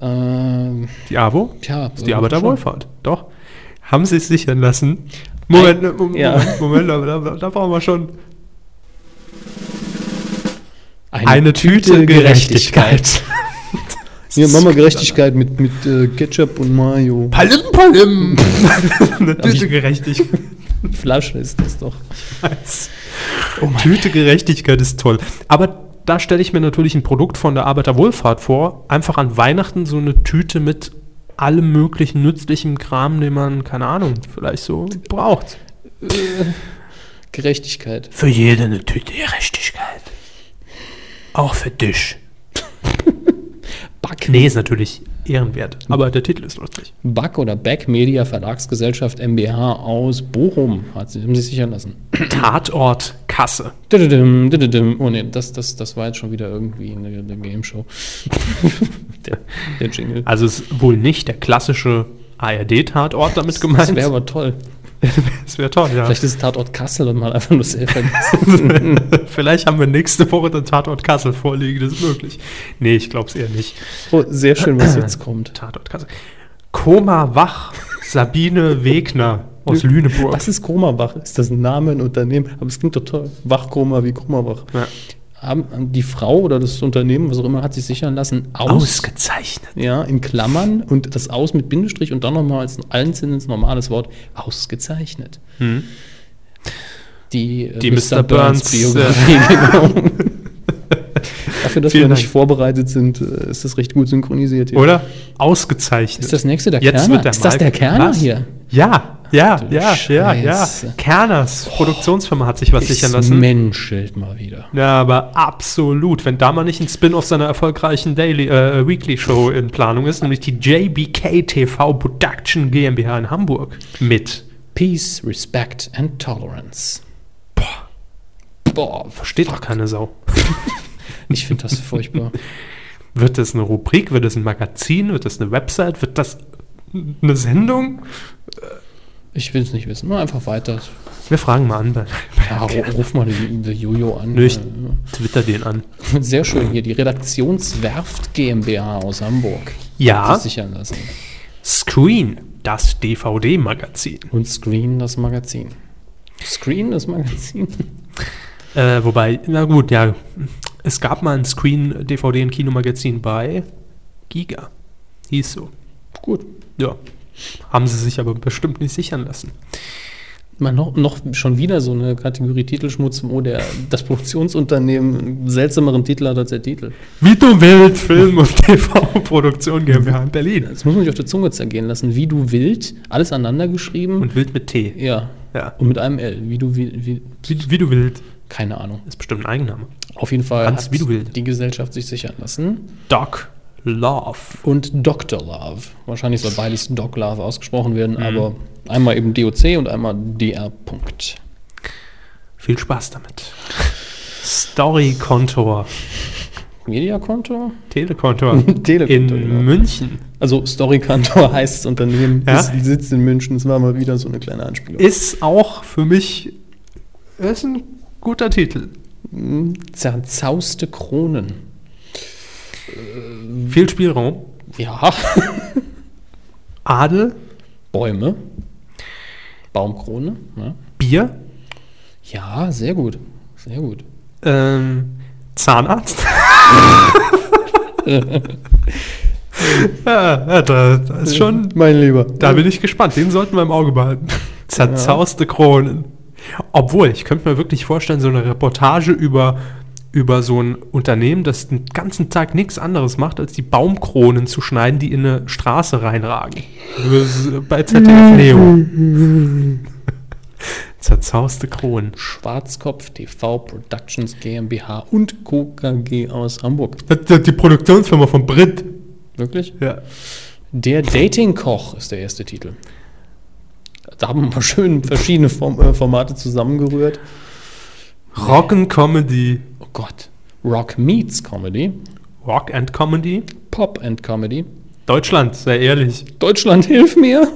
A: ähm,
B: Die AWO?
A: tja,
B: Das ist die Arbeiterwohlfahrt, doch. Haben sie es sichern lassen? Moment, ne, Moment,
A: Ja.
B: Moment, da, da, da brauchen wir schon
A: Eine,
B: eine Tüte Gerechtigkeit.
A: Gerechtigkeit. Hier, Mama Gerechtigkeit mit, mit äh, Ketchup und Mayo.
B: Palim, palim. eine
A: ich-
B: Tüte Gerechtigkeit.
A: Flasche ist das doch.
B: Tüte Gerechtigkeit Oh ist toll. Aber da stelle ich mir natürlich ein Produkt von der Arbeiterwohlfahrt vor. Einfach an Weihnachten so eine Tüte mit allem möglichen nützlichen Kram, den man, keine Ahnung, vielleicht so braucht.
A: Gerechtigkeit.
B: Für jeden eine Tüte Gerechtigkeit. Auch für dich.
A: Back.
B: Nee, ist natürlich ehrenwert. Aber der Titel ist lustig.
A: Back oder Back Media Verlagsgesellschaft MBH aus Bochum. Hat sie, haben sie sichern lassen.
B: Tatort Kasse.
A: Düdüdüm, düdüdüm. Oh ne, das, das, das war jetzt schon wieder irgendwie eine, eine Game Show. der, der Jingle.
B: Also ist wohl nicht der klassische ARD-Tatort damit
A: Das
B: gemeint.
A: wäre aber toll.
B: das wär toll, ja.
A: Vielleicht ist Tatort Kassel und mal einfach nur selber vergessen.
B: Vielleicht haben wir nächste Woche den Tatort Kassel vorliegen, das ist möglich. Nee, ich glaube es eher nicht.
A: Oh, sehr schön, was jetzt kommt.
B: Tatort Kassel. Koma Wach, Sabine Wegner aus Lüneburg.
A: Was ist Komabach? Ist das ein Name, ein Unternehmen? Aber es klingt doch toll. Wachkoma wie Komabach.
B: Ja.
A: Haben die Frau oder das Unternehmen, was auch immer, hat sich sichern lassen, aus.
B: Ausgezeichnet.
A: Ja, in Klammern und das aus mit Bindestrich und dann nochmal als ein einzelnes normales Wort ausgezeichnet. Die, äh,
B: Hm. Die Mr. Burns,
A: Biografie, genau. Dafür, dass
B: Vielen
A: wir nicht
B: Dank.
A: vorbereitet sind, äh, ist das recht gut synchronisiert hier.
B: Oder? Ausgezeichnet.
A: Ist das nächste der
B: Jetzt
A: Kerner?
B: wird der
A: ist das der
B: Mike
A: Kerner
B: Blass.
A: hier?
B: Ja, ja,
A: du
B: ja, ja, ja.
A: Scheiße.
B: Kerners Produktionsfirma hat sich was sichern lassen.
A: menschelt mal wieder.
B: Ja, aber absolut. Wenn da mal nicht ein Spin-off seiner erfolgreichen Daily, äh, Weekly Show in Planung ist, nämlich die JBK TV Production GmbH in Hamburg mit.
A: Peace, Respect and Tolerance.
B: Boah,
A: Boah,
B: versteht doch keine Sau.
A: ich finde das furchtbar.
B: Wird das eine Rubrik? Wird das ein Magazin? Wird das eine Website? Wird das eine Sendung?
A: Ich will es nicht wissen. Nur einfach weiter.
B: Wir fragen mal an. Bei, bei
A: Ja, ru- ruf mal den den Jojo an. Äh,
B: Nö, ich twitter den an.
A: Sehr schön hier, die Redaktionswerft GmbH aus Hamburg.
B: Ja.
A: Sich sichern lassen.
B: Screen, das DVD-Magazin.
A: Und Screen, das Magazin. Screen, das Magazin?
B: Äh, wobei, na gut, ja. Es gab mal ein Screen-DVD- und Kinomagazin bei Giga. Hieß so.
A: Gut.
B: Ja. Haben sie sich aber bestimmt nicht sichern lassen.
A: Man noch, noch schon wieder so eine Kategorie Titelschmutz, wo der, das Produktionsunternehmen einen seltsameren Titel hat als der Titel.
B: Vito um Wild Film und TV-Produktion GmbH in Berlin.
A: Das muss man sich auf der Zunge zergehen lassen. Wie du wild, alles aneinander geschrieben.
B: Und Wild mit T.
A: ja.
B: Ja.
A: Und mit einem L. Wie du wild, wie,
B: Wie, wie du wild.
A: keine Ahnung.
B: Ist bestimmt ein Eigenname.
A: Auf jeden Fall
B: Hans,
A: hat
B: wie du wild.
A: die Gesellschaft sich sichern lassen.
B: Doc Love.
A: Und Dr. Love. Wahrscheinlich soll beides Doc Love ausgesprochen werden,
B: Mhm.
A: aber einmal eben DOC und einmal DR. Punkt.
B: Viel Spaß damit. Story Contour.
A: Mediakontor?
B: Telekontor.
A: Telekontor,
B: In
A: ja.
B: München.
A: Also Storykantor heißt das Unternehmen,
B: Ja.
A: ist, sitzt in München. Das war mal wieder so eine kleine Anspielung.
B: Ist auch für mich ist ein guter Titel.
A: Zerzauste Kronen.
B: Viel Spielraum.
A: Ja.
B: Adel,
A: Bäume. Baumkrone. Ja.
B: Bier,
A: ja, sehr gut. Sehr gut.
B: ähm, Zahnarzt. ja, ja, da, da ist schon.
A: mein Lieber.
B: Da bin ich gespannt. Den sollten wir im Auge behalten. Zerzauste Kronen. Obwohl, ich könnte mir wirklich vorstellen, so eine Reportage über, über so ein Unternehmen, das den ganzen Tag nichts anderes macht, als die Baumkronen zu schneiden, die in eine Straße reinragen. Das ist Bei ZDF Neo. Zerzauste Kronen.
A: Schwarzkopf TV Productions GmbH und Co. KG aus Hamburg.
B: Das ist Die Produktionsfirma von Brit.
A: Wirklich?
B: Ja.
A: Der Dating-Koch ist der erste Titel. Da haben wir schön verschiedene Form äh, Formate zusammengerührt.
B: Rock'n Comedy.
A: Oh Gott. Rock Meets Comedy,
B: Rock and Comedy.
A: Pop and Comedy.
B: Deutschland, sei ehrlich.
A: Deutschland, hilf mir!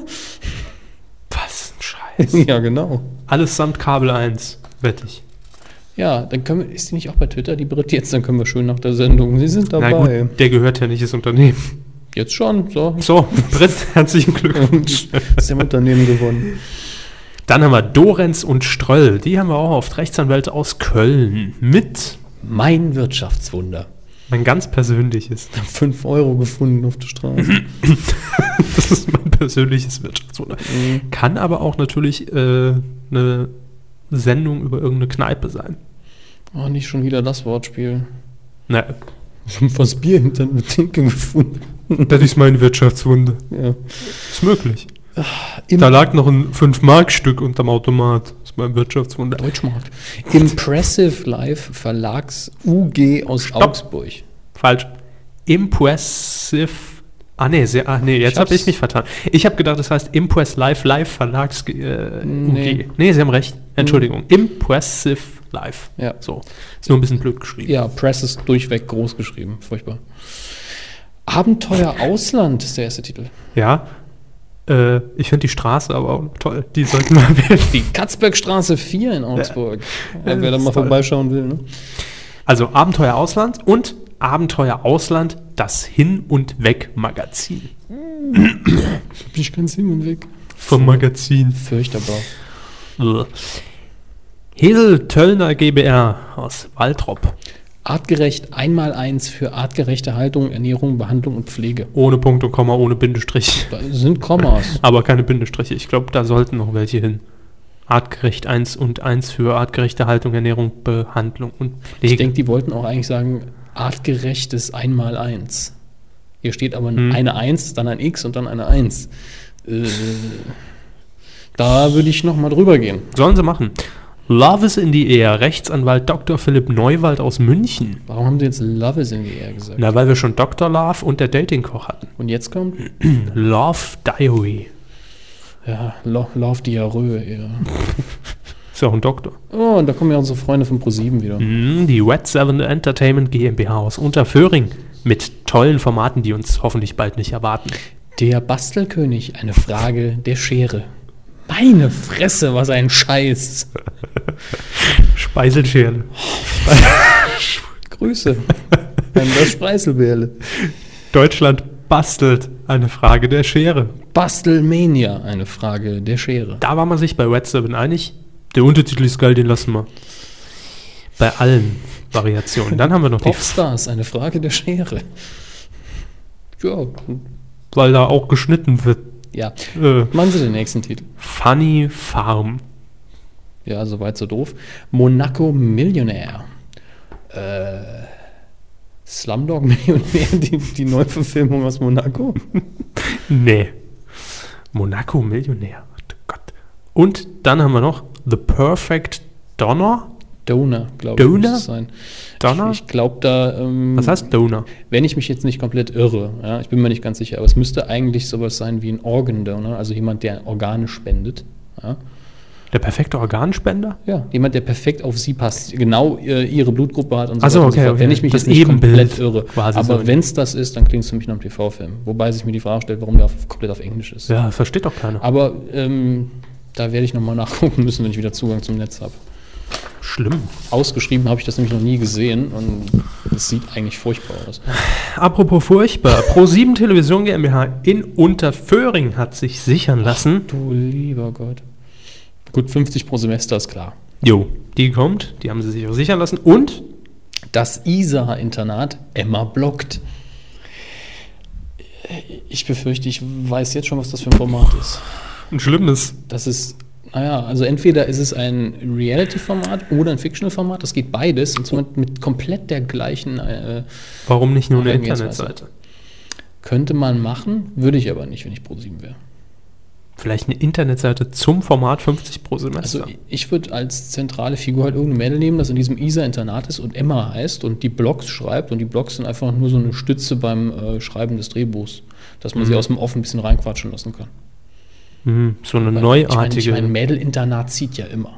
B: Was ein Scheiß.
A: ja, genau.
B: Alles samt Kabel 1, wette ich.
A: Ja, dann können wir, ist die nicht auch bei Twitter, die Brit jetzt? Dann können wir schön nach der Sendung. Sie sind
B: Na
A: dabei.
B: gut, der gehört ja nicht ins Unternehmen.
A: Jetzt schon, so.
B: So, Britt, herzlichen Glückwunsch.
A: Ist dem Unternehmen gewonnen.
B: Dann haben wir Dorenz und Ströll. Die haben wir auch auf Rechtsanwälte aus Köln. Mit
A: Mein Wirtschaftswunder.
B: mein ganz persönliches.
A: Ich habe 5 Euro gefunden auf der Straße.
B: Das ist mein persönliches Wirtschaftswunder. Kann aber auch natürlich äh, eine Sendung über irgendeine Kneipe sein.
A: Oh, nicht schon wieder das Wortspiel.
B: Na,
A: Ich habe fast Bier hinter einer Theke gefunden.
B: das ist mein Wirtschaftswunder.
A: Ja.
B: Ist möglich.
A: Im
B: Da lag noch ein 5-Mark-Stück unterm Automat. Das ist mein Wirtschaftswunder.
A: Deutschmarkt. Impressive Life Verlags UG aus
B: Stopp.
A: Augsburg.
B: Falsch. Impressive. Ah nee, sehr, ah, nee jetzt
A: Ich
B: habe
A: hab's-
B: ich mich vertan. Ich habe gedacht, das heißt Impress Live Live Verlags
A: Nee.
B: äh,
A: Hm.
B: UG. Nee, Sie haben recht. Entschuldigung. Impressive Live.
A: Ja.
B: So. Ist nur ein bisschen blöd geschrieben.
A: Ja, Press ist durchweg groß geschrieben. Furchtbar. Abenteuer Ausland ist der erste Titel.
B: Ja. Äh, ich finde die Straße aber auch toll. Die sollten wir erwähnen.
A: Die Katzbergstraße 4 in Augsburg.
B: Ja,
A: Wer da
B: das
A: mal
B: ist toll.
A: vorbeischauen will. Ne?
B: Also Abenteuer Ausland und Abenteuer Ausland, das Hin- und Weg-Magazin.
A: Bin ich ganz hin und weg.
B: Vom Magazin.
A: Fürchterbar.
B: Bäh. Hesel Töllner GBR aus Waltrop.
A: Artgerecht einmal eins für artgerechte Haltung, Ernährung, Behandlung und Pflege.
B: Ohne Punkt und Komma, ohne Bindestrich.
A: Da sind Kommas.
B: Aber keine Bindestriche. Ich glaube, da sollten noch welche hin. Artgerecht 1 und 1 für artgerechte Haltung, Ernährung, Behandlung und
A: Ich
B: Pflege.
A: denke, die wollten auch eigentlich sagen, artgerechtes einmal eins. Hier steht aber
B: Hm.
A: eine Eins, dann ein X und dann eine Eins. Äh, da würde ich nochmal drüber gehen.
B: Sollen sie machen. Love is in the Air, Rechtsanwalt Dr. Philipp Neuwald aus München.
A: Warum haben sie jetzt Love is in the air gesagt?
B: Na, weil wir schon Dr. Love und der Dating-Koch hatten.
A: Und jetzt kommt?
B: Love Diary.
A: Ja, Lo Love Diarrhoe eher.
B: Ist ja auch ein Doktor.
A: Oh, und da kommen ja unsere Freunde von ProSieben wieder.
B: Mm, Die Wet 7 Entertainment GmbH aus Unterföhring. Mit tollen Formaten, die uns hoffentlich bald nicht erwarten.
A: Der Bastelkönig, eine Frage der Schere. Meine Fresse, was ein Scheiß.
B: Speiselschere.
A: Grüße. An das Spreißelbärle.
B: Deutschland bastelt. Eine Frage der Schere.
A: Bastelmania, eine Frage der Schere.
B: Da war man sich bei Red Seven einig. Der Untertitel ist geil, den lassen wir. Bei allen Variationen. Dann haben wir noch die,
A: Popstars, eine Frage der Schere. Ja,
B: weil da auch geschnitten wird.
A: ja.
B: Äh,
A: Machen Sie den nächsten Titel.
B: Funny Farm.
A: Ja, soweit so doof. Monaco Millionaire. Äh, Slumdog Millionär, die, die Neuverfilmung aus Monaco.
B: Nee. Monaco Millionär. Oh Gott. Und dann haben wir noch The Perfect Donner.
A: Donor, glaube ich,
B: Donor?
A: muss es sein.
B: Donner?
A: Ich glaube da, ähm,
B: Was heißt Donor?
A: wenn ich mich jetzt nicht komplett irre, ja, ich bin mir nicht ganz sicher, aber es müsste eigentlich sowas sein wie ein Organ Donor, also jemand, der Organe spendet. Ja.
B: Der perfekte Organspender?
A: Ja, jemand, der perfekt auf sie passt, genau äh, ihre Blutgruppe hat und
B: Ach so,
A: weiter und
B: okay,
A: fort. Wenn
B: okay.
A: ich mich
B: Das
A: jetzt nicht
B: Ebenbild
A: komplett irre.
B: quasi
A: Aber
B: so.
A: wenn es das ist, dann klingt es für mich nach einem TV-Film. Wobei sich mir die Frage stellt, warum der auf, komplett auf Englisch ist.
B: Ja, versteht doch keiner.
A: Aber ähm, da werde ich nochmal nachgucken müssen, wenn ich wieder Zugang zum Netz habe.
B: Schlimm.
A: Ausgeschrieben habe ich das nämlich noch nie gesehen und es sieht eigentlich furchtbar aus.
B: Apropos furchtbar. Pro7 Television GmbH in Unterföhring hat sich sichern lassen.
A: Du lieber Gott. Gut, 50 pro Semester ist klar.
B: Jo, die kommt. Die haben sie sich auch sichern lassen. Und
A: Das ISA-Internat Emma blockt. Ich befürchte, ich weiß jetzt schon, was das für ein Format ist.
B: ein schlimmes.
A: Das ist, naja, also entweder ist es ein Reality-Format oder ein Fictional-Format. Das geht beides und zwar mit komplett der gleichen. Äh,
B: Warum nicht nur eine
A: Aber jetzt weiß
B: Internetseite?
A: könnte man machen, würde ich aber nicht, wenn ich pro 7 wäre.
B: Vielleicht eine Internetseite zum Format 50 pro Semester.
A: Also ich würde als zentrale Figur halt irgendein Mädel nehmen, das in diesem ISA-Internat ist und Emma heißt und die Blogs schreibt und die Blogs sind einfach nur so eine Stütze beim äh, Schreiben des Drehbuchs, dass man sie
B: Mhm.
A: aus dem Off ein bisschen reinquatschen lassen kann.
B: Hm, so eine
A: Weil Ich
B: neuartige.
A: meine, ich mein, Mädel-Internat zieht ja immer.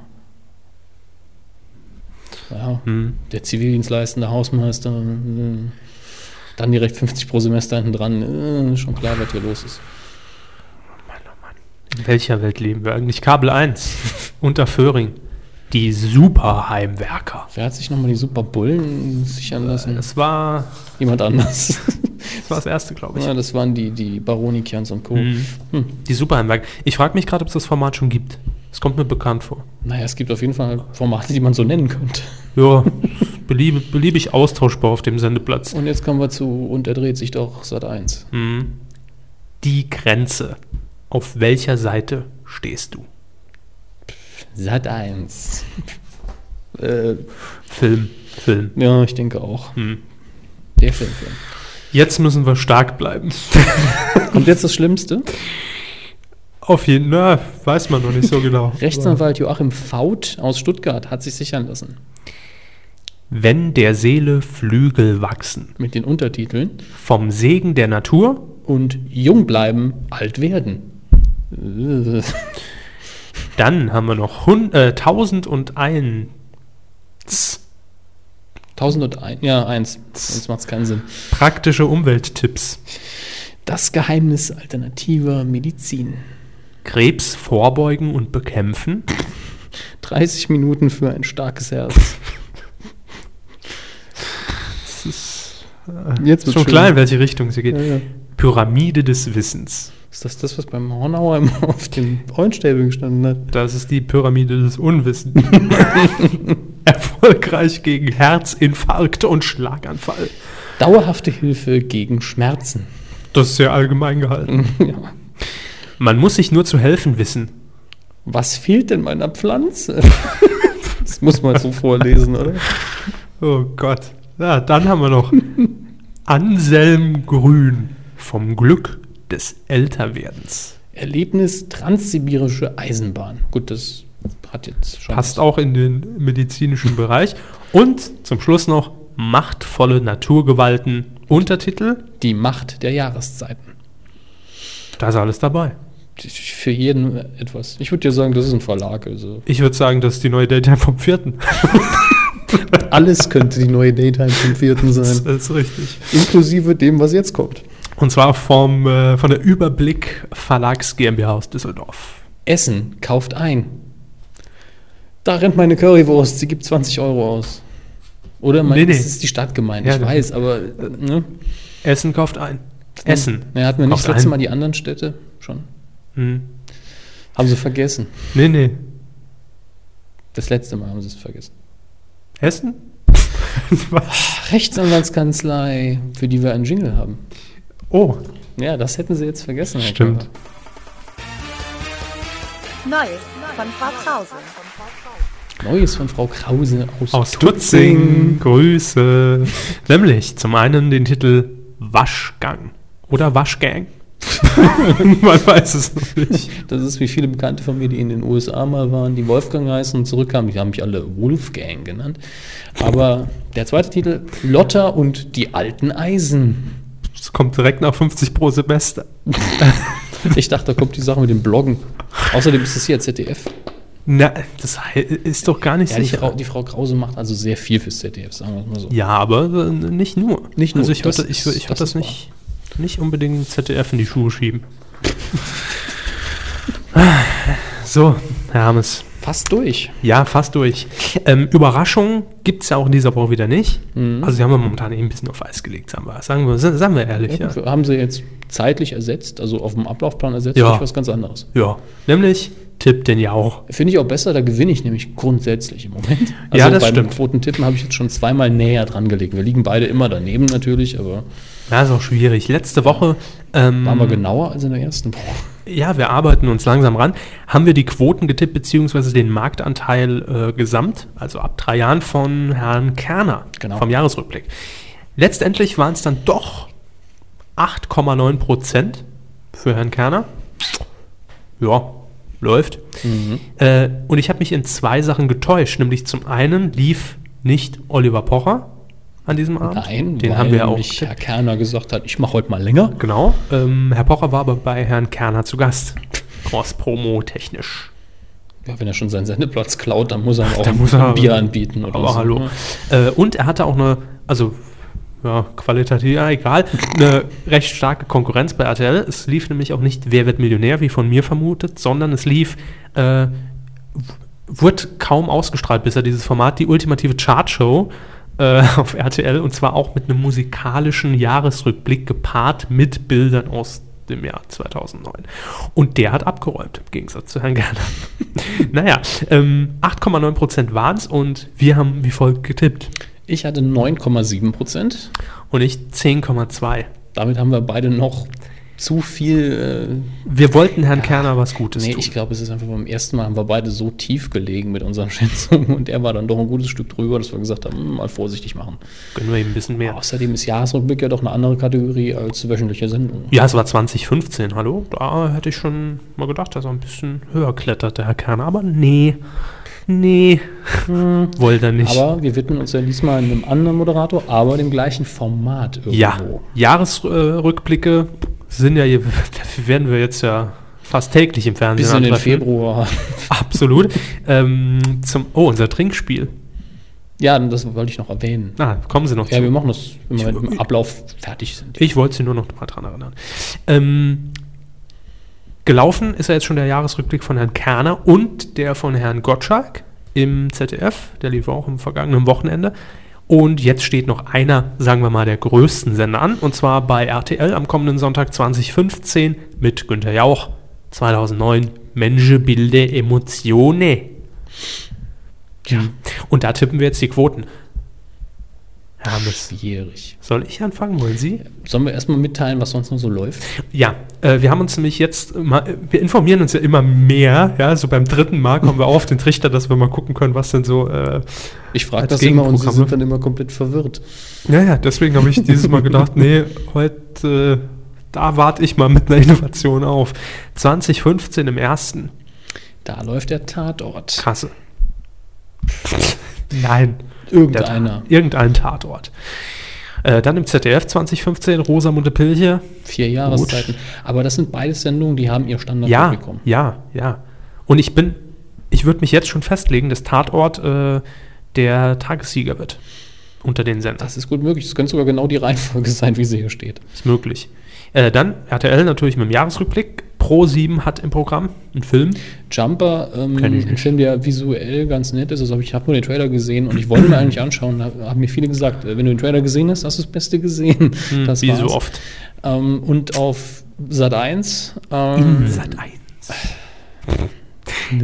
A: Ja,
B: hm.
A: der Zivildienstleistende Hausmeister, äh, dann direkt 50 pro Semester hinten dran, äh, schon klar, was hier los ist.
B: In welcher Welt leben wir eigentlich? Kabel 1, Unterföhring. Die Superheimwerker.
A: Wer hat sich nochmal die Super Bullen sichern lassen?
B: Das war
A: Jemand anders.
B: das, war das erste, glaube ich.
A: ja, das waren die, die Baroni, Kerns und Co.
B: Hm.
A: Hm.
B: Die Superheimwerker. Ich frage mich gerade, ob es das Format schon gibt. Es kommt mir bekannt vor.
A: Naja, es gibt auf jeden Fall Formate, die man so nennen könnte.
B: Ja, beliebig, beliebig austauschbar auf dem Sendeplatz.
A: Und jetzt kommen wir zu Und er dreht sich doch Sat 1.
B: Hm. Die Grenze. Auf welcher Seite stehst du?
A: Sat 1. äh,
B: Film, Film.
A: ja, ich denke auch.
B: Hm.
A: Der Filmfilm.
B: Jetzt müssen wir stark bleiben.
A: Kommt jetzt das Schlimmste?
B: Auf jeden Fall, weiß man noch nicht so genau.
A: Rechtsanwalt Joachim Faut aus Stuttgart hat sich sichern lassen.
B: Wenn der Seele Flügel wachsen,
A: Mit den Untertiteln.
B: vom Segen der Natur,
A: Und jung bleiben, alt werden. Äh,
B: dann haben wir noch hund, äh, 1001
A: 1001, ja, eins. Sonst macht es keinen Sinn.
B: praktische Umwelttipps.
A: Das Geheimnis alternativer Medizin.
B: Krebs vorbeugen und bekämpfen,
A: 30 Minuten für ein starkes Herz. Jetzt
B: Ist schon
A: schön.
B: klar, in welche Richtung sie geht.
A: Ja, ja.
B: Pyramide des Wissens.
A: Ist das das, was beim Hornauer immer auf dem Eulenstäbe gestanden hat?
B: Das ist die Pyramide des Unwissens. Erfolgreich gegen Herzinfarkt und Schlaganfall.
A: Dauerhafte Hilfe gegen Schmerzen.
B: Das ist ja allgemein gehalten.
A: ja.
B: Man muss sich nur zu helfen wissen.
A: Was fehlt denn meiner Pflanze? das muss man so vorlesen, oder?
B: Oh Gott. Ja, dann haben wir noch Anselm Grün vom Glück des Älterwerdens.
A: Erlebnis transsibirische Eisenbahn. Gut, das hat jetzt schon.
B: Passt auch in den medizinischen Bereich. Und zum Schluss noch Machtvolle Naturgewalten. Untertitel,
A: Die Macht der Jahreszeiten.
B: da ist alles dabei.
A: Für jeden etwas. Ich würde dir sagen, das ist ein Verlag. Also
B: Ich würde sagen, das ist die neue Daytime vom vierten.
A: alles könnte die neue Daytime vom vierten
B: Das ist richtig.
A: Inklusive dem, was jetzt kommt.
B: Und zwar vom, äh, von der Überblick Verlags GmbH aus Düsseldorf.
A: Essen, kauft ein. Da rennt meine Currywurst, sie gibt 20 Euro aus. Oder mein,
B: Nee, nee.
A: das ist die Stadtgemeinde,
B: Ja,
A: ich
B: das-
A: weiß, aber äh, ne?
B: Essen kauft ein. Essen.
A: Ne, hatten wir nicht
B: Kauft
A: letztes
B: ein.
A: Mal die anderen Städte schon.
B: Hm.
A: Haben sie vergessen.
B: Nee, nee.
A: Das letzte Mal haben sie es vergessen.
B: Essen? Was?
A: Rechtsanwaltskanzlei, für die wir einen Jingle haben.
B: Oh,
A: Ja, das hätten sie jetzt vergessen. Herr
B: Stimmt.
A: Körber.
D: Neues von Frau Krause.
A: Neues von Frau Krause aus,
B: aus Tutzing. Grüße. Nämlich zum einen den Titel Waschgang. Oder Waschgang. Man weiß es noch nicht.
A: Das ist wie viele Bekannte von mir, die in den USA mal waren, die Wolfgang heißen und zurückkamen. Die haben mich alle Wolfgang genannt. Aber der zweite Titel, Lotta und die alten Eisen.
B: Es kommt direkt nach 50 pro Semester.
A: Ich dachte, da kommt die Sache mit dem Bloggen. Außerdem ist es hier ZDF.
B: Na, das he- ist doch gar nicht
A: Ja, Also die
B: sicher.
A: Frau, die Frau Krause macht also sehr viel fürs ZDF, sagen wir es mal so.
B: Ja, aber äh, nicht nur.
A: Nicht nur,
B: Also ich
A: das
B: würde ich, würd- ich
A: ist-
B: würd
A: das
B: das,
A: ist
B: nicht, nicht unbedingt ZDF in die Schuhe schieben. so, Herr Hammes.
A: Fast durch.
B: Ja, fast durch. Ähm, Überraschung gibt's ja auch in dieser Woche wieder nicht.
A: Mhm.
B: Also, die haben wir momentan eben ein bisschen auf Eis gelegt, sagen wir. Sagen wir, sagen wir ehrlich. Ja,
A: Ja, gut, Haben sie jetzt zeitlich ersetzt, also auf dem Ablaufplan ersetzt,
B: Ja.
A: durch was ganz anderes.
B: ja. nämlich Tipp den Jauch.
A: Finde ich auch besser, da gewinne ich nämlich grundsätzlich im Moment. Also
B: Ja, das
A: beim
B: stimmt.
A: roten Tippen habe ich jetzt schon zweimal näher dran gelegen. Wir liegen beide immer daneben natürlich, aber
B: Ja, ist auch schwierig. Letzte Woche, ähm,
A: waren wir genauer als in der ersten Woche.
B: ja, wir arbeiten uns langsam ran, haben wir die Quoten getippt, beziehungsweise den Marktanteil äh, gesamt, also ab drei Jahren von Herrn Kerner
A: Genau.
B: vom Jahresrückblick. Letztendlich waren es dann doch 8,9 Prozent für Herrn Kerner. Ja, läuft.
A: Mhm.
B: Äh, und ich habe mich in zwei Sachen getäuscht. Nämlich zum einen lief nicht Oliver Pocher an diesem Abend.
A: Nein,
B: den haben wir auch.
A: mich Herr Kerner gesagt hat, ich mache heute mal länger.
B: Genau. Ähm, Herr Pocher war aber bei Herrn Kerner zu Gast. Cross-Promo-technisch.
A: Ja, wenn er schon seinen Sendeplatz klaut, dann muss er ihm auch
B: Dann muss
A: ein
B: er-
A: Bier anbieten oder
B: Aber
A: so. ne?
B: hallo. Äh, und er hatte auch eine, also ja, qualitativ, ja, egal, eine recht starke Konkurrenz bei RTL. Es lief nämlich auch nicht Wer wird Millionär, wie von mir vermutet, sondern es lief, äh, w- wurde kaum ausgestrahlt bisher dieses Format, die ultimative Chartshow äh, auf RTL und zwar auch mit einem musikalischen Jahresrückblick gepaart mit Bildern aus dem Jahr 2009. Und der hat abgeräumt, im Gegensatz zu Herrn Gerner. naja, ähm, 8,9% waren es und wir haben wie folgt getippt.
A: Ich hatte 9,7 Prozent.
B: Und ich 10,2.
A: Damit haben wir beide noch zu viel.
B: Wir wollten Herrn Kerner was
A: Äh,
B: Gutes
A: nee,
B: tun.
A: ich glaube, es ist einfach beim ersten Mal haben wir beide so tief gelegen mit unseren Schätzungen und er war dann doch ein gutes Stück drüber, dass wir gesagt haben, hm, mal vorsichtig machen.
B: Gönnen wir ihm ein bisschen mehr.
A: Außerdem ist Jahresrückblick ja doch eine andere Kategorie als wöchentliche Sendung.
B: Ja, es war 2015, hallo? Da hätte ich schon mal gedacht, dass er ein bisschen höher klettert, der Herr Kerner. Aber nee, nee, wollte er nicht.
A: Aber wir widmen uns ja diesmal einem anderen Moderator, aber dem gleichen Format irgendwo.
B: ja, Jahresrückblicke sind ja, hier- werden wir jetzt ja fast täglich im Fernsehen
A: Bis in den
B: antreffen.
A: Februar.
B: Absolut. ähm, zum, oh, unser Trinkspiel.
A: Ja, das wollte ich noch erwähnen.
B: Ah, kommen Sie noch
A: Ja,
B: zu.
A: wir machen das, wenn wir mit dem Ablauf fertig sind.
B: Ich wollte Sie nur noch mal dran erinnern. Ähm, gelaufen ist ja jetzt schon der Jahresrückblick von Herrn Kerner und der von Herrn Gottschalk im ZDF. Der lief auch im vergangenen Wochenende. Und jetzt steht noch einer, sagen wir mal, der größten Sender an. Und zwar bei RTL am kommenden Sonntag 2015 mit Günter Jauch. 2009 Mensche, Bilde, Emotione. Ja. Und da tippen wir jetzt die Quoten. Herr Hammes,
A: Schwierig.
B: soll ich anfangen? Wollen Sie?
A: Sollen wir erstmal mitteilen, was sonst noch so läuft?
B: Ja, äh, wir haben uns nämlich jetzt, mal, wir informieren uns ja immer mehr, ja, so beim dritten Mal kommen wir auch auf den Trichter, dass wir mal gucken können, was denn so, äh,
A: Ich frage
B: Als
A: das immer und sie
B: Gegenprogramme.
A: sind dann immer komplett verwirrt.
B: ja, ja, deswegen habe ich dieses Mal gedacht, nee, heute, äh, da warte ich mal mit einer Innovation auf. 2015 im ersten,
A: Da läuft der Tatort.
B: Kasse. Nein.
A: Irgendeiner.
B: Der, irgendein Tatort. Äh, dann im ZDF 2015, Rosamunde Pilcher,
A: Vier Jahreszeiten. Aber das sind beides Sendungen, die haben ihr Standard
B: Ja,
A: bekommen.
B: ja, ja. Und ich bin, ich würde mich jetzt schon festlegen, dass Tatort äh, der Tagessieger wird unter den Sendern.
A: Das ist gut möglich. Das könnte sogar genau die Reihenfolge sein, wie sie hier steht.
B: Ist möglich. Äh, dann RTL natürlich mit dem Jahresrückblick. Pro 7 hat im Programm einen Film.
A: Jumper, ähm,
B: Kenn ich
A: ein
B: nicht.
A: Film, der visuell ganz nett ist. Also hab ich habe nur den Trailer gesehen und ich wollte mir eigentlich anschauen. Da haben mir viele gesagt, äh, wenn du den Trailer gesehen hast, hast du das Beste gesehen. das
B: Hm, wie so
A: war's.
B: oft.
A: Ähm, und auf Sat 1. Ähm,
B: Sat 1.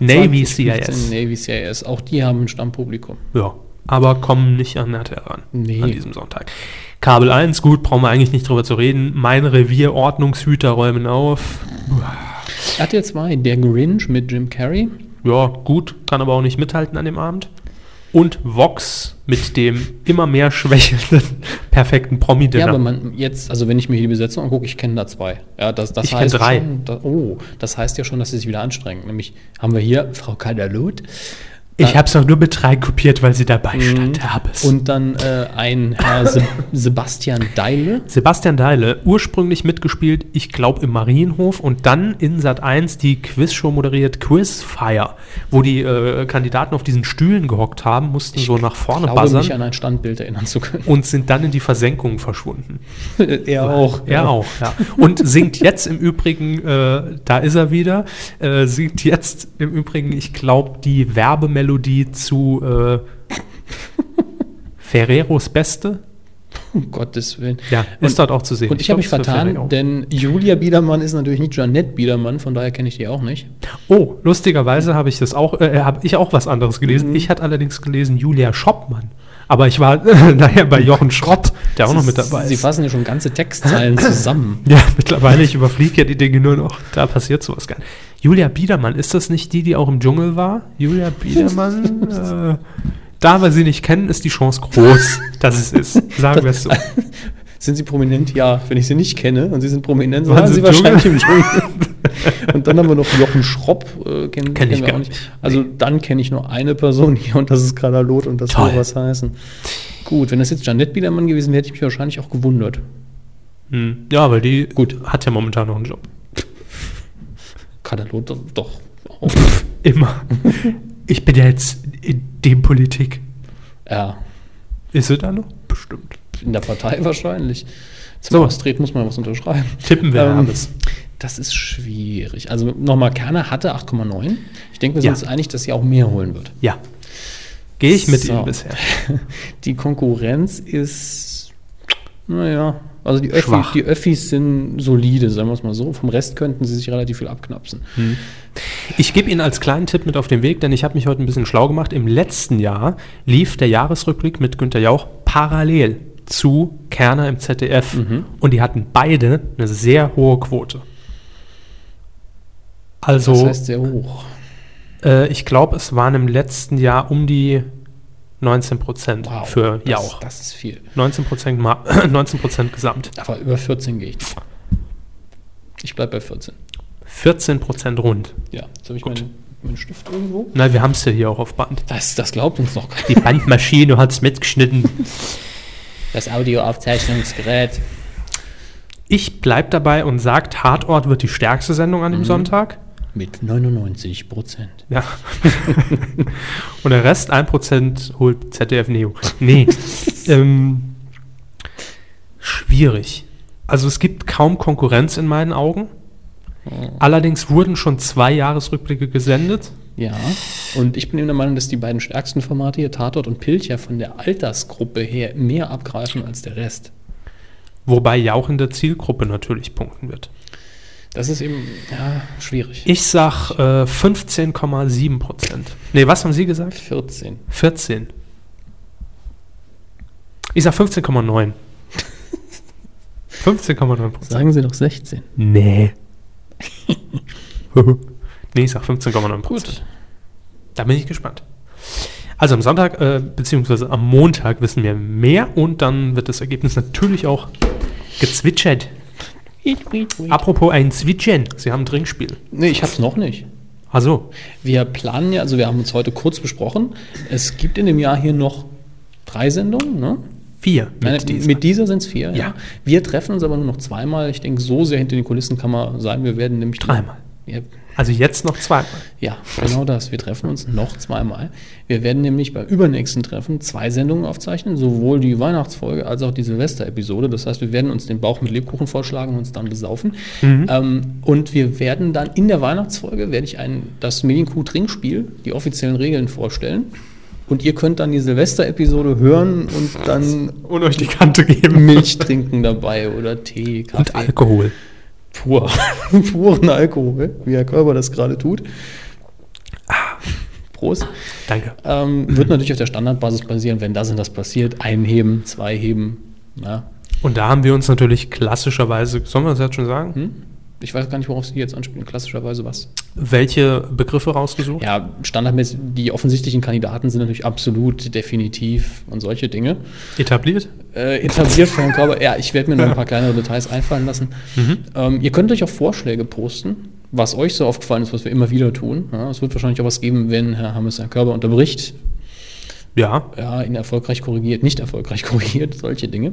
B: Navy
A: 2015
B: CIS.
A: Navy CIS. Auch die haben ein Stammpublikum.
B: Ja, aber kommen nicht an RTL ran
A: Nee.
B: an diesem Sonntag. Kabel 1, gut, brauchen wir eigentlich nicht drüber zu reden. Mein Revier, Ordnungshüter räumen auf.
A: RTL 2, der Grinch mit Jim Carrey.
B: Ja, gut, kann aber auch nicht mithalten an dem Abend. Und Vox mit dem immer mehr schwächelnden
A: Ja,
B: perfekten
A: aber
B: Promi-Dinner.
A: man jetzt, also wenn ich mir hier die Besetzung angucke, ich kenne da zwei. Ja, das, das
B: Ich kenn drei.
A: Schon, da, oh, das heißt ja schon, dass sie sich wieder anstrengen. Nämlich haben wir hier Frau Kadalot,
B: Ich habe es auch nur mit kopiert, weil sie dabei stand, Herr Habes.
A: Mhm. Und dann äh, ein Herr Se Sebastian Deile.
B: Sebastian Deile, ursprünglich mitgespielt, ich glaube, im Marienhof und dann in Sat 1 die Quizshow moderiert Quizfire, wo die äh, Kandidaten auf diesen Stühlen gehockt haben, mussten so nach vorne
A: Glaube mich
B: buzzern
A: an ein Standbild erinnern zu können.
B: und sind dann in die Versenkung verschwunden.
A: er auch.
B: Er auch, ja. Und singt jetzt im Übrigen, äh, da ist er wieder, äh, singt jetzt im Übrigen, ich glaube, die Werbemelodie zu äh, Ferreros Beste.
A: Um Gottes Willen.
B: Ja, ist
A: und,
B: dort auch zu sehen.
A: Und ich habe mich
B: glaub, es wird
A: vertan,
B: Ferrero.
A: denn Julia Biedermann ist natürlich nicht Janette Biedermann, von daher kenne ich die auch nicht.
B: Oh, lustigerweise habe ich das auch, äh, habe ich auch was anderes
A: Mhm.
B: gelesen. Ich hatte allerdings gelesen Julia Schoppmann. Aber ich war nachher bei Jochen Schrott, der auch noch mit dabei
A: Sie
B: ist.
A: fassen ja schon ganze Textzeilen zusammen.
B: Ja, mittlerweile, ich überfliege ja die Dinge nur noch. Da passiert sowas gar nicht. Julia Biedermann, ist das nicht die, die auch im Dschungel war? Julia Biedermann? äh, da wir sie nicht kennen, ist die Chance groß, dass es ist. Sagen wir es so.
A: Sind sie prominent? Ja. Wenn ich sie nicht kenne und sie sind prominent,
B: Waren
A: waren
B: sie
A: sie
B: im Dschungel?
A: wahrscheinlich im Dschungel. und dann haben wir noch Jochen Schropp, äh, kennen,
B: Kenn ich
A: kennen wir
B: gar
A: auch nicht. Also dann kenne ich nur eine Person hier und das ist Kadalot und das
B: Toll.
A: soll was heißen. Gut, wenn das jetzt Janette Biedermann gewesen wäre, hätte ich mich wahrscheinlich auch gewundert.
B: Hm, Ja, weil die gut hat ja momentan noch einen Job.
A: Kadalot doch- doch. Oh, Auch.
B: Immer. Ich bin ja jetzt in dem Politik.
A: ja,
B: Ist sie da noch? Bestimmt.
A: in der Partei wahrscheinlich. Zum
B: So.
A: Austritt muss man was unterschreiben.
B: Tippen wir,
A: Ähm,
B: Hermes.
A: das ist schwierig. Also nochmal, Kerner hatte 8,9. Ich denke, wir
B: Ja.
A: sind uns einig, dass sie auch mehr holen wird.
B: Ja. Gehe ich mit
A: So.
B: Ihnen bisher.
A: Die Konkurrenz ist, naja, also die, Öffi,
B: Schwach.
A: die Öffis sind solide, sagen wir es mal so. Vom Rest könnten sie sich relativ viel abknapsen.
B: Ich gebe Ihnen als kleinen Tipp mit auf den Weg, denn ich habe mich heute ein bisschen schlau gemacht. Im letzten Jahr lief der Jahresrückblick mit Günter Jauch parallel zu Kerner im ZDF.
A: Mhm.
B: Und die hatten beide eine sehr hohe Quote. Also,
A: Das heißt sehr hoch.
B: äh, ich glaube, es waren im letzten Jahr um die 19 Prozent für
A: das,
B: Jauch.
A: Das ist viel.
B: 19 Prozent 19 gesamt.
A: Aber über 14 gehe ich nicht. Ich bleibe bei 14.
B: 14 Prozent rund.
A: Ja, jetzt habe ich
B: Gut.
A: meinen, meinen Stift irgendwo.
B: Na, wir haben es ja hier auch auf Band.
A: Das, das glaubt uns noch keiner.
B: Die Bandmaschine hat es mitgeschnitten.
A: Das Audioaufzeichnungsgerät.
B: Ich bleib dabei und sage, Tatort wird die stärkste Sendung an dem Sonntag.
A: Mit 99 Prozent.
B: Ja. und der Rest, 1% holt ZDF Neo. Nee. ähm, schwierig. Also es gibt kaum Konkurrenz in meinen Augen. Allerdings wurden schon zwei Jahresrückblicke gesendet.
A: Ja, und ich bin eben der Meinung, dass die beiden stärksten Formate hier, Tatort und Pilch, ja von der Altersgruppe her mehr abgreifen als der Rest.
B: Wobei Jauch in der Zielgruppe natürlich punkten wird.
A: Das ist eben ja, schwierig.
B: Ich sag äh, 15,7 Prozent. Nee, was haben Sie gesagt?
A: 14.
B: 14. Ich sag 15,9. 15,9 Prozent.
A: Sagen Sie doch 16.
B: Nee. nee, ich sag 15,9 Prozent.
A: Gut.
B: Da bin ich gespannt. Also am Sonntag, äh, beziehungsweise am Montag wissen wir mehr und dann wird das Ergebnis natürlich auch gezwitschert. Apropos ein Zwitschern, Sie haben ein Trinkspiel.
A: Nee, ich hab's noch nicht.
B: Also,
A: Wir planen ja, also wir haben uns heute kurz besprochen. Es gibt in dem Jahr hier noch drei Sendungen, ne?
B: vier mit
A: Nein,
B: dieser.
A: mit dieser sind es vier.
B: Ja.
A: Wir treffen uns aber nur noch zweimal. Ich denke, so sehr hinter den Kulissen kann man sein. Wir werden nämlich
B: Dreimal.
A: Ja,
B: Also jetzt noch zweimal.
A: Ja, genau das. Wir treffen uns noch zweimal. Wir werden nämlich beim übernächsten Treffen zwei Sendungen aufzeichnen, sowohl die Weihnachtsfolge als auch die Silvester-Episode. Das heißt, wir werden uns den Bauch mit Lebkuchen vorschlagen und uns dann besaufen.
B: Mhm.
A: Ähm, und wir werden dann in der Weihnachtsfolge, werde ich ein, das Medienkuh-Trinkspiel, die offiziellen Regeln vorstellen. Und ihr könnt dann die Silvester-Episode hören und dann
B: Und euch die Kante geben.
A: Milch trinken dabei oder Tee, Kaffee
B: Und Alkohol.
A: pur, puren Alkohol, wie Herr Körber das gerade tut. Ah, Prost.
B: Danke.
A: Ähm, wird natürlich auf der Standardbasis basieren, wenn das und das passiert. Ein heben, zwei heben. Ja.
B: Und da haben wir uns natürlich klassischerweise, sollen wir das jetzt schon sagen,
A: Hm? Ich weiß gar nicht, worauf Sie jetzt anspielen. Klassischerweise was?
B: welche Begriffe rausgesucht?
A: Ja, standardmäßig, die offensichtlichen Kandidaten sind natürlich absolut, definitiv und solche Dinge.
B: Etabliert?
A: äh, etabliert von
B: Mhm.
A: Körper. Ja, ich werde mir noch ein paar kleinere Details einfallen lassen. Ähm, ihr könnt euch auch Vorschläge posten. was euch so aufgefallen ist, was wir immer wieder tun. Ja, es wird wahrscheinlich auch was geben, wenn Herr Hammes seinen Körper unterbricht,
B: Ja,
A: ja, ihn erfolgreich korrigiert, nicht erfolgreich korrigiert, solche Dinge.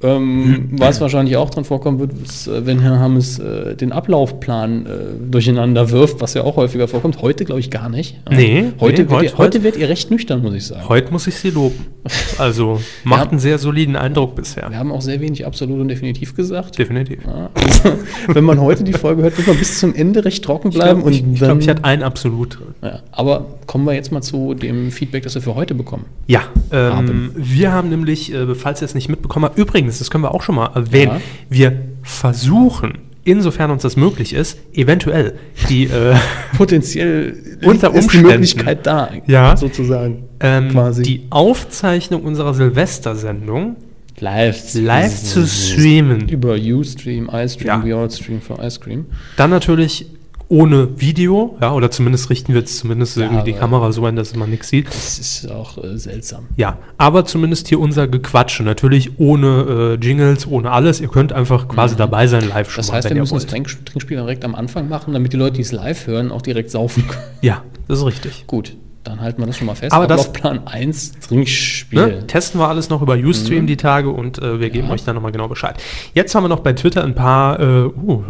A: Ähm,
B: Mhm.
A: was wahrscheinlich auch dran vorkommen wird, ist, äh, wenn Herr Hammes äh, den Ablaufplan äh, durcheinander wirft, was ja auch häufiger vorkommt. Heute glaube ich gar nicht. Ja.
B: Nee,
A: heute,
B: nee,
A: wird
B: heute-
A: ihr, heute wird ihr recht nüchtern, muss ich sagen.
B: heute muss ich sie loben. Also macht einen sehr soliden Eindruck bisher.
A: Wir haben auch sehr wenig absolut und definitiv gesagt.
B: Definitiv.
A: Ja, also, wenn man heute die Folge hört, wird man bis zum Ende recht trocken bleiben.
B: ich glaube,
A: und
B: ich, glaub,
A: dann,
B: ich hatte ein absolut.
A: ja, aber kommen wir jetzt mal zu dem Feedback, das wir für heute bekommen.
B: Ja, ähm,
A: Haben.
B: wir haben nämlich, äh, falls ihr es nicht mitbekommen habt, übrigens, das können wir auch schon mal erwähnen,
A: Ja.
B: wir versuchen, insofern uns das möglich ist, eventuell die, äh,
A: Potenziell
B: Unter
A: ist die
B: Umständen.
A: Möglichkeit da,
B: Ja.
A: sozusagen.
B: ähm,
A: Quasi.
B: die Aufzeichnung unserer Silvester-Sendung
A: Live,
B: live zu streamen.
A: Über Ustream, iStream,
B: Ja.
A: We All Stream for Ice Cream.
B: Dann natürlich ohne Video, ja, oder zumindest richten wir jetzt zumindest irgendwie die
A: aber-
B: Kamera so ein, dass man nichts sieht.
A: Das ist auch äh, seltsam.
B: Ja, aber zumindest hier unser Gequatsche. Natürlich ohne äh, Jingles, ohne alles. Ihr könnt einfach quasi dabei sein, live
A: Mhm.
B: schon
A: Das
B: mal,
A: heißt,
B: wenn
A: wir
B: ihr
A: müssen das
B: wollt.
A: Trink Trinkspiel direkt am Anfang machen, damit die Leute, die es live hören, auch direkt saufen können.
B: Ja, das ist richtig.
A: Gut, dann halten wir das schon mal fest.
B: Aber das-
A: auf Plan 1 Trinkspiel.
B: Ne? Testen wir alles noch über Ustream die Tage und äh, wir geben euch dann nochmal genau Bescheid. Jetzt haben wir noch bei Twitter ein paar, äh, uh,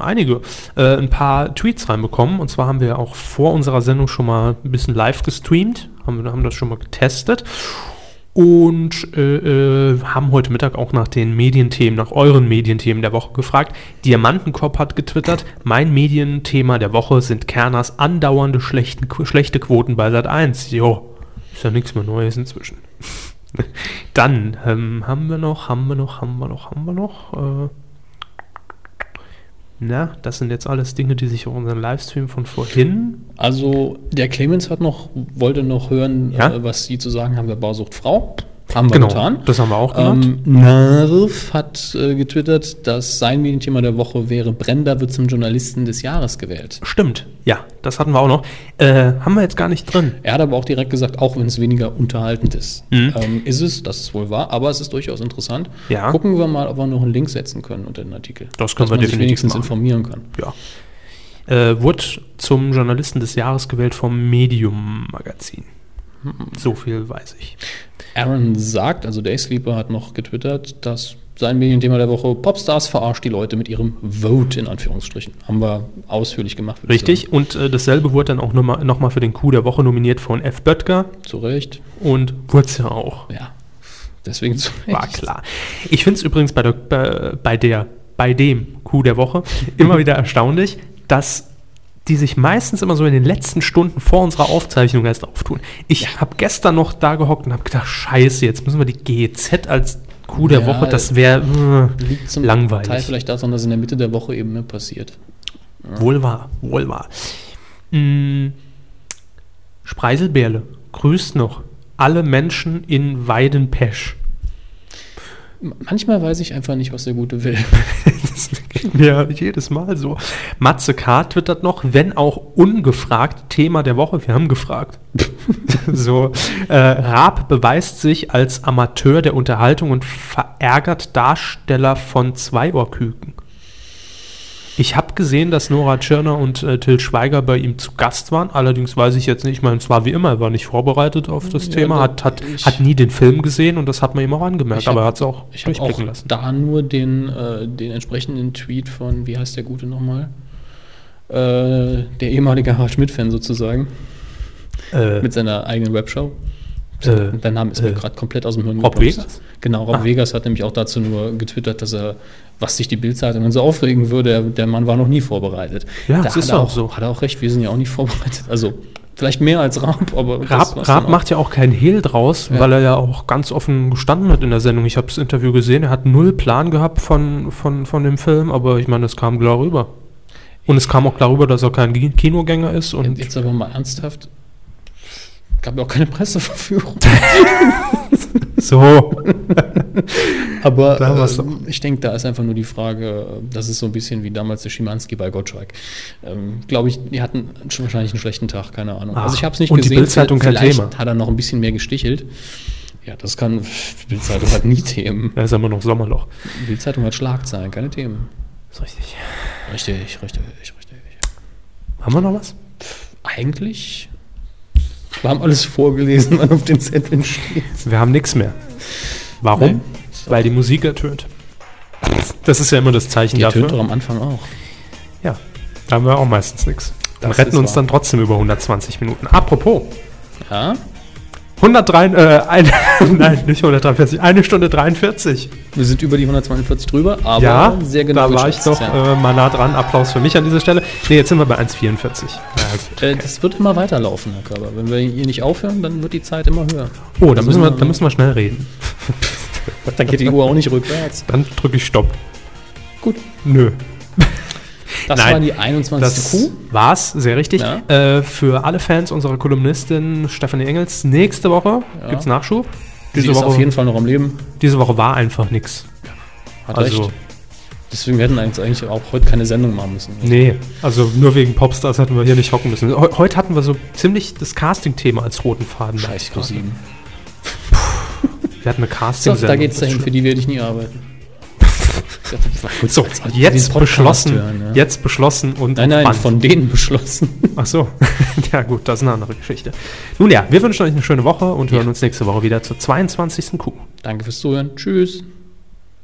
B: einige, äh, ein paar Tweets reinbekommen. Und zwar haben wir auch vor unserer Sendung schon mal ein bisschen live gestreamt, haben, haben das schon mal getestet. Und äh, äh, haben heute Mittag auch nach den Medienthemen, nach euren Medienthemen der Woche gefragt. Diamantenkopf hat getwittert, mein Medienthema der Woche sind Kerners andauernde schlechten, schlechte Quoten bei Sat 1. Jo, ist ja nichts mehr Neues inzwischen. Dann ähm, haben wir noch, haben wir noch, haben wir noch, haben wir noch. Äh, na, das sind jetzt alles Dinge, die sich auf unseren Livestream von vorhin.
A: Also, der Clemens hat noch, wollte noch hören,
B: Ja? Genau,
A: äh, was Sie zu sagen haben bei Bausucht Frau. Haben wir getan.
B: das haben wir auch gemacht.
A: Ähm, Nerv hat äh, getwittert, dass sein Medienthema der Woche wäre, Brenda wird zum Journalisten des Jahres gewählt.
B: Stimmt, ja, das hatten wir auch noch. Äh, haben wir jetzt gar nicht drin.
A: Er hat aber auch direkt gesagt, auch wenn es weniger unterhaltend ist,
B: Mhm.
A: ähm, ist es, das ist wohl wahr, aber es ist durchaus interessant.
B: Ja.
A: Gucken wir mal, ob wir noch einen Link setzen können unter den Artikel.
B: Das können
A: dass
B: wir
A: man sich
B: definitiv
A: wenigstens
B: machen.
A: informieren kann.
B: Ja. Äh, wurde zum Journalisten des Jahres gewählt vom Medium-Magazin. So viel weiß ich.
A: Aaron sagt, also Daysleeper hat noch getwittert, dass sein Medienthema der Woche Popstars verarscht die Leute mit ihrem Vote in Anführungsstrichen. Haben wir ausführlich gemacht. würde ich
B: Richtig, und äh, dasselbe wurde dann auch nochmal noch mal für den Coup der Woche nominiert von F. Böttger
A: Sagen. Zu Recht.
B: und wurde es ja auch.
A: Ja. Deswegen zu Recht.
B: War klar. Ich finde es übrigens bei der, bei, bei der, bei dem Coup der Woche immer wieder erstaunlich, dass die sich meistens immer so in den letzten Stunden vor unserer Aufzeichnung erst auftun. Ich habe gestern noch da gehockt und habe gedacht, scheiße, jetzt müssen wir die GEZ als Coup der
A: Ja,
B: Woche, das äh, wäre
A: Liegt zum
B: langweilig.
A: Teil vielleicht daran, dass in der Mitte der Woche eben mehr passiert.
B: Wohl wahr, wohl wahr. Mm, Spreiselbärle, grüßt noch alle Menschen in Weidenpesch.
A: M- Manchmal weiß ich einfach nicht, was der Gute will.
B: Das geht mir jedes Mal so. Matze K. twittert noch, wenn auch ungefragt, Thema der Woche. Wir haben gefragt. so, äh, Raab beweist sich als Amateur der Unterhaltung und verärgert Darsteller von Zweiohrküken. Ich habe gesehen, dass Nora Tschirner und äh, Till Schweiger bei ihm zu Gast waren. Allerdings weiß ich jetzt nicht, ich meine, es war wie immer, er war nicht vorbereitet auf das Thema,
A: da-
B: hat, hat,
A: ich-
B: hat nie den Film gesehen und das hat man ihm auch angemerkt,
A: Ich hab-
B: aber er hat es auch
A: Ich habe auch
B: durchblicken lassen.
A: da nur den, äh, den entsprechenden Tweet von, wie heißt der Gute nochmal? Äh, der ehemalige Harald Schmidt-Fan sozusagen,
B: Äh,
A: mit seiner eigenen Webshow.
B: Äh,
A: Der Name ist mir
B: äh,
A: gerade komplett aus dem Hirn
B: Rob
A: geplatzt.
B: Vegas?
A: Genau, Rob
B: Ah.
A: Vegas hat nämlich auch dazu nur getwittert, dass er, was sich die Bildzeitung so aufregen würde, der, der Mann war noch nie vorbereitet.
B: Ja,
A: da
B: das
A: hat
B: ist
A: er
B: auch so.
A: Hat er auch recht, wir sind ja auch nicht vorbereitet. Also, vielleicht mehr als Raab, aber. das war's
B: Raab, Raab
A: dann auch.
B: macht ja auch keinen Hehl draus, weil er ja auch ganz offen gestanden hat in der Sendung. Ich habe das Interview gesehen, er hat null Plan gehabt von, von, von dem Film, aber ich meine, es kam klar rüber. Und es kam auch klar rüber, dass er kein Gi- Kinogänger ist. Und
A: Jetzt aber mal ernsthaft. Gab ja auch keine Presseverführung.
B: so.
A: Aber
B: Da war's
A: ähm, ich denke, da ist einfach nur die Frage, äh, das ist so ein bisschen wie damals der Schimanski bei Gottschalk. Ähm, Glaube ich, die hatten schon wahrscheinlich einen schlechten Tag, keine Ahnung.
B: Ah,
A: also ich habe es nicht
B: und die
A: gesehen.
B: Bild-Zeitung kein
A: vielleicht
B: Thema.
A: hat er noch ein bisschen mehr gestichelt. Ja, das kann, die Bild-Zeitung hat nie Themen.
B: Da ist immer noch Sommerloch.
A: Die Bild-Zeitung hat Schlagzeilen, keine Themen.
B: Ist richtig.
A: Richtig, richtig, richtig.
B: Haben wir noch was?
A: Eigentlich, wir haben alles vorgelesen, was auf den Zetteln steht.
B: Wir haben nichts mehr. Warum?
A: Nein.
B: Weil die Musik ertönt. Das ist ja immer das Zeichen
A: Die tönt doch
B: dafür.
A: am Anfang auch.
B: Ja, da haben wir auch meistens nichts. Dann
A: Das
B: retten
A: ist
B: uns
A: wahr.
B: dann trotzdem über 120 Minuten. Apropos,
A: Ja?
B: 103, äh, ein, nein, nicht 143, eine Stunde 43.
A: Wir sind über die 142 drüber, aber
B: ja,
A: sehr genau.
B: da war ich
A: geschätzt,
B: doch
A: ja.
B: äh, mal nah dran. Applaus für mich an dieser Stelle. Nee, jetzt sind wir bei 1,44.
A: Äh, Das wird immer weiterlaufen, Herr Körber. Wenn wir hier nicht aufhören, dann wird die Zeit immer höher. Also
B: Oh, da müssen, wir, da müssen wir schnell reden.
A: Dann geht die Uhr auch nicht rückwärts.
B: Dann drücke ich Stopp.
A: Gut.
B: Nö.
A: Das
B: Nein,
A: war die 21.
B: Das
A: Kuh.
B: war's, sehr richtig.
A: Ja.
B: Äh, für alle Fans unserer Kolumnistin Stefanie Engels, nächste Woche gibt's Nachschub.
A: Sie
B: Diese
A: ist auf jeden
B: Woche,
A: Fall noch am Leben.
B: diese Woche war einfach nix.
A: Hat
B: Also,
A: recht. Deswegen hätten wir jetzt eigentlich auch heute keine Sendung machen müssen.
B: nee, also nur wegen Popstars hätten wir hier nicht hocken müssen. Heu- heute hatten wir so ziemlich das Casting-Thema als roten Faden.
A: Scheiß Q7.
B: Wir hatten eine
A: So,
B: Casting-Sendung.
A: da geht's dahin,
B: Das
A: für die werde ich nie arbeiten.
B: ist So,
A: Als ob die diesen
B: jetzt
A: Podcast
B: beschlossen,
A: hören, ja.
B: jetzt beschlossen und
A: Nein,
B: auf
A: nein,
B: Band.
A: von denen beschlossen.
B: Ach so, ja gut, das ist eine andere Geschichte. Nun ja, wir wünschen euch eine schöne Woche und hören uns nächste Woche wieder zur 22. Kuh.
A: Danke fürs Zuhören. Tschüss.